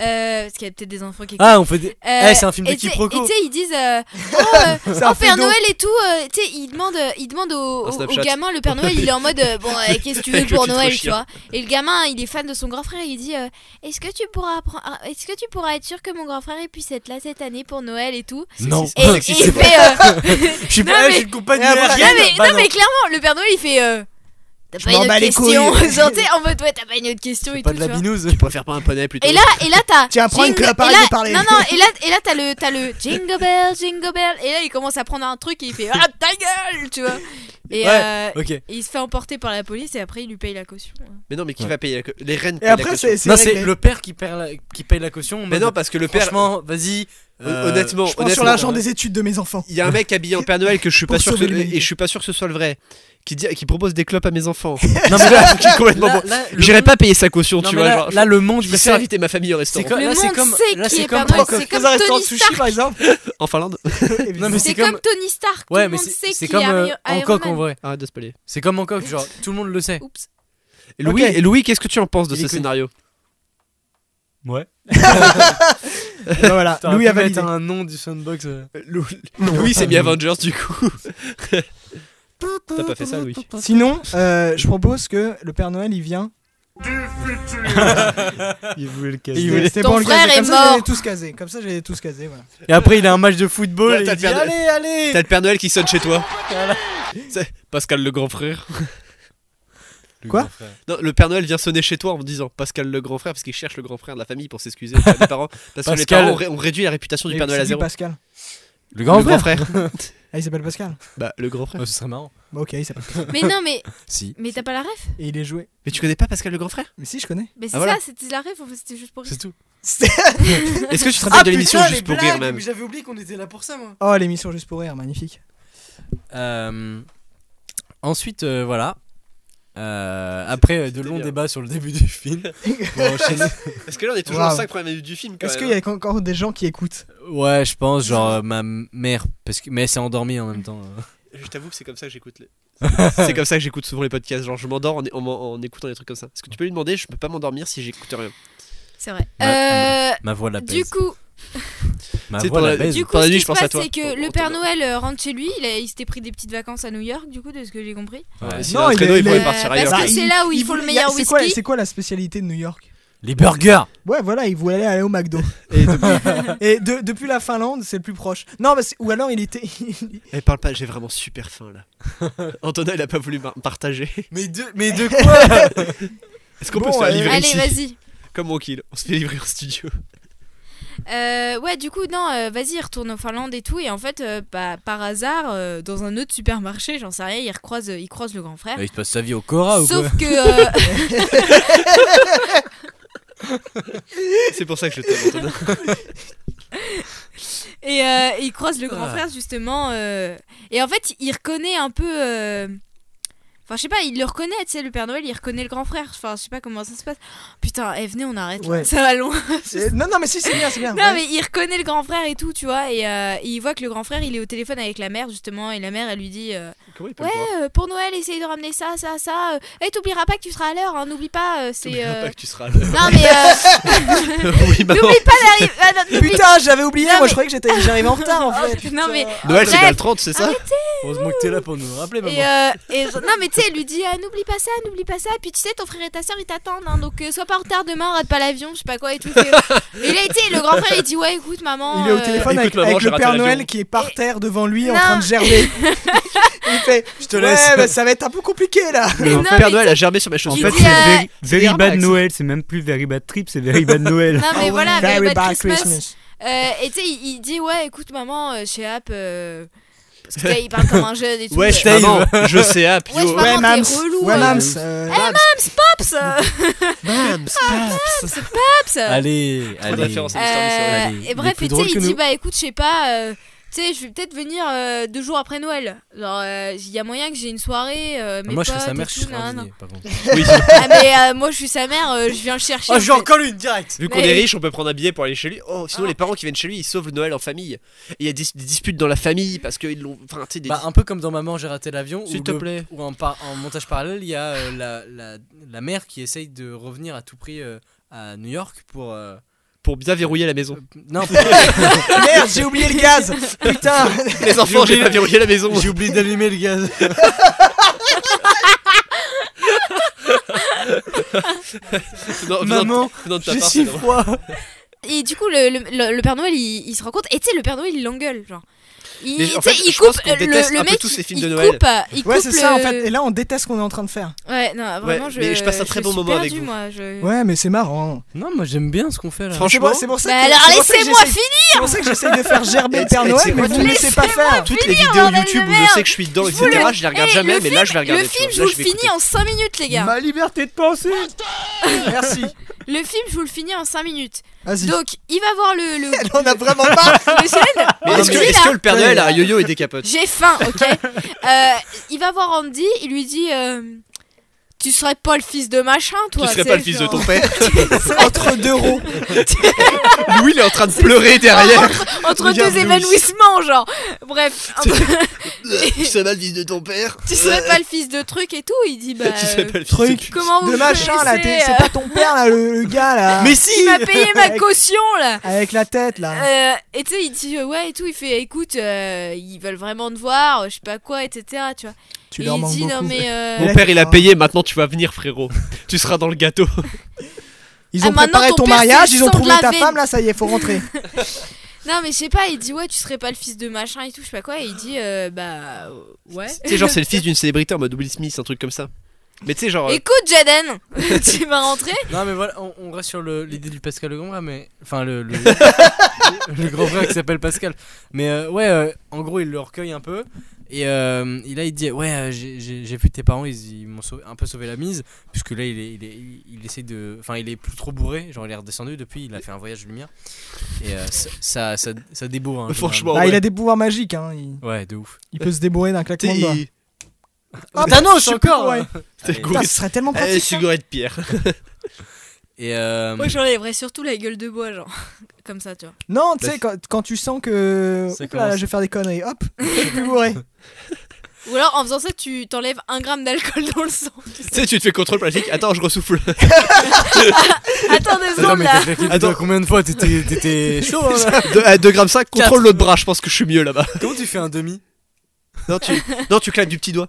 Euh, parce qu'il y a peut-être des enfants qui.
Ah on fait des...
Euh,
eh, c'est un film de
et tu sais-
quiproquo.
Et tu sais, ils disent, euh, oh, euh,
C'est un
oh, Père
pédo.
Noël et tout, euh, tu sais, ils demandent, euh, ils demandent au, au-
Un
au
Snapchat.
gamin, le Père Noël, il est en mode, euh, bon, euh, qu'est-ce que tu veux
Avec le
pour
titre
Noël, tu
chien.
vois. Et le gamin, il est fan de son grand frère, il dit, euh, est-ce que tu pourras appren- ah, est-ce que tu pourras être sûr que mon grand frère il puisse être là cette année pour Noël et tout
Non,
Et, et il fait, euh,
je suis
Non,
pas,
mais-
je suis une compagnie
Et après-
non,
aérienne.
mais,
Bah
non, mais clairement, le Père Noël, il fait, euh, t'as
Je
pas
m'en
une
bats
autre
les
question,
couilles.
Genre, tu sais, en mode, ouais, t'as pas une autre question et
pas
tout,
de
tu
la
vois.
binouze.
Tu préfères pas un poney plutôt
Et là, et là, t'as.
Tiens, prends une
Jingle-
clope, arrête
et là-
de parler.
Non, non, et là, et là, t'as le, t'as le jingle bell, jingle bell. Et là, il commence à prendre un truc et il fait Ah, ta gueule, tu vois. Et,
Ouais.
euh,
Ok.
et il se fait emporter par la police et après, il lui paye la caution.
Mais non, mais qui
Ouais.
va payer la co- Les reines
Et
payent la
après,
caution.
c'est. c'est
Non c'est
réglé.
le père qui paye la, qui paye la caution. en
Mais
mode,
non, parce que le père.
franchement vas-y.
hon-
euh,
honnêtement,
Je prends sur
honnêtement,
l'argent des études de mes enfants.
Il y a un mec habillé en Père Noël que je suis pas
Pour
sûr que,
sauver l'humanité.
et je suis pas sûr que ce soit le vrai qui dit qui propose des clopes à mes enfants.
Non mais là,
Qui est complètement
là,
bon.
là, le
J'irai
monde-
pas payer sa caution,
non,
tu
mais
vois.
là-
genre,
là, le monde
je
il
préfère
sait.
inviter ma famille au restaurant.
C'est comme-
Le
là, c'est
monde
comme-
sait
là,
qui
c'est
est
comme-
Père Noël,
Dans
c'est comme
un restaurant de
Tony
sushi,
Stark.
par exemple.
En Finlande
Évidemment.
mais
C'est
c'est
comme
comme-
Tony Stark. Tout
Ouais
le
mais
monde
c'est
sait
c'est
qui est
comme euh,
Iron- Iron
Hancock en
Man.
vrai.
Arrête de se pallier.
C'est comme Hancock genre tout le monde le sait.
Oups.
Et Louis,
Ok.
et Louis qu'est-ce que tu en penses de
Il
ce
est cool.
scénario
Ouais.
Ben Voilà,
T'aurais
Louis
pu
a validé.
mettre un nom du soundbox. euh.
Louis s'est mis Avengers du coup. T'as pas fait ça, Louis
Sinon, euh, je propose que le Père Noël il vient.
Il voulait le
Et
casser.
il voulait-
C'était
Ton
bon, le
frère
gazer.
est
Comme ça, j'allais
mort.
tous caser. Comme ça, j'allais tous caser. Voilà.
Et après il a un match de football.
Là,
et
t'as
il
le
dit,
Père Noël-
allez allez.
T'as le Père Noël qui sonne chez toi. C'est Pascal le grand frère.
Quoi
Non, le Père Noël vient sonner chez toi en disant Pascal le grand frère parce qu'il cherche le grand frère de la famille pour s'excuser auprès des parents. Parce que les
Pascal-
parents ont ré- ont réduit la réputation du
Et
Père Noël à
c'est qui,
zéro.
Pascal.
Le
Le grand frère.
Ah, il s'appelle Pascal.
Bah, le grand frère.
Oh, Ce serait marrant.
Bah, ok, il s'appelle.
Mais non, mais,
Si.
mais t'as pas la ref
Et il est joué.
Mais tu connais pas Pascal le grand frère
Mais si, je connais.
Mais c'est
Ah, voilà.
ça, c'était la ref. en fait, C'était juste pour.
C'est tout.
Est-ce que tu te
Ah,
rappelles de l'émission juste pour rire même
J'avais oublié qu'on était là pour ça, moi.
Oh, l'émission juste pour rire, magnifique.
Euh, ensuite, euh, voilà. Euh, après euh, de
c'était
longs
bien.
débats sur le début du film. pour enchaîner.
Est-ce que là on est toujours
Waouh.
en 5 premières minutes du film quand
Est-ce qu'il
même,
y a encore des gens qui écoutent
ouais, je pense genre euh, ma mère parce que mais elle s'est endormie en même temps. euh.
hein Je t'avoue que c'est comme ça que j'écoute les. c'est comme ça que j'écoute souvent les podcasts. Genre je m'endors en, en- en écoutant des trucs comme ça. Est-ce que tu peux lui demander Je peux pas m'endormir si j'écoute rien.
C'est vrai.
Ouais,
Euh,
Ma voix la
Du
baise.
coup,
Ma
C'est
voix
pour
la
la-
baise.
Du coup,
Pendant
ce
la nuit,
qui
je
se
pense à
passe,
toi.
c'est
Oh,
que le
oh,
Père
t'en as.
Noël euh, rentre chez lui. Il, a- il s'était pris des petites vacances à New York, du coup, de ce que j'ai compris.
Ouais.
Et s'il
Non,
a un
il
créneau,
est-
il
il
pourrait
est-
partir
Bah,
ailleurs.
parce que
Bah,
c'est
il-
là où ils font
voulait-
le
il y a-
meilleur
C'est quoi, la-
whisky.
c'est quoi la spécialité de New York
Les burgers.
Ouais, voilà, il voulait aller au McDo.
Et depuis-
Et de- depuis la Finlande, c'est le plus proche. Non, bah, c'est- ou alors il était.
Eh, parle pas, j'ai vraiment super faim là. Antonin il a pas voulu mar- partager.
Mais de mais de quoi
Est-ce qu'on
Bon,
peut se faire
allez.
livrer
Allez,
ici
vas-y.
Comme mon kill, on se fait livrer en studio.
Euh, ouais, du coup, non, euh, vas-y, il retourne en Finlande et tout. Et en fait, euh, bah, par hasard, euh, dans un autre supermarché, j'en sais rien, il recroise, il croise le grand frère.
il se passe sa vie au Cora ou quoi
Ah. Sauf que. euh,
C'est pour ça que je t'aime, Antonin.
Et euh, il croise le grand frère justement. euh, et en fait, il reconnaît un peu. euh, Enfin, je sais pas, il le reconnaît, tu sais, le Père Noël, il reconnaît le grand frère. Enfin, je sais pas comment ça se passe. Putain, eh, venez, on arrête. là,
Ouais. Ah
Ça va loin.
Euh, Non, non, mais si, c'est bien, c'est bien.
Non, mais il reconnaît le grand frère et tout, tu vois. Et, euh, il voit que le grand frère, il est au téléphone avec la mère, justement. Et la mère, elle lui dit euh,
Comment il peut
Ouais,
le voir
euh, pour Noël, essaye de ramener ça, ça, ça. euh, Et t'oublieras pas que tu seras à l'heure, hein, n'oublie pas. euh, c'est.
T'oublieras
euh,
pas que tu seras là.
Non, mais. euh,
oui, maman.
n'oublie pas d'arriver. Ah, non, n'oublie-
Putain, j'avais oublié,
Non,
moi
mais-
je croyais que j'étais- j'arrivais en retard en fait.
non, mais-
putain.
Noël, c'est
Bref.
dans le 30, c'est ça
Heureusement que t'es là pour nous le rappeler, maman.
Et, euh, et- non mais tu sais, elle lui dit ah, n'oublie pas ça, n'oublie pas ça. Puis tu sais, ton frère et ta soeur ils t'attendent, hein, donc euh, sois pas en retard demain, rate pas l'avion, je sais pas quoi et tout. Et, et là, tu sais, le grand frère il dit ouais, écoute maman.
Il est au
euh,
téléphone avec,
Écoute, maman,
avec
j'ai
le
raté
Père
l'avion.
Noël qui est par
Et-
terre devant lui en
Non.
train de gerber. il fait Je te
laisse.
Ouais, bah, ça va être un peu compliqué là.
Le
Non,
Père
mais
Noël a germé sur ma
En
chaussure.
Il
fait,
dit,
c'est
euh,
very, very
Airbags.
Bad Noël, c'est même plus Very Bad Trip, c'est Very Bad Noël.
Non mais voilà,
Ah Very
Very Bad
bad
Christmas.
Christmas.
Euh, et tu sais, il, il dit ouais, écoute maman, euh, chez App, euh, parce que tu sais, il parle comme un jeune et tout.
Ouais,
euh,
maman, je sais, ah,
Ouais, je
pio.
parle- Vraiment,
Ouais,
t'es
Mams.
relou,
Ouais,
ouais. Eh,
Mams.
Mams.
euh,
Pops, euh, Pops,
Ah,
euh,
Allez,
de
allez.
références à
Euh,
Mister Miss Aurélie.
Il est
et bref,
plus
et tu sais,
drôle que
il dit
nous.
bah écoute, je sais pas, euh, tu sais, je vais peut-être venir euh, deux jours après Noël. Genre, euh, il y a moyen que j'ai une soirée. euh, mes
Ah, Moi, je serais
potes
sa
et
mère,
tout,
je serais
nan, nan.
indigné, par contre.
Ah, mais euh, moi je suis sa mère, euh, je viens le chercher.
Oh,
en
je vais
fait.
encore une direct
Vu qu'on
Mais-
est riche, on peut prendre un billet pour aller chez lui. Oh, sinon
Ah.
les parents qui viennent chez lui, ils sauvent le Noël en famille. Et il y a des, des disputes dans la famille parce qu'ils l'ont. Enfin, tu sais, des.
Bah, un peu comme dans Maman, j'ai raté l'avion.
S'il
où
te
le-
plaît.
Où en, par- en montage parallèle, il y a euh, la, la, la mère qui essaye de revenir à tout prix euh, à New York pour. euh,
Pour bien verrouiller la maison.
Non, pour-
Merde, j'ai oublié le gaz. Putain.
Les enfants, j'ai pas verrouillé la maison.
j'ai oublié d'allumer le gaz.
Non, venant de-
Maman,
venant de ta
j'ai
part,
si
c'est drôle.
froid.
Et du coup, le, le- le- le Père Noël il, il se rend compte. Et tu sais, le Père Noël il l'engueule. Genre, il,
Mais
tu
en
sais,
fait,
il
je
coupe
pense qu'on
euh, le,
déteste
le
un peu
mec.
tous
il-
ces films
il
de Noël.
coupe, euh, il
Ouais,
coupe
c'est ça en
le-
fait. Et là, on déteste ce qu'on est en train de faire.
Ouais, non, vraiment, je.
mais je passe un très bon
suis
moment avec
perdue,
vous.
moi, je-
Ouais, mais c'est marrant.
Non, moi, j'aime bien ce qu'on fait là.
C'est
Franchement,
pour- c'est pour ça
Bah
que-
alors
c'est pour ça que
laissez-moi
j'essaie-
finir
C'est pour ça que j'essaie de faire gerber le Père
Et c'est
Noël, mais
vrai
vous
que-
ne me laissez pas faire.
Toutes les
finir,
vidéos
bordel de
YouTube où
merde.
je sais que je suis dedans,
Je vous
etc.,
le-
je les regarde
Eh,
jamais,
le
mais là je vais regarder.
Le
tu
film,
vois.
je
Là,
vous le
vais
finis
écouter.
en 5 minutes, les gars.
Ma liberté de penser
Merci.
Le film, je vous le finis en 5 minutes.
Vas-y.
Donc, il va voir le, le,
Elle en a vraiment pas.
le jeune.
Mais est-ce que,
Non, mais-
est-ce que le Père Noël a un yo-yo et des capotes
J'ai faim, ok Euh, Il va voir Andy, il lui dit euh, Tu serais pas le fils de machin, toi
Tu serais
c'est
pas le fils de
genre-
ton père
Entre deux roues.
Louis, il est en train de pleurer derrière.
Entre
Regarde
deux
Louis.
évanouissements, genre Bref,
Tu serais pas le fils de ton père
tu serais pas le fils de truc et tout. Il dit Bah.
Tu serais pas le fils
truc.
de-
Comment vous
De
me
machin là. t'es-
connaissez,
C'est
euh,
pas ton père là, le le gars là.
Mais si
Il m'a payé ma caution, là
Avec la tête là.
Euh, et tu sais, il dit euh, ouais et tout, il fait écoute, euh, ils veulent vraiment te voir, euh, je sais pas quoi, etc. Tu vois.
Tu
et
leur
il
manques
dit non
beaucoup.
mais euh,
Bon,
Mon père il a payé, maintenant tu vas venir frérot. Tu seras dans le gâteau.
Ils ont
Ah, maintenant,
préparé
ton
ton
père, c'est le
mariage, ils ont
sang de
trouvé
la
ta
veine.
femme là, ça y est, faut rentrer.
non mais je sais pas, il dit ouais tu serais pas le fils de machin et tout, je sais pas quoi, et il dit euh, bah euh, ouais.
Tu sais, genre, c'est le fils d'une célébrité en mode Will Smith, un truc comme ça. Mais tu sais, genre. euh,
Écoute Jaden, tu vas rentrer.
Non, mais voilà, on, on reste sur le- l'idée du Pascal le grand frère, mais. Enfin, le. Le, le grand frère qui s'appelle Pascal. Mais euh, ouais, euh, en gros, il le recueille un peu. Et, euh, et là, il dit Ouais, euh, j'ai- j'ai j'ai vu tes parents, ils, ils m'ont sauvé- un peu sauvé la mise. Puisque là, il, est, il, est- il essaie de. Enfin, il est plus trop bourré. Genre, il est redescendu depuis, il a fait un voyage de lumière. Et euh, ça, ça, ça, ça débourre. hein,
Franchement.
Bah,
ouais.
il a des pouvoirs magiques, hein. il-
généralement. Ouais, de ouf.
Il peut se débourrer d'un
tu
claquement
sais,
de doigts.
il-
Ah,
Thanos,
je suis
encore,
plus-
hein.
ouais.
T'es le
Et-
gourou.
Putain, ce serait tellement
Eh,
pratique. ça.
Sugorette de pierre.
Et. euh,
Moi j'enlèverais surtout la gueule de bois genre comme ça tu vois.
Non, tu sais, quand, quand tu sens que.
Ça
Oups,
commence.
là, je vais faire des conneries, hop, je suis plus bourré.
Ou alors en faisant ça tu t'enlèves un gramme d'alcool dans le sang. tu sais.
Tu sais, tu te fais contrôle par le flic. Attends, je ressouffle.
Attends deux
Attends,
secondes
mais
là.
t'as claqué des doigts combien de fois T'étais- T'étais chaud, hein, là
De- à 2,5 contrôle l'autre bras, je pense que je suis mieux là-bas.
Comment tu fais un demi
Non, tu, non, tu claques du petit doigt.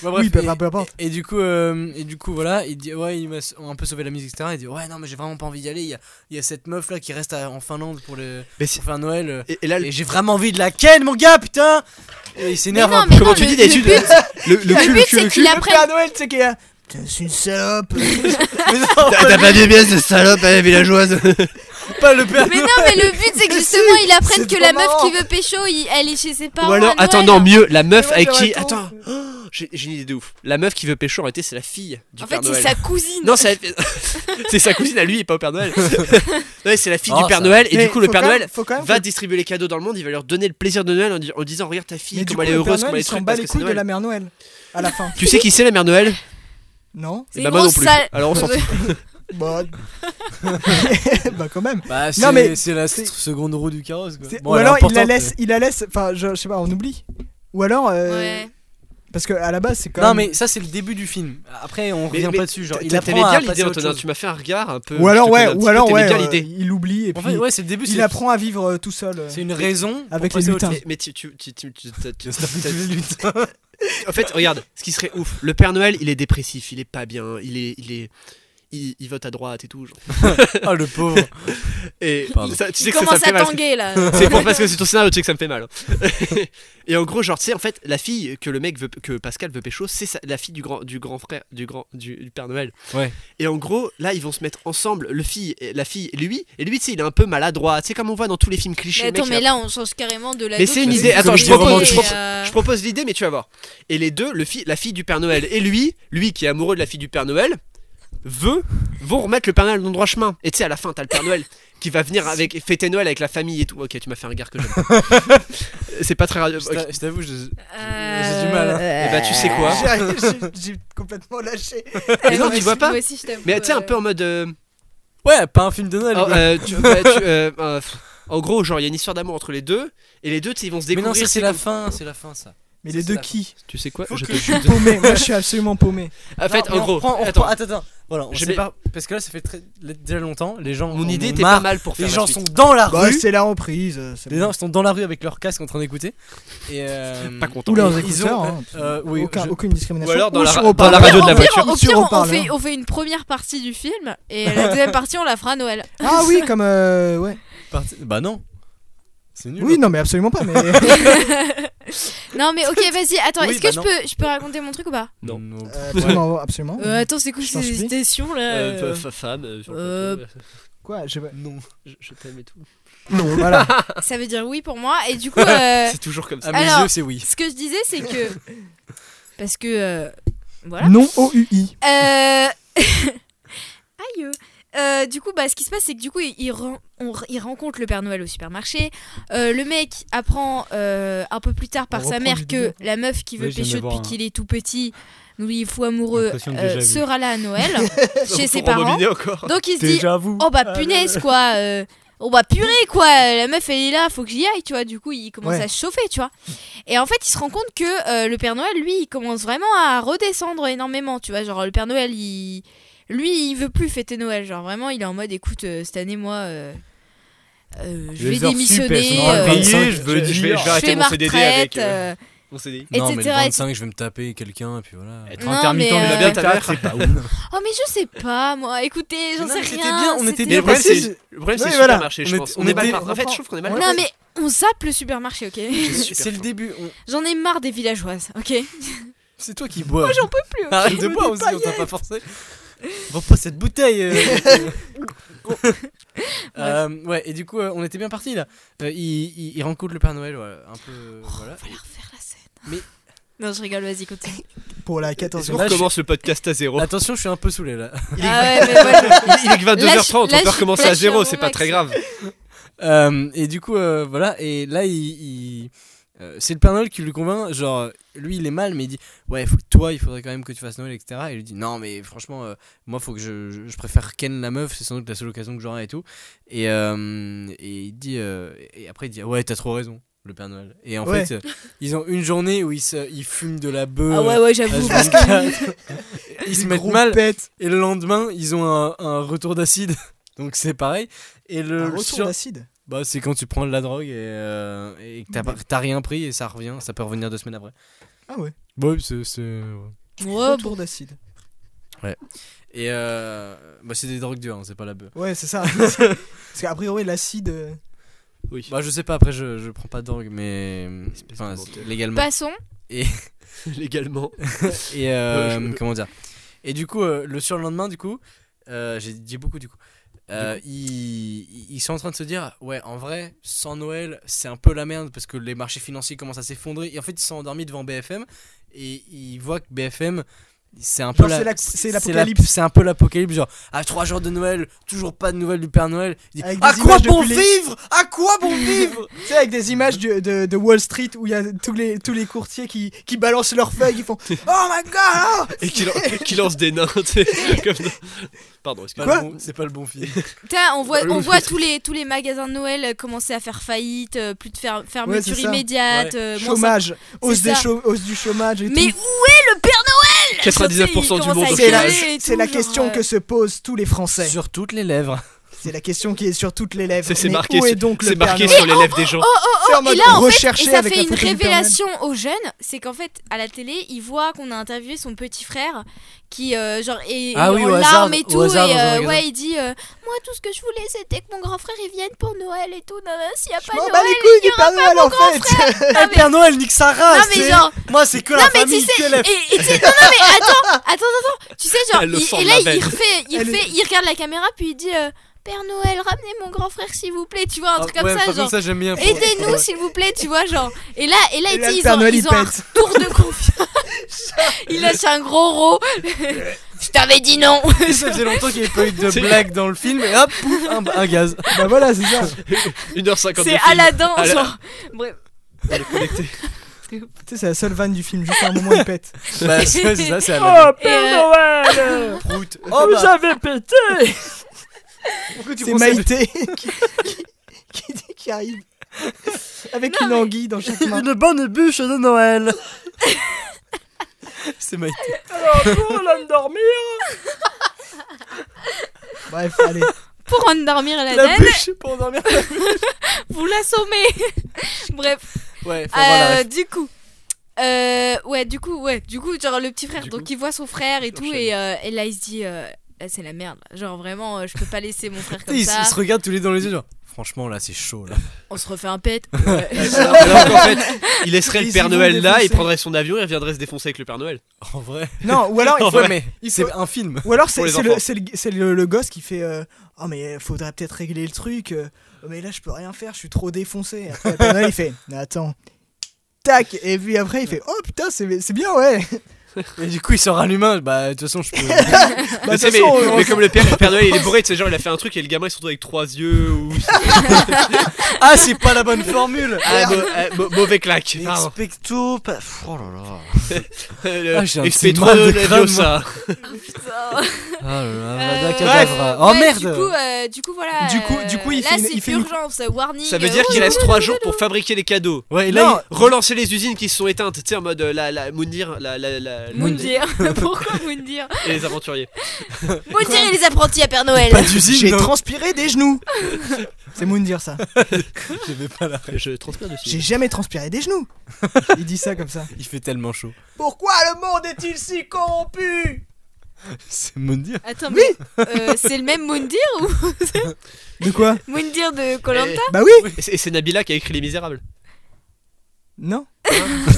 Bah, bref,
Oui, peu
et-
peu importe.
Et du coup, euh, et du coup, voilà, il dit, ouais, il m'a s- un peu sauvé la musique, etc. Il dit, ouais, non, mais j'ai vraiment pas envie d'y aller. Il y a, il y a cette meuf là qui reste à- en Finlande pour, le,
Mais si-
pour faire Noël. euh,
Et, et là, le,
Et j'ai vraiment envie de la ken, mon gars, putain Et il s'énerve.
Mais non,
un peu.
mais
comment tu
le-
dis
le
d'études
but-
le, le
Le
cul,
but
le cul,
c'est
le
qu'il
cul.
Le
apprenne.
Père Noël, tu sais qu'il y a. T'es une salope.
T'as t'as pas bien bien cette salope, elle est villageoise.
pas le père.
Mais non, mais le but c'est que justement
si,
il apprenne
c'est
que
trop
la meuf
marrant.
qui veut pécho, il- elle est chez ses parents.
Ou alors,
à Noël. hein.
attends, non, mieux, la meuf
ouais,
avec qui.
j'aurais
Attends, oh, j'ai j'ai une idée de ouf. La meuf qui veut pécho en réalité, c'est la fille du
En
Père
fait, c'est
Noël.
sa cousine.
Non, c'est c'est sa cousine à lui et pas au Père Noël. non, mais c'est la fille
Oh,
du Père
ça-
Noël et
Mais
du coup, le
faut
Père
quand
Noël
même- faut quand même-
va distribuer les cadeaux dans le monde. Il va leur donner le plaisir de Noël en, dis- en disant Regarde ta fille,
Mais du
comment
coup,
elle est
le Père Noël,
heureuse, comment elle est
il s'en
truc,
bat
parce
les
que c'est
couilles de
Noël.
la mère Noël à la fin.
Tu sais qui c'est la mère Noël
Non
C'est
Bah,
une
moi non
grosse
plus.
sale.
Alors on s'en fout.
Bah, bah quand même.
Bah,
Non, mais-
c'est c'est la s- seconde roue du carrosse. Quoi.
C'est-
Bon,
Ou
elle est
alors il la
importante,
laisse, il la laisse. Enfin, je, je sais pas, on oublie. Ou alors, euh,
Ouais.
parce que à la base c'est quand
Non,
même.
mais ça, c'est le début du film. Après, on
Mais-
revient
mais
pas dessus. Genre,
T'a-
il
T'avais
apprend
bien
à passer
l'idée,
à autre
Antonin.
chose.
Tu m'as fait un regard un peu.
Ou alors
euh, je te
ouais,
connais un petit
ou
peu,
alors
t'aimais
ouais,
bien
euh,
l'idée.
il oublie et
En
puis
fait, ouais, c'est le début.
il apprend à vivre euh, tout seul. euh.
C'est une raison. pour
Avec les
passer à autre
lutins.
Mais- Mais tu. tu- tu- tu- tu- t'as- tu- t'as-
chose.
En fait, regarde, ce qui serait ouf, le Père Noël, il est dépressif, il est pas bien, il est, il est, il, il vote à droite et tout. genre.
Ah, le pauvre.
Et
Pardon.
ça- tu
Il
sais que ça, ça me
commence
fait
à
mal.
tanguer là.
C'est pour- parce que c'est ton scénario, tu sais que ça me fait mal. hein. et en gros, genre, tu sais, en fait, la fille que le mec veut, que Pascal veut pécho, c'est sa- la fille du grand, du grand frère, du grand, du, du Père Noël.
Ouais.
Et en gros, là, ils vont se mettre ensemble, le fille, et- la fille, et lui, et lui, tu sais, il est un peu maladroit, tu sais, comme on voit dans tous les films clichés.
Mais
le mec,
attends,
il a
mais là on change carrément de la. euh,
Mais c'est une idée. Attends, je
comédie
propose, je
romantique.
propose- je propose l'idée, mais tu vas voir. Et les deux, le fi- la fille du Père Noël et lui, lui qui est amoureux de la fille du Père Noël, veut, vont remettre le Père Noël dans le droit chemin. Et tu sais, à la fin, t'as le Père Noël qui va venir avec fêter Noël avec la famille et tout. Ok, tu m'as fait un regard que j'aime. pas. c'est pas très radio.
Je
ok.
t'a- je t'avoue, je-
euh,
j'ai du mal, hein.
Eh bah, tu sais quoi
J'ai- j'ai- J'ai complètement lâché.
Mais non, tu vois pas. Mais tu sais, un peu en mode. euh,
Ouais, pas un film de Noël.
oh,
quoi.
euh, tu- bah, tu- euh, euh, en gros, genre, il y a une histoire d'amour entre les deux. Et les deux, tu sais, ils vont se
Mais
découvrir.
non, ça, c'est
c'est
la
comme-
fin. C'est la fin, ça.
Mais les
Ça,
deux
c'est la
qui
Tu sais quoi
Faut
Je te
que-
tue.
Paumé. Moi je suis absolument paumé.
En fait,
Non,
en
mais on
gros.
reprend- on
attends,
reprend- attends, attends. Voilà, on
Je
sait
mets-
pas- Parce que là, ça fait très- déjà longtemps. Les gens.
mon
en
idée
ont
était
marre.
pas mal pour faire
Les
la
gens
suite.
sont dans la
Bah,
rue.
c'est la reprise. euh, c'est
Les
bon.
gens sont dans la rue avec leur casque en train d'écouter. Et euh,
Pas content.
Ou leurs
Ils- ils
écouteurs.
ont-
hein.
euh, oui,
Aucun-
je-
Aucune discrimination.
Ou alors dans la
sur hein.
ra- dans
haut-parleur.
la radio de la
au pire,
Ou
au
sur
pire, on,
haut-parleur.
hein.
fait, on fait une première partie du film et la deuxième partie on la fera à Noël.
Ah oui, comme euh, ouais.
parti- Bah non. C'est nul. hein.
Oui, non, mais absolument pas. Mais euh,
Non mais ok vas-y attends
Oui,
est-ce que
bah
je
non.
peux je peux raconter mon truc ou pas
Non.
Euh, absolument, absolument.
Euh, Attends c'est quoi
Je t'en
ces
supplie.
hésitations là
Euh,
euh,
fa- fa- femme, euh, sur le
euh,
plateau, ouais.
Quoi je...
Non.
je, je t'aime et tout.
Non, voilà.
Ça veut dire oui pour moi et du coup euh,
C'est toujours comme ça.
À mes
Alors-
yeux, c'est oui.
ce que je disais c'est que parce que euh, voilà.
Non OUI.
Euh... Aïe. euh. Euh, du coup, bah, ce qui se passe, c'est que du coup, il, il ren- on re- il rencontre le Père Noël au supermarché. Euh, le mec apprend euh, un peu plus tard par
On
sa
reprend
mère
du
que
début.
la meuf qui veut
Oui, j'aime
pécho
bien voir
depuis
un-
qu'il est tout petit, nous il est fou amoureux,
L'impression de
euh,
déjà vu.
sera là à Noël euh, chez ses parents.
encore.
Donc il se dit,
Déjà vous.
oh bah
Ah,
punaise quoi, euh, oh bah purée quoi, euh, la meuf elle est là, faut que j'y aille, tu vois. Du coup, il commence
Ouais.
à se chauffer, tu vois. Et en fait, il se rend compte que euh, le Père Noël, lui, il commence vraiment à redescendre énormément, tu vois. Genre, le Père Noël, il. Lui, il veut plus fêter Noël. Genre, vraiment, il est en mode, écoute, euh, cette année, moi, euh, euh, je vais
Les heures
démissionner.
sup, elles sont
euh,
réveillées, je
je
veux
vais-
dire.
je vais
je
arrêter
fais
mon
ma
CDD
retraite.
avec, euh,
euh,
On s'est dit.
Non, mais le
etc.,
25, je vais me taper quelqu'un, et puis voilà.
Être
Non,
intermittent
mais, euh,
du
Bien
ta mère.
spectacle, c'est pas ouf.
Oh, mais je sais pas, moi. Écoutez, j'en
Mais non,
sais
mais c'était
rien.
bien, on était
c'était-
Mais le
bien.
problème,
Après,
c'est
c'est-
le problème,
Oui,
c'est le
voilà.
supermarché, je
On
pense.
était-
On
on
est mal
était-
parti. En fait, je trouve qu'on est mal
Non,
parti.
mais on zappe le supermarché, ok
super
C'est le
fort.
début. on-
J'en ai marre des villageoises, ok
C'est toi qui bois.
J'en peux plus, ok
Ah.
Arrête de boire aussi, on t'a pas forcé. Vends pas cette bouteille. euh. Euh, ouais, et du coup, euh, on était bien partis là. Euh, il, il- il rencontre le Père Noël, voilà, un peu. euh, voilà.
On va la refaire la scène.
Mais-
Non, je rigole, vas-y, continue.
Pour la 14
Est-ce qu'on Là, je- recommence
le podcast à zéro.
Attention, je suis un peu saoulé là.
Ah ouais, mais voilà.
Il est que 22h30,
là,
on peut
je-
recommencer
là,
à
je suis à
zéro,
mon
c'est pas
max.
très grave.
Euh, et du coup, euh, voilà, et là, il. il- euh, c'est le Père Noël qui lui convainc, genre, euh, lui il est mal, mais il dit Ouais, faut- toi il faudrait quand même que tu fasses Noël, etc. Et il lui dit Non, mais franchement, euh, moi faut que je, je- je préfère Ken la meuf, c'est sans doute la seule occasion que j'aurai et tout. Et, euh, et il dit euh, Et après il dit Ouais, t'as trop raison, le Père Noël. Et en
Ouais.
fait, euh, ils ont une journée où ils, se- ils fument de la beuh.
Ah ouais, ouais,
euh,
j'avoue. parce que-
H24. ils se mettent
gros
mal,
pète.
et le lendemain ils ont un, un retour d'acide, donc c'est pareil. Et le
Un retour
sur-
d'acide.
bah, c'est quand tu prends de la drogue et, euh, et que t'as, pas- t'as rien pris et ça revient, ça peut revenir deux semaines après.
Ah ouais.
Bah oui, c'est. c'est-
Ouais,
ouais.
bon.
Retour d'acide.
Et euh, bah, c'est des drogues dures, hein, c'est pas la beuh.
Ouais, c'est ça. Parce qu'a priori l'acide. euh,
Oui.
Bah, je sais pas, après, je, je prends pas de drogue, mais.
Espèce
Enfin,
de menteur.
c'est- légalement.
Passons.
Légalement.
Et euh,
Ouais, je-
comment dire Et du coup, euh, le surlendemain, du coup, euh, j'ai dit beaucoup du coup. Euh, ils, ils sont en train de se dire ouais en vrai sans Noël c'est un peu la merde parce que les marchés financiers commencent à s'effondrer et en fait ils sont endormis devant BFM et ils voient que BFM c'est un peu
Genre, c'est la- c'est
c'est
l'apocalypse.
la- c'est un peu l'apocalypse genre à trois jours de Noël toujours pas de nouvelles du Père Noël Ils disent,
Avec des
à quoi
images de
bon
culé.
vivre à quoi bon vivre
Tu sais, avec des images du- de, de Wall Street où il y a tous les, tous les courtiers qui, qui balancent leurs feuilles, qui font Oh my god oh
Et qui, lan- qui lance des nains, tu sais, comme dans- Pardon,
C'est pas
excuse-moi.
Quoi
le bon- c'est pas le bon film
Putain, on voit,
Ah oui.
on voit tous, les, tous les magasins de Noël euh, commencer à faire faillite, euh, plus de fer- fermeture
c'est ça.
immédiate. euh, moins
Chômage, hausse,
C'est
des
ça.
chau- hausse du chômage et
ça- Mais où est
tout.
le Père Noël
99%
Je sais,
du
il
monde au
commence à
C'est la,
chômage.
gueuler et
c'est
tout,
la
genre,
question
euh,
que se posent tous les Français.
sur toutes les lèvres
C'est la question qui est sur toutes les lèvres.
C'est- C'est
Mais
marqué,
où est
sur-
donc le
c'est marqué
Père Noël
sur les lèvres des gens.
C'est en mode
là, en fait,
recherché
Oh, Et ça
avec la
fait une
photo du Père Noël.
révélation aux jeunes, c'est qu'en fait, à la télé, ils voient qu'on a interviewé son petit frère qui, euh, genre, est
Ah
est en
oui, au
larmes
hasard,
et
au
tout.
hasard,
et
dans un
euh,
magasin.
ouais, il dit euh, Moi, tout ce que je voulais, c'était que mon grand frère il vienne pour Noël et tout. Non, non, s'il n'y a pas
Je m'en
Noël.
bats bah, les couilles du Père Noël en fait
non, mais-
Eh, Père Noël nique sa
non,
race
mais genre,
moi c'est que
non, mais tu sais, et, et tu sais- non, non, mais attends, attends, attends, tu sais, genre,
Elle le
il-
sent
et
de
là,
la
il
veine.
refait, il,
Elle
refait, il regarde la caméra, puis il dit euh, Père Noël, ramenez mon grand frère, s'il vous plaît, tu vois,
Ah,
un truc comme ça, genre,
ça j'aime bien
aidez-nous, s'il vous plaît, tu vois, genre, et là, et là,
Et
tu
là,
sais,
le
ils
Père
ont,
Noël,
ils
il
ont un
pète.
retour de confiance, il lâche un gros rot, je t'avais dit non,
ça faisait longtemps qu'il n'y avait pas eu de blague dans le film et hop pouf, un, un gaz
Bah voilà, c'est ça.
1h50 de
c'est
film.
Aladdin,
Ala-
genre, bref,
Tu sais, c'est la seule vanne du film, juste à un moment il pète.
bah c'est c'est ça c'est à la
et, euh,
Prout. Oh, bah.
C'est Maïté qui, qui- qui dit qu'il arrive. Avec une anguille dans chaque main.
Une bonne bûche de Noël C'est Maïté. Oh,
Bref, allez.
pour endormir la, naine,
bûche pour dormir.
vous l'assommez, bref,
Ouais, faut avoir la
Euh,
ref.
du coup. Euh, ouais, du coup, ouais, du coup, genre le petit frère,
Du
donc
coup.
il voit son frère et tout,
Enchaîne.
et, euh, et là il se dit, euh, Là, c'est la merde, là. genre vraiment, euh, je peux pas laisser mon frère comme
Ils,
ça,
ils se regardent tous les deux dans les yeux genre franchement là c'est chaud là.
on se refait un pet.
Alors, alors qu'en fait, il laisserait le
Ils
Père
y vont
Noël là, il
défoncer.
prendrait son avion et reviendrait se défoncer avec le Père Noël.
En vrai.
Non, ou alors il
En
faut
vrai.
mais
il
c'est
faut-
un film.
Ou alors
Pour
c'est
les
c'est le,
enfants.
c'est le, c'est le- le gosse qui fait euh, Oh, mais faudrait peut-être régler le truc. euh, mais là, je peux rien faire, je suis trop défoncé. Et Après, le Père Noël, il fait Attends. Tac. Et puis après, il fait Oh putain, c'est c'est bien, ouais.
Et du coup ils sort un humain bah de toute façon je peux
Bah, de toute
Tu sais, mais,
façon, on-
mais comme le Père, le Père Noël il est bourré, tu sais, genre il a fait un truc et le gamin il se retrouve avec trois yeux ou.
Ah, c'est pas la bonne formule.
Ah, mo- ah, mo- mauvais claque. Pardon.
Expecto pa- Pff, Oh là là.
Euh,
Ah, j'ai un petit
FP3
mal de
de
crâne,
Leviosa.
Ah là là,
Euh,
Abracadabra. Oh
ouais,
merde.
Du coup, euh, du coup, voilà.
Du coup- du
euh,
coup, il
là,
fait une-
c'est
il fait une-
urgence, warning.
Ça veut dire
euh,
qu'il reste 3 jours pour fabriquer les cadeaux.
Ouais, et
Non,
là,
Relancer les usines qui se sont éteintes, tu sais, en mode euh, la, la Mounir, la, la, la-
Moundir. Pourquoi Moundir
et les aventuriers.
Moundir et les apprentis à Père Noël.
il- pas d'usine.
J'ai
non.
transpiré des genoux. c'est Moundir ça.
J'avais pas la-
Je transpire
J'ai
dessus.
jamais transpiré des genoux. Il dit ça comme ça.
Il fait tellement chaud.
Pourquoi le monde est-il si corrompu
C'est mon dire.
Attends,
Oui.
mais euh, c'est le même Moundir ou
De quoi
Moundir de Colanta
Bah oui.
Et c'est- et c'est Nabila qui a écrit Les Misérables.
Non.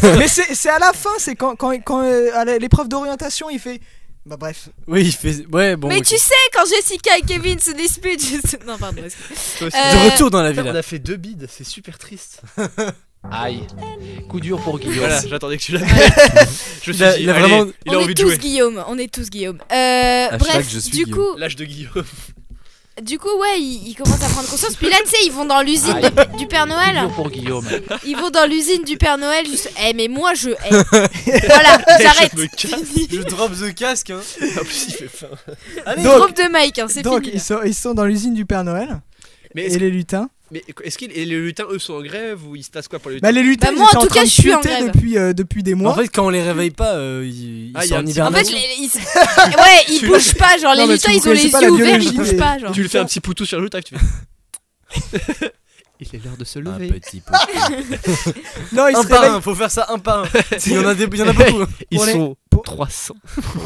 Mais c'est c'est à la fin, c'est quand, quand, quand euh, à l'épreuve d'orientation, il fait. Bah bref.
Oui, il fait. Ouais, bon.
Mais
ok.
tu sais, quand Jessica et Kevin se disputent, je sais- non, pardon. excuse-
Toi aussi.
Euh,
De retour dans la
On
villa.
a fait deux bides, c'est super triste.
Aïe. Coup dur pour Guillaume.
Voilà, j'attendais que tu l'appelles. Je me
Il a-
suis dit,
il a
allez,
vraiment-
il a
on
envie
est
de
tous
jouer.
Guillaume, on est tous Guillaume. Euh, bref,
je suis
du coup,
L'âge de Guillaume.
du coup, ouais, ils, ils commencent à prendre conscience. Puis là, tu sais, ils vont dans l'usine de- du Père Noël.
Dur pour Guillaume.
Ils vont dans l'usine du Père Noël juste. Eh, mais moi je hais. voilà, j'arrête.
Je me casse.
Je drop the casque. Hein.
En plus, il fait faim.
Groupe de Mike, hein, c'est
donc
fini.
ils, sont, ils sont dans l'usine du Père Noël
Mais
et
est-ce
les lutins.
mais est-ce qu'il et les lutins eux sont en grève ou il se passe quoi pour les lutins
Bah les lutins,
Bah,
ils
moi, en
étaient en
tout
train
cas,
de
je suis en
fuiter
grève.
depuis, euh, depuis des mois.
En fait, quand on les réveille pas, euh, ils, ils
Ah, il y
sont
a un
en
petit-
En
hibernation.
fait, les- ils, ouais, ils bougent pas. Genre, les
Non, mais
lutins,
tu
ils ont
connais
les
pas la
yeux ouverts,
biologie
ils bougent
des-
pas. Genre.
Tu lui fais un petit poutou sur le joue, tu fais. Il est l'heure de se
Un
lever.
petit peu.
non, ils
un
se
par
réveillent.
un, faut faire ça un par un. Il y en a, des, il y en a beaucoup.
Ils
Pour les-
sont
pour-
300.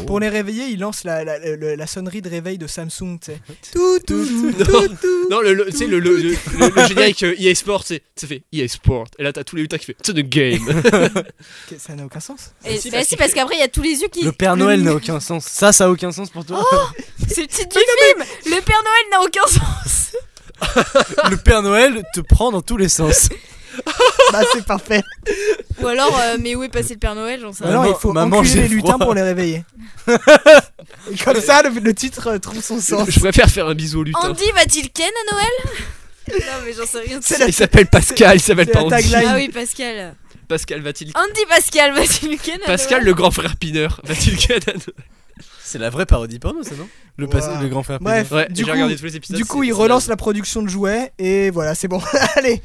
Pour les réveiller, il lance la, la- la- la sonnerie de réveil de Samsung, tu sais. Tout, tout, tout,
Non.
tout, tout.
Non, le, le- tu sais, le, le, le, le- le générique euh, EA Sport, c'est ça fait EA Sport. Et là, t'as tous les ultras qui fait To the game.
Que- Ça n'a aucun sens.
Et, bah, si, parce qu'après, il y a tous les yeux qui.
Le Père Noël n'a aucun sens. Oh. Ça, ça a aucun sens pour toi.
C'est le titre du film Le Père Noël n'a aucun sens
le Père Noël te prend dans tous les sens.
Bah, c'est parfait.
Ou alors, euh, mais où est passé le Père Noël J'en sais
Ou Alors,
Maman-
il faut
maman,
enculer
j'ai
les lutins
froid.
pour les réveiller. Et Comme ça, le, le titre euh, trouve son sens.
Je préfère faire un bisou au
rien.
lutin.
Andy va-t-il Ken à Noël Non, mais j'en sais rien.
C'est la-
Il s'appelle Pascal, il s'appelle
c'est
pas
la
Andy.
tagline.
Ah oui, Pascal.
Pascal va-t-il.
Andy Pascal va-t-il Ken à
Pascal,
Noël
le grand frère pineur, va-t-il canon
C'est la vraie parodie porno, ça, non Le, passé,
Ouah.
le grand frère.
Bref,
Ouais,
du
j'ai
coup,
regardé tous les épisodes.
du coup, il relance la production de jouets et voilà, c'est bon. Allez,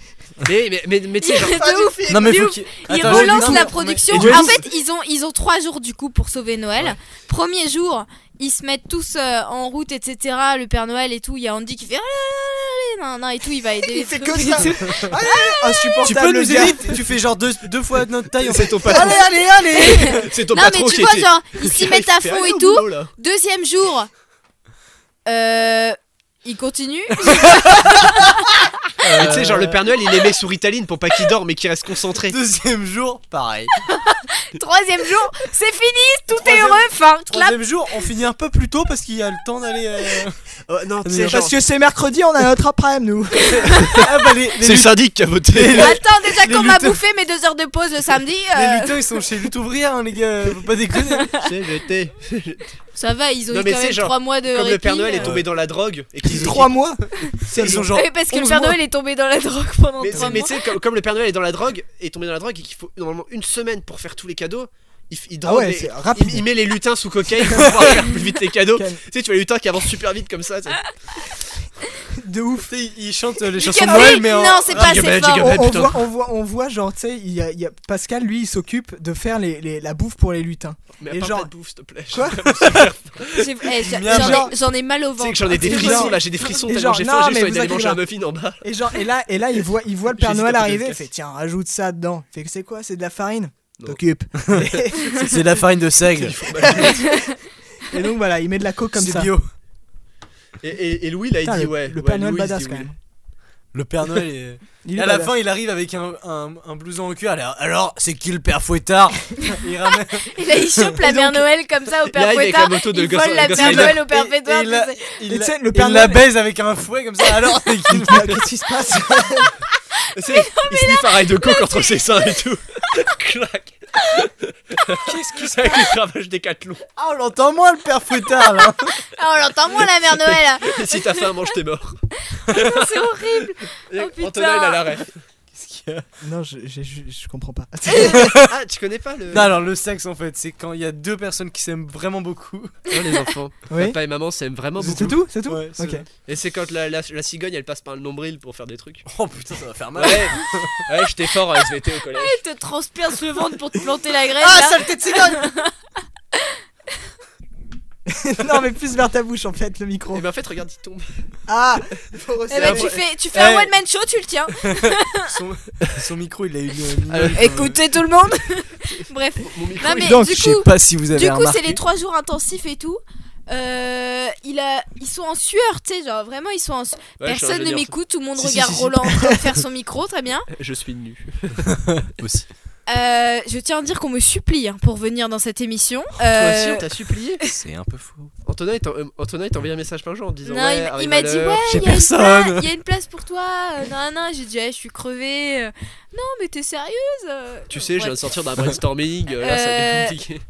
Mais, mais, mais, mais tu sais, genre,
Il est
fin
de
du
ouf.
Non, mais
De
faut
ouf.
qu'il.
Ils
Attends,
relancent
non,
la
mais-
production.
Et du
En
coup,
fait, ils ont, ils ont trois jours du coup pour sauver Noël. Premier jour, ils se mettent tous euh, en route, etc. Le Père Noël et tout. Il y a Andy qui fait Ah, allez, allez, allez, non, non, et tout. Il va aider. les
il fait
trucs
que
et
ça.
tout.
Allez, insupportable.
Tu peux
le
nous
gars.
aider Tu fais genre deux, deux fois notre taille en fait.
c'est ton patron,
Allez, allez, allez.
c'est ton
Non, mais
patron
tu
qui
vois,
était-
genre, ils s'y
qui
mettent à
fait
fond
aller
et
au
tout.
boulot, là.
Deuxième jour, euh, il continue.
Et Tu sais, genre, le Père Noël, il les met sous Ritaline pour pas qu'il dorme mais qu'il reste concentré.
Deuxième jour, pareil.
Troisième jour, c'est fini, tout est hein.
Troisième-
heureux. Fin, clap.
Troisième jour, on finit un peu plus tôt parce qu'il y a le temps d'aller. euh,
Oh, non, tu
Mais
sais, genre.
Parce que c'est mercredi, on a notre après-midi, nous.
Ah bah les, les,
C'est le syndic qui a voté.
Attends, déjà
les
qu'on m'a
lutins-
bouffé mes deux heures de pause le samedi,
les
euh,
lutins ils sont chez Lutte Ouvrière, hein, les gars, faut pas déconner.
C'est voté.
ça va, ils ont
Non,
eu
mais
quand
c'est
même
genre,
trois mois de
Comme le Père
répit,
Noël
euh.
est tombé dans la drogue et qu'ils
Trois mois.
Ils sont genre.
Oui, parce que le
11
Père
mois.
Noël est tombé dans la drogue pendant
Mais,
trois
mais
mois.
tu sais, comme, comme le Père Noël est dans la drogue, est tombé dans la drogue et qu'il faut normalement une semaine pour faire tous les cadeaux, il, f- il
Ah
drogue
ouais,
les-
c'est
il,
rapide.
il met les lutins sous cocaïne pour pouvoir faire plus vite les cadeaux. tu
Calme.
sais, tu vois les lutins qui avancent super vite comme ça. tu sais.
De ouf. Tu sais, Ils chantent euh, les
Du
chansons de
café,
Noël, mais en.
Non, c'est pas
Jingle
assez
bell,
fort.
jingle
On,
Ouais,
on
putain.
voit, on voit, on voit, genre, tu sais, il y a- il y a- Pascal, lui, il s'occupe de faire les- les- la bouffe pour les lutins.
Mais
Et
parle
genre-
pas de bouffe, s'il te plaît.
Quoi
J'ai- eh, j'a-
Bien,
j'en
genre-
ai- J'en ai mal au
Tu
ventre.
sais que j'en ai des
Et
frissons
genre-
là, j'ai des frissons
et
tellement
genre,
j'ai
non,
faim, j'ai
mais
faim
vous
d'aller manger un
inquiétez
muffin en bas.
Et genre, et là, et là, il voit, il voit le Père
J'hésite
Noël
à
arriver.
faire
Il
ce
fait tiens, rajoute ça dedans. Il fait c'est quoi C'est de la farine.
Non.
T'occupes.
C'est de la farine de seigle.
et donc voilà, il met de la coke comme ça.
C'est bio.
Et, et- et Louis là il
Putain,
dit
le,
ouais.
le
ouais,
Père Noël
Louis, il dit
badass quand
oui.
même.
Le Père Noël est.
Il
Et
est
à la
badass.
fin, il arrive avec un, un, un blouson au cuir. Alors, alors, c'est qui le père fouettard il ramène...
Et là, il chope la mère Noël comme ça au
Il
Père
arrive avec
Fouettard.
la moto de
Il
Ghost-
vole la
Ghost
Père
Rider.
Noël au Père
Et- et
Fouettard.
il a-
c'est-
il,
Et tu
la-
sais, le
il
Père
la
Noël.
baise avec un fouet comme ça. Alors, c'est qui le père
Qu'est-ce qui se passe
Tu sais, Il se sniffe un rail de coke entre ses seins et tout. Clac. Qu'est-ce qui se passe Avec les cravages des Cathlon.
Ah, on l'entend moins le père fouettard là.
Ah, on l'entend moins la mère Noël. là.
Et si t'as faim, mange tes morts.
Non, C'est horrible.
Et
Oh, putain.
Antonin il a l'arrêt.
Qu'est-ce qu'il y a
Non, je, je, je- je comprends pas.
Ah, tu connais pas le.
Non, alors le sexe en fait, c'est quand il y a deux personnes qui s'aiment vraiment beaucoup.
Oh, les enfants.
oui.
Papa et maman s'aiment vraiment beaucoup.
C'est tout, c'est tout.
Ouais, c'est
ok.
vrai.
Et c'est quand la, la, la cigogne elle passe par le nombril pour faire des trucs.
Oh putain, ça va faire mal.
Ouais, ouais j'étais fort à SVT au collège.
Il te transperce le ventre pour te planter la graisse.
Ah,
là.
saleté de cigogne Non, mais plus vers ta bouche en fait, le micro.
Et ben en fait, regarde, il tombe.
Ah Eh Faut
Eh
resserrer.
ben, tu fais, tu fais un
Eh.
one man show, tu le tiens.
Son, son micro, il a une. une-
Ah,
une-
Écoutez tout le monde. Bref.
Mon micro.
Non mais
Euh, Donc,
du
je sais
coup,
pas si vous avez
Du coup,
remarqué.
c'est les trois jours intensifs et tout. Euh, il a, ils sont en sueur, tu sais, genre vraiment ils sont en sueur.
Ouais, je suis
Personne ne
ingénieur.
m'écoute, tout le monde
Si, si,
regarde
si, si.
Roland en train de faire son micro, très bien.
Je suis nu.
Aussi.
Euh, je tiens à dire qu'on me supplie hein, pour venir dans cette émission.
Toi
Euh,
aussi, on t'a supplié.
C'est un peu fou.
Antonin, il t'en- euh, Antonin, il t'a envoyé un message par jour en disant
non,
ouais,
il m'a- il
arrive
m'a
à
dit
l'heure.
ouais, il y, a une
personne.
place- il y a une place pour toi. euh, non, non, j'ai dit ouais, je suis crevée. euh, non, mais t'es sérieuse euh,
Tu sais, je viens
bref.
de sortir d'un brainstorming. euh, Là, ça devient
Euh,
compliqué.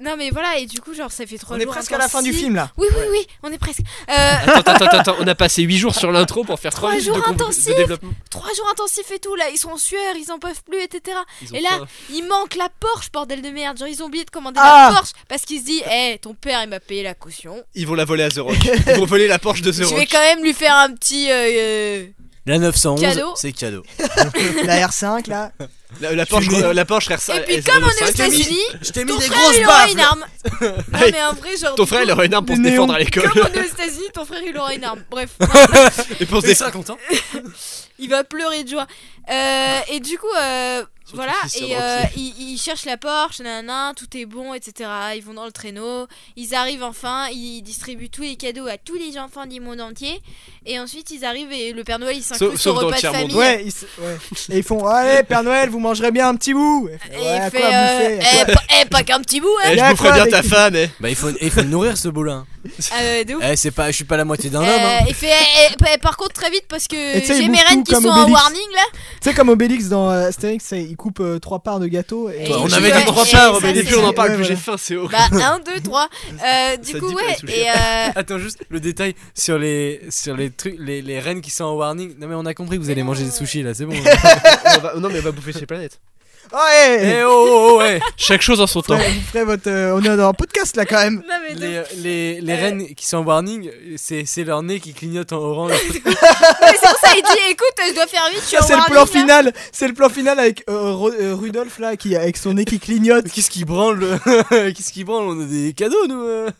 Non, mais voilà, et du coup, genre ça fait trois
On
jours.
est presque à la fin du
intensifs.
film là.
Oui, oui, oui, on est presque. Euh,
Attends, attends, attends, attends, on a passé 8 jours sur l'intro pour faire 3
Trois
minutes
jours
de, con-
intensifs.
de développement.
trois jours intensifs et tout, là, ils sont en sueur, ils en peuvent plus, etc.
Ils ont
Et là,
faim.
Il manque la Porsche, bordel de merde. Genre, ils ont oublié de commander
Ah
la Porsche parce qu'ils se disent Hé, ton père, il m'a payé la caution.
ils vont la voler à The Rock. Ils vont voler la Porsche de The
Je vais
Rock.
quand même lui faire un petit. euh, euh,
La 911,
Cadeau.
c'est cadeau.
La R5 là.
La, la Porsche,
Fumée.
euh, la Porsche RSA.
Et puis, comme on est aux États-Unis,
Je t'ai
ton frère, il aura une arme. Non, mais en vrai, genre.
Ton frère, il aurait une arme pour se
Des néons.
défendre à l'école.
Comme on est aux États-Unis, ton frère, il aura une arme. Bref,
Et pour se
Il
défendre.
sera content.
il va pleurer de joie. Euh, et du coup, euh, voilà,
Christian
et
Dropier.
euh, ils, ils cherchent la Porsche, nanana, tout est bon, etc. Ils vont dans le traîneau, ils arrivent enfin, ils distribuent tous les cadeaux à tous les enfants du monde entier, et ensuite ils arrivent et le Père Noël il
Sauf-
s'inclut
sauf
au
dans le
repas de
tiers-monde.
famille.
Ouais, ils, s- ouais. Et ils font Allez, Père Noël, vous mangerez bien un petit bout Et
Et
fait, Ouais,
il
à
fait
quoi
euh,
bouffer À
eh,
quoi-
pas- eh, pas qu'un petit bout, hein
Eh,
y
je
a
boufferais
quoi
bien
avec
ta
lui
femme, eh.
Bah, il faut, il faut nourrir ce boulin.
Ah ouais, de ouf.
Eh, c'est pas, je suis pas la moitié d'un homme.
Euh,
hein.
il fait eh, eh, pa- par contre très vite parce que
tu sais, il
j'ai mes
bouffe
reines
tout
qui
comme
sont en
Obélix.
warning là.
C'est comme Obélix dans euh, Astérix, c'est- il coupe euh, trois parts de gâteau. Et...
Toi,
On
Et
avait
ouais,
dit trois
et
parts,
ça,
mais
c'est-
depuis on en parle,
ouais,
plus j'ai
voilà.
faim, c'est horrible.
Bah 1, 2, 3. Du
Ça
coup
dit pas
ouais.
les toucher.
Et euh,
Attends juste le détail sur les sur les trucs les, les rennes qui sont en warning. Non mais on a compris que vous allez manger des sushis là, c'est bon.
On va- non, mais on va bouffer chez Planète.
Ouais,
Eh oh, oh, oh, eh.
Chaque chose en son temps.
Ouais, vous ferez votre. euh, on est dans un podcast là quand même.
non mais de
Les, les,
Eh.
les rennes qui sont en warning, c'est c'est leur nez qui clignote en orange.
Eh,
Mais c'est pour ça, il dit écoute, je dois faire vite, je suis
Ça
en
c'est le
warning,
plan
là.
final. C'est le plan final avec euh, Ro- euh, Rudolf là qui avec son nez qui clignote.
Qu'est-ce qui branle Qu'est-ce qui branle On a des cadeaux nous. euh.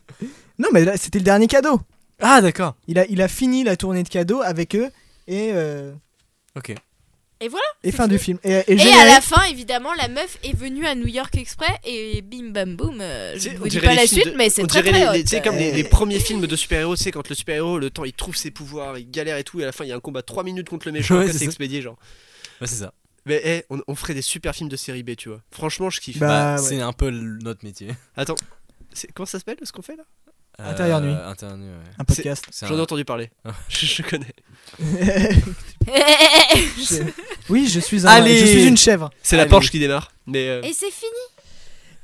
Non mais là c'était le dernier cadeau.
Ah d'accord.
Il a, il a fini la tournée de cadeaux avec eux et. euh,
Ok.
Et voilà,
Et fin du film. Et, et
Et à
générique.
la fin, évidemment, la meuf est venue à New York exprès et bim bam boum. euh, je
Tu sais,
ne
on
vous dis
dirait
pas
les
la
films
suite,
de-
mais c'est
on
très
dirait
très euh.
les-
hot.
les- Tu sais, comme les, les premiers films de super-héros, c'est quand le super-héros, le temps, il trouve ses pouvoirs, il galère et tout, et à la fin, il y a un combat 3 minutes contre le méchant,
Ouais,
après,
c'est
c'est
ça.
expédié, genre.
Bah, c'est ça.
Mais eh, on, on ferait des super films de série B, tu vois. Franchement, je kiffe.
Bah,
Bah,
ouais.
c'est un peu le- notre métier.
Attends, c'est- comment ça s'appelle ce qu'on fait là
Euh,
Intérieur nuit.
Intérieur nuit. Ouais.
Un podcast.
C'est
J'en ai
un-
entendu parler. je, je connais.
Je- oui, je suis un-
Allez.
je suis une chèvre.
C'est la
Allez.
Porsche qui démarre. Mais euh,
Et c'est fini.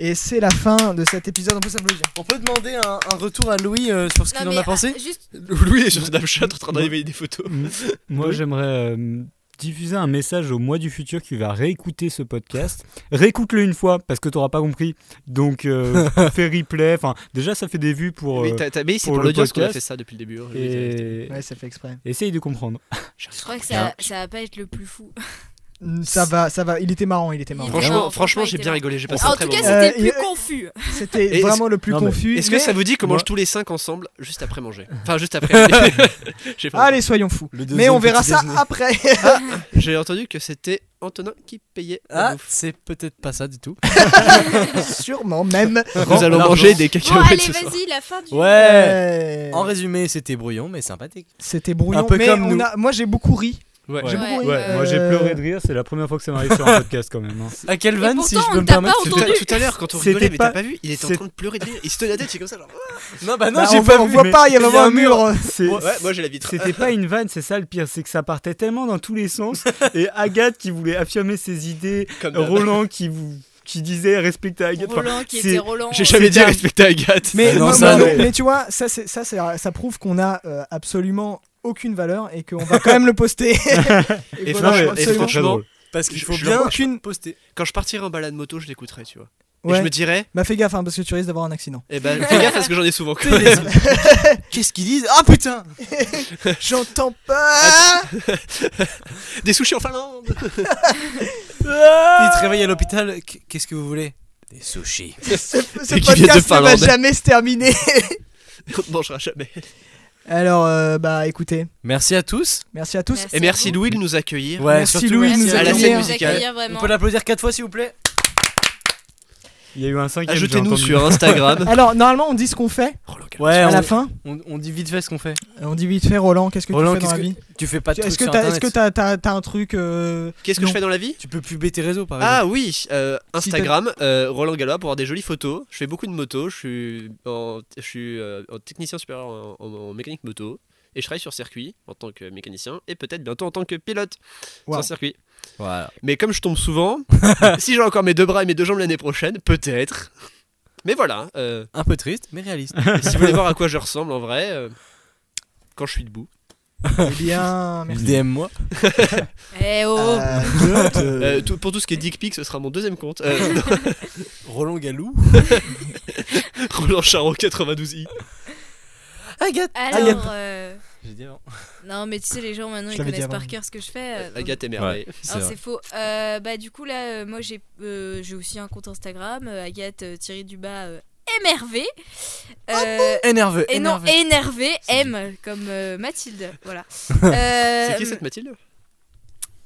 Et c'est la fin de cet épisode. On peut s'applaudir.
On peut demander un, un retour à Louis euh, sur ce
Non,
qu'il en
mais,
a pensé.
ah, juste-
Louis est sur Snapchat en train d'envoyer des photos.
Moi, j'aimerais euh, diffuser un message au mois du futur qui va réécouter ce podcast. Réécoute-le une fois parce que t'auras pas compris. Donc, euh, fais replay. Enfin, déjà, ça fait des vues pour.
Mais
euh,
t'as- t'as- mais c'est
pour
pour
le
l'audience qu'on a
podcast.
fait ça depuis le début. hein. Louis, t'as-
et...
Ouais, ça fait exprès.
Essaye de comprendre.
je crois que ça, ça va pas être le plus fou.
Mm, Ça va, ça va. Il était marrant, il était marrant.
était
Franchement,
marrant,
franchement
franchement,
j'ai
il était
bien
marrant.
rigolé. J'ai passé
en
un
tout
très
cas,
bon moment.
c'était
Euh,
plus
et-
confus.
C'était
est-ce-
vraiment le plus
non, mais
confus.
Est-ce que
mais-
ça vous dit comment
Moi-
je tous les 5 ensemble juste après manger Enfin, juste après. J'ai pas-
Allez, soyons fous.
Le
Mais
deuxième
on verra
petit
ça
déjeuner.
après.
J'ai entendu que c'était Antonin qui payait. la
Ah,
bouffe.
c'est peut-être pas ça du tout.
Sûrement même.
Nous allons
l'argent.
manger des
Bon,
cacahuètes
Oh, allez,
ce soir.
vas-y, la fin du.
Ouais.
Euh,
En résumé, c'était brouillon mais sympathique.
C'était brouillon.
Un peu
mais
comme
on
nous.
a- moi j'ai beaucoup ri.
Ouais.
Ouais.
Ouais,
Ouais,
euh,
moi j'ai
euh,
pleuré de rire, c'est la première fois que ça m'arrive sur un podcast quand même. hein.
À quelle
Et
vanne, si
pourtant,
je
on
peux me
t'a pas
permettre
Tout,
entendu.
tout à l'heure, quand on
C'était
rigolait, mais t'as
pas-
pas vu Il était en
c'est-
train de pleurer de rire. Il se tenait la tête, c'est comme ça. Genre. oh,
Non, bah non,
Bah,
j'ai
on
pas
voit- on
vu,
voit
mais-
pas, il y a vraiment un mur.
C'est-
Ouais, moi j'ai la vitre.
C'était pas une vanne, c'est ça le pire, c'est que ça partait tellement dans tous les sens. Et Agathe qui voulait affirmer ses idées,
Comme d'hab.
Roland qui, vous, qui disait respecter Agathe. Enfin,
Roland qui
c'est-
était Roland.
J'ai
euh,
jamais dit
dingue.
respecter Agathe.
Mais,
non,
moi-
ça,
moi-
non.
mais tu vois, ça, c'est- ça, c'est- ça prouve qu'on a euh, absolument aucune valeur et qu'on va quand même le poster.
Et
qu'on a
non, mais
franchement, et
c'est
absolument
très drôle.
Parce qu'il
je-
faut
je
bien
leur-
aucune.
poster.
Quand je partirai en balade moto, je l'écouterai, tu vois. Et
Ouais.
je me dirais,
Bah fais gaffe hein, parce que tu risques d'avoir un accident.
eh ben, fais gaffe parce que j'en ai souvent. quand même.
Qu'est-ce qu'ils disent Ah putain
J'entends pas.
Des sushis en Finlande.
Ah
Il te réveille à l'hôpital, qu- qu'est-ce que vous voulez Des sushis.
ce ce
qui vient de
podcast ne va
Finlande.
jamais se terminer.
On ne mangera jamais.
Alors euh, bah écoutez,
Merci à tous.
merci à tous.
Et merci
à vous.
Louis de nous accueillir.
Ouais,
Merci
surtout,
Louis de
Merci
nous
à la
beaucoup
scène
de nous
musicale.
accueillir,
On
vraiment.
peut l'applaudir quatre fois s'il vous plaît
Il y a eu un cinquième. j'ai
Ajoutez-nous
entendu. Oh,
sur Instagram.
Alors normalement on dit ce qu'on fait
Ouais,
à la
on,
fin.
on- on dit vite fait ce qu'on fait.
Euh, On dit vite fait Roland, qu'est-ce que
Roland,
tu fais dans
qu'est-ce
la
que-
vie
Tu fais pas de trucs
Est-ce que
sur
t'as est-ce
internet.
que t'as- t'as- t'as un truc euh,
Qu'est-ce que
Non.
je fais dans la vie
Tu peux publier tes réseaux par exemple.
Ah oui, euh,
Si
Instagram, euh, Roland Gallois pour avoir des jolies photos. Je fais beaucoup de moto, je suis, en, je suis euh, en technicien supérieur en, en- en mécanique moto. Et je travaille sur circuit en tant que mécanicien et peut-être bientôt en tant que pilote
Wow.
sur circuit.
Voilà.
Mais comme je tombe souvent, si j'ai encore mes deux bras et mes deux jambes l'année prochaine, peut-être. Mais voilà, euh,
Un peu triste, mais réaliste.
si vous voulez voir à quoi je ressemble en vrai, euh, quand je suis debout.
Eh bien, merci.
DM-moi.
Eh oh.
Euh,
Euh, tout- pour tout ce qui est dick pic, ce sera mon deuxième compte. Euh,
Roland Galou.
Roland Charo 92i.
Agathe.
Alors. euh,
J'ai dit avant.
Non, mais tu sais, les gens maintenant
Je
ils
l'avais dit
connaissent
avant.
par cœur ce que je fais. euh, donc-
Agathe est merveille.
Non, c'est faux. Euh, bah, du coup, là, euh, moi, j'ai euh, j'ai aussi un compte Instagram, euh, Agathe euh, Thierry Dubas, euh, MRV. Euh,
Énervé.
et non,
énervé.
énervé,
C'est
M, comme euh, Mathilde. Voilà. Euh,
C'est qui cette Mathilde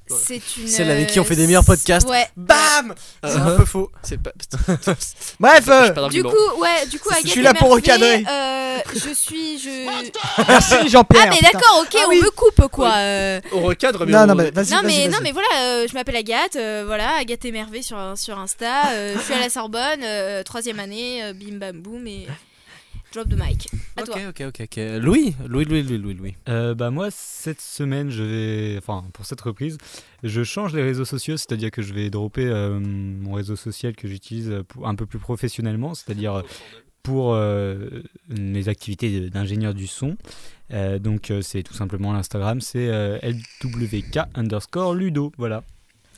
C'est une.
Celle avec qui on fait
euh,
des meilleurs podcasts. Bah,
Ouais.
Bam
Ah.
C'est un peu faux.
C'est pas.
Bref,
j'ai
euh,
pas
Du
d'argument.
coup, ouais, du coup,
Je
Agathe
suis là
et
pour
Murphy,
recadrer.
euh, je suis, je.
merci
Ah
Jean-Pierre.
mais
putain.
d'accord, ok,
Ah
on
oui.
me coupe quoi. euh.
On recadre, mais
Non,
on-
non, mais vas-y.
non
vas-y,
mais
vas-y.
non mais voilà, euh, je m'appelle Agathe, euh, voilà, Agathe émervée sur sur Insta. euh, je suis à la Sorbonne, euh, troisième année, euh, bim bam boum et drop de mic. À
Ok,
toi.
ok, ok, ok. Louis, Louis, Louis, Louis, Louis, Louis.
Euh, bah moi cette semaine je vais enfin pour cette reprise je change les réseaux sociaux c'est à dire que je vais dropper euh, mon réseau social que j'utilise euh, pour- un peu plus professionnellement c'est à dire pour euh, mes activités de- d'ingénieur du son Euh, donc euh, c'est tout simplement l'Instagram c'est euh, lwk underscore ludo voilà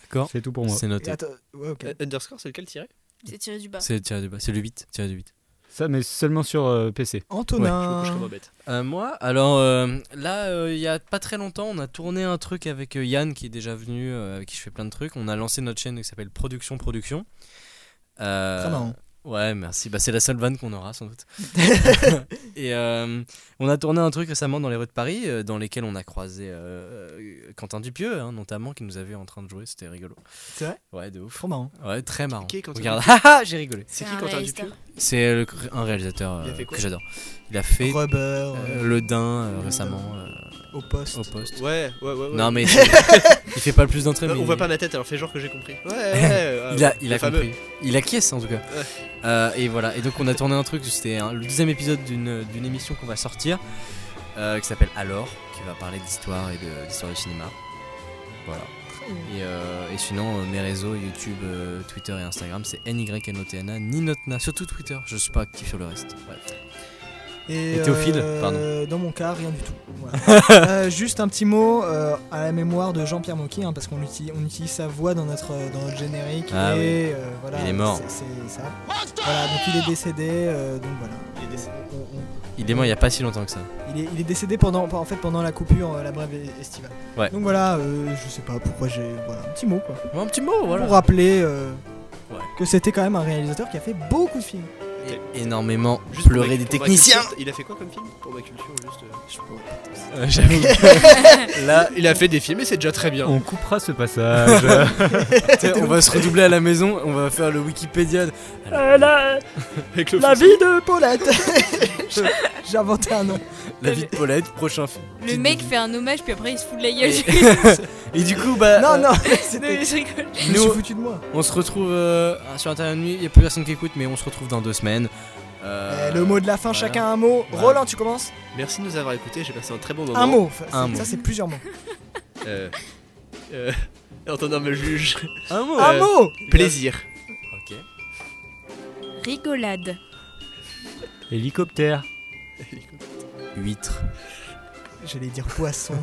D'accord.
c'est tout pour moi
C'est
Et
noté.
attends, ouais, ok.
Euh, Underscore, c'est lequel tiré
C'est tiré du bas.
C'est le tiré du bas. C'est le 8. tiré du 8.
ça mais seulement sur euh,
Je
PC
me couche
Antonin.
comme un bête.
Euh, moi, alors euh, là, euh, il y a pas très longtemps, on a tourné un truc avec euh, Yann qui est déjà venu, euh, avec qui je fais plein de trucs. On a lancé notre chaîne qui s'appelle Production Production. Euh,
Très marrant.
Ouais, merci. Bah, c'est la seule vanne qu'on aura sans doute. et euh, on a tourné un truc récemment dans les rues de Paris, euh, dans lesquelles on a croisé euh, Quentin Dupieux, hein, notamment, qui nous avait en train de jouer. C'était rigolo.
C'est vrai
Ouais, de ouf.
Trop marrant.
Ouais, très marrant.
Qui est Quentin
Regarde, haha, j'ai rigolé.
C'est
un hein.
qui Quentin
réalisateur.
Dupieux
C'est le- un réalisateur
Il a
euh,
fait quoi
que j'adore. Il a fait
Rubber
euh,
euh,
Le Dain euh, récemment euh,
au poste.
au poste.
Ouais, ouais, ouais. ouais.
Non mais c'est- il fait Euh, pas le plus d'entrées.
Non,
mais
on
il-
voit pas ma tête, alors fais genre que j'ai compris. Ouais, ouais. ouais,
Il a, il
le
a
fameux.
compris. Il acquiesce en tout cas. Euh, et voilà. Et donc on a tourné un truc. C'était hein, le deuxième épisode d'une d'une émission qu'on va sortir euh, qui s'appelle Alors, qui va parler d'histoire et de d'histoire du cinéma. Voilà. Et, euh, et sinon euh, mes réseaux YouTube, euh, Twitter et Instagram, c'est NYNOTNA, Ninotna, surtout Twitter. Je suis pas actif sur le reste. Bref.
Et,
Et Théophile,
pardon. Dans mon cas, rien du tout. Voilà. Euh, juste un petit mot euh, à la mémoire de Jean-Pierre Mocky, hein, parce qu'on utilise, on utilise sa voix dans notre, euh, dans notre générique.
Ah
et
oui.
euh, voilà,
Il est mort.
C'est c'est ça. Voilà, donc il est décédé. euh, donc voilà.
Il est décédé.
On- on-
Il est mort il y a pas si longtemps que ça.
il, est, il est décédé pendant, en fait, pendant la coupure, euh, la brève est- estivale.
Ouais.
Donc voilà, euh, je sais pas pourquoi j'ai. Voilà, un petit mot quoi.
Bon, un petit mot voilà.
Pour rappeler euh,
Ouais.
que c'était quand même un réalisateur qui a fait beaucoup de films.
Énormément
Juste pour ma-
pleurer des
pour ma
techniciens.
culture, Il a fait quoi comme film Pour ma culture, juste. euh, je sais pas.
Euh, J'avoue.
Là, il a fait des films et c'est déjà très bien.
on coupera ce passage
T'sais, on va se redoubler à la maison, on va faire le Wikipédia.
Avec le
vie de Paulette J'ai inventé un nom.
La vie de Paulette, prochain film.
Le mec fait un hommage puis après il se fout de la gueule.
Et du coup, bah,
Non,
euh,
non,
Non,
c'était.
je rigole.
Je me suis
nous,
foutu de moi.
on se retrouve euh, sur Internet Nuit, il n'y a plus personne qui écoute, mais on se retrouve dans deux semaines. Euh,
Eh, le mot de la fin,
voilà.
chacun un mot.
Voilà.
Roland, tu commences
Merci de nous avoir écoutés, j'ai passé un très bon moment.
Un mot. Enfin,
Un
c'est-
mot.
Ça, c'est plusieurs mots.
Euh. euh, Antonin me juge.
Un mot
Un
Euh,
mot
Plaisir.
Ok.
Rigolade.
hélicoptère
Huître.
J'allais dire poisson.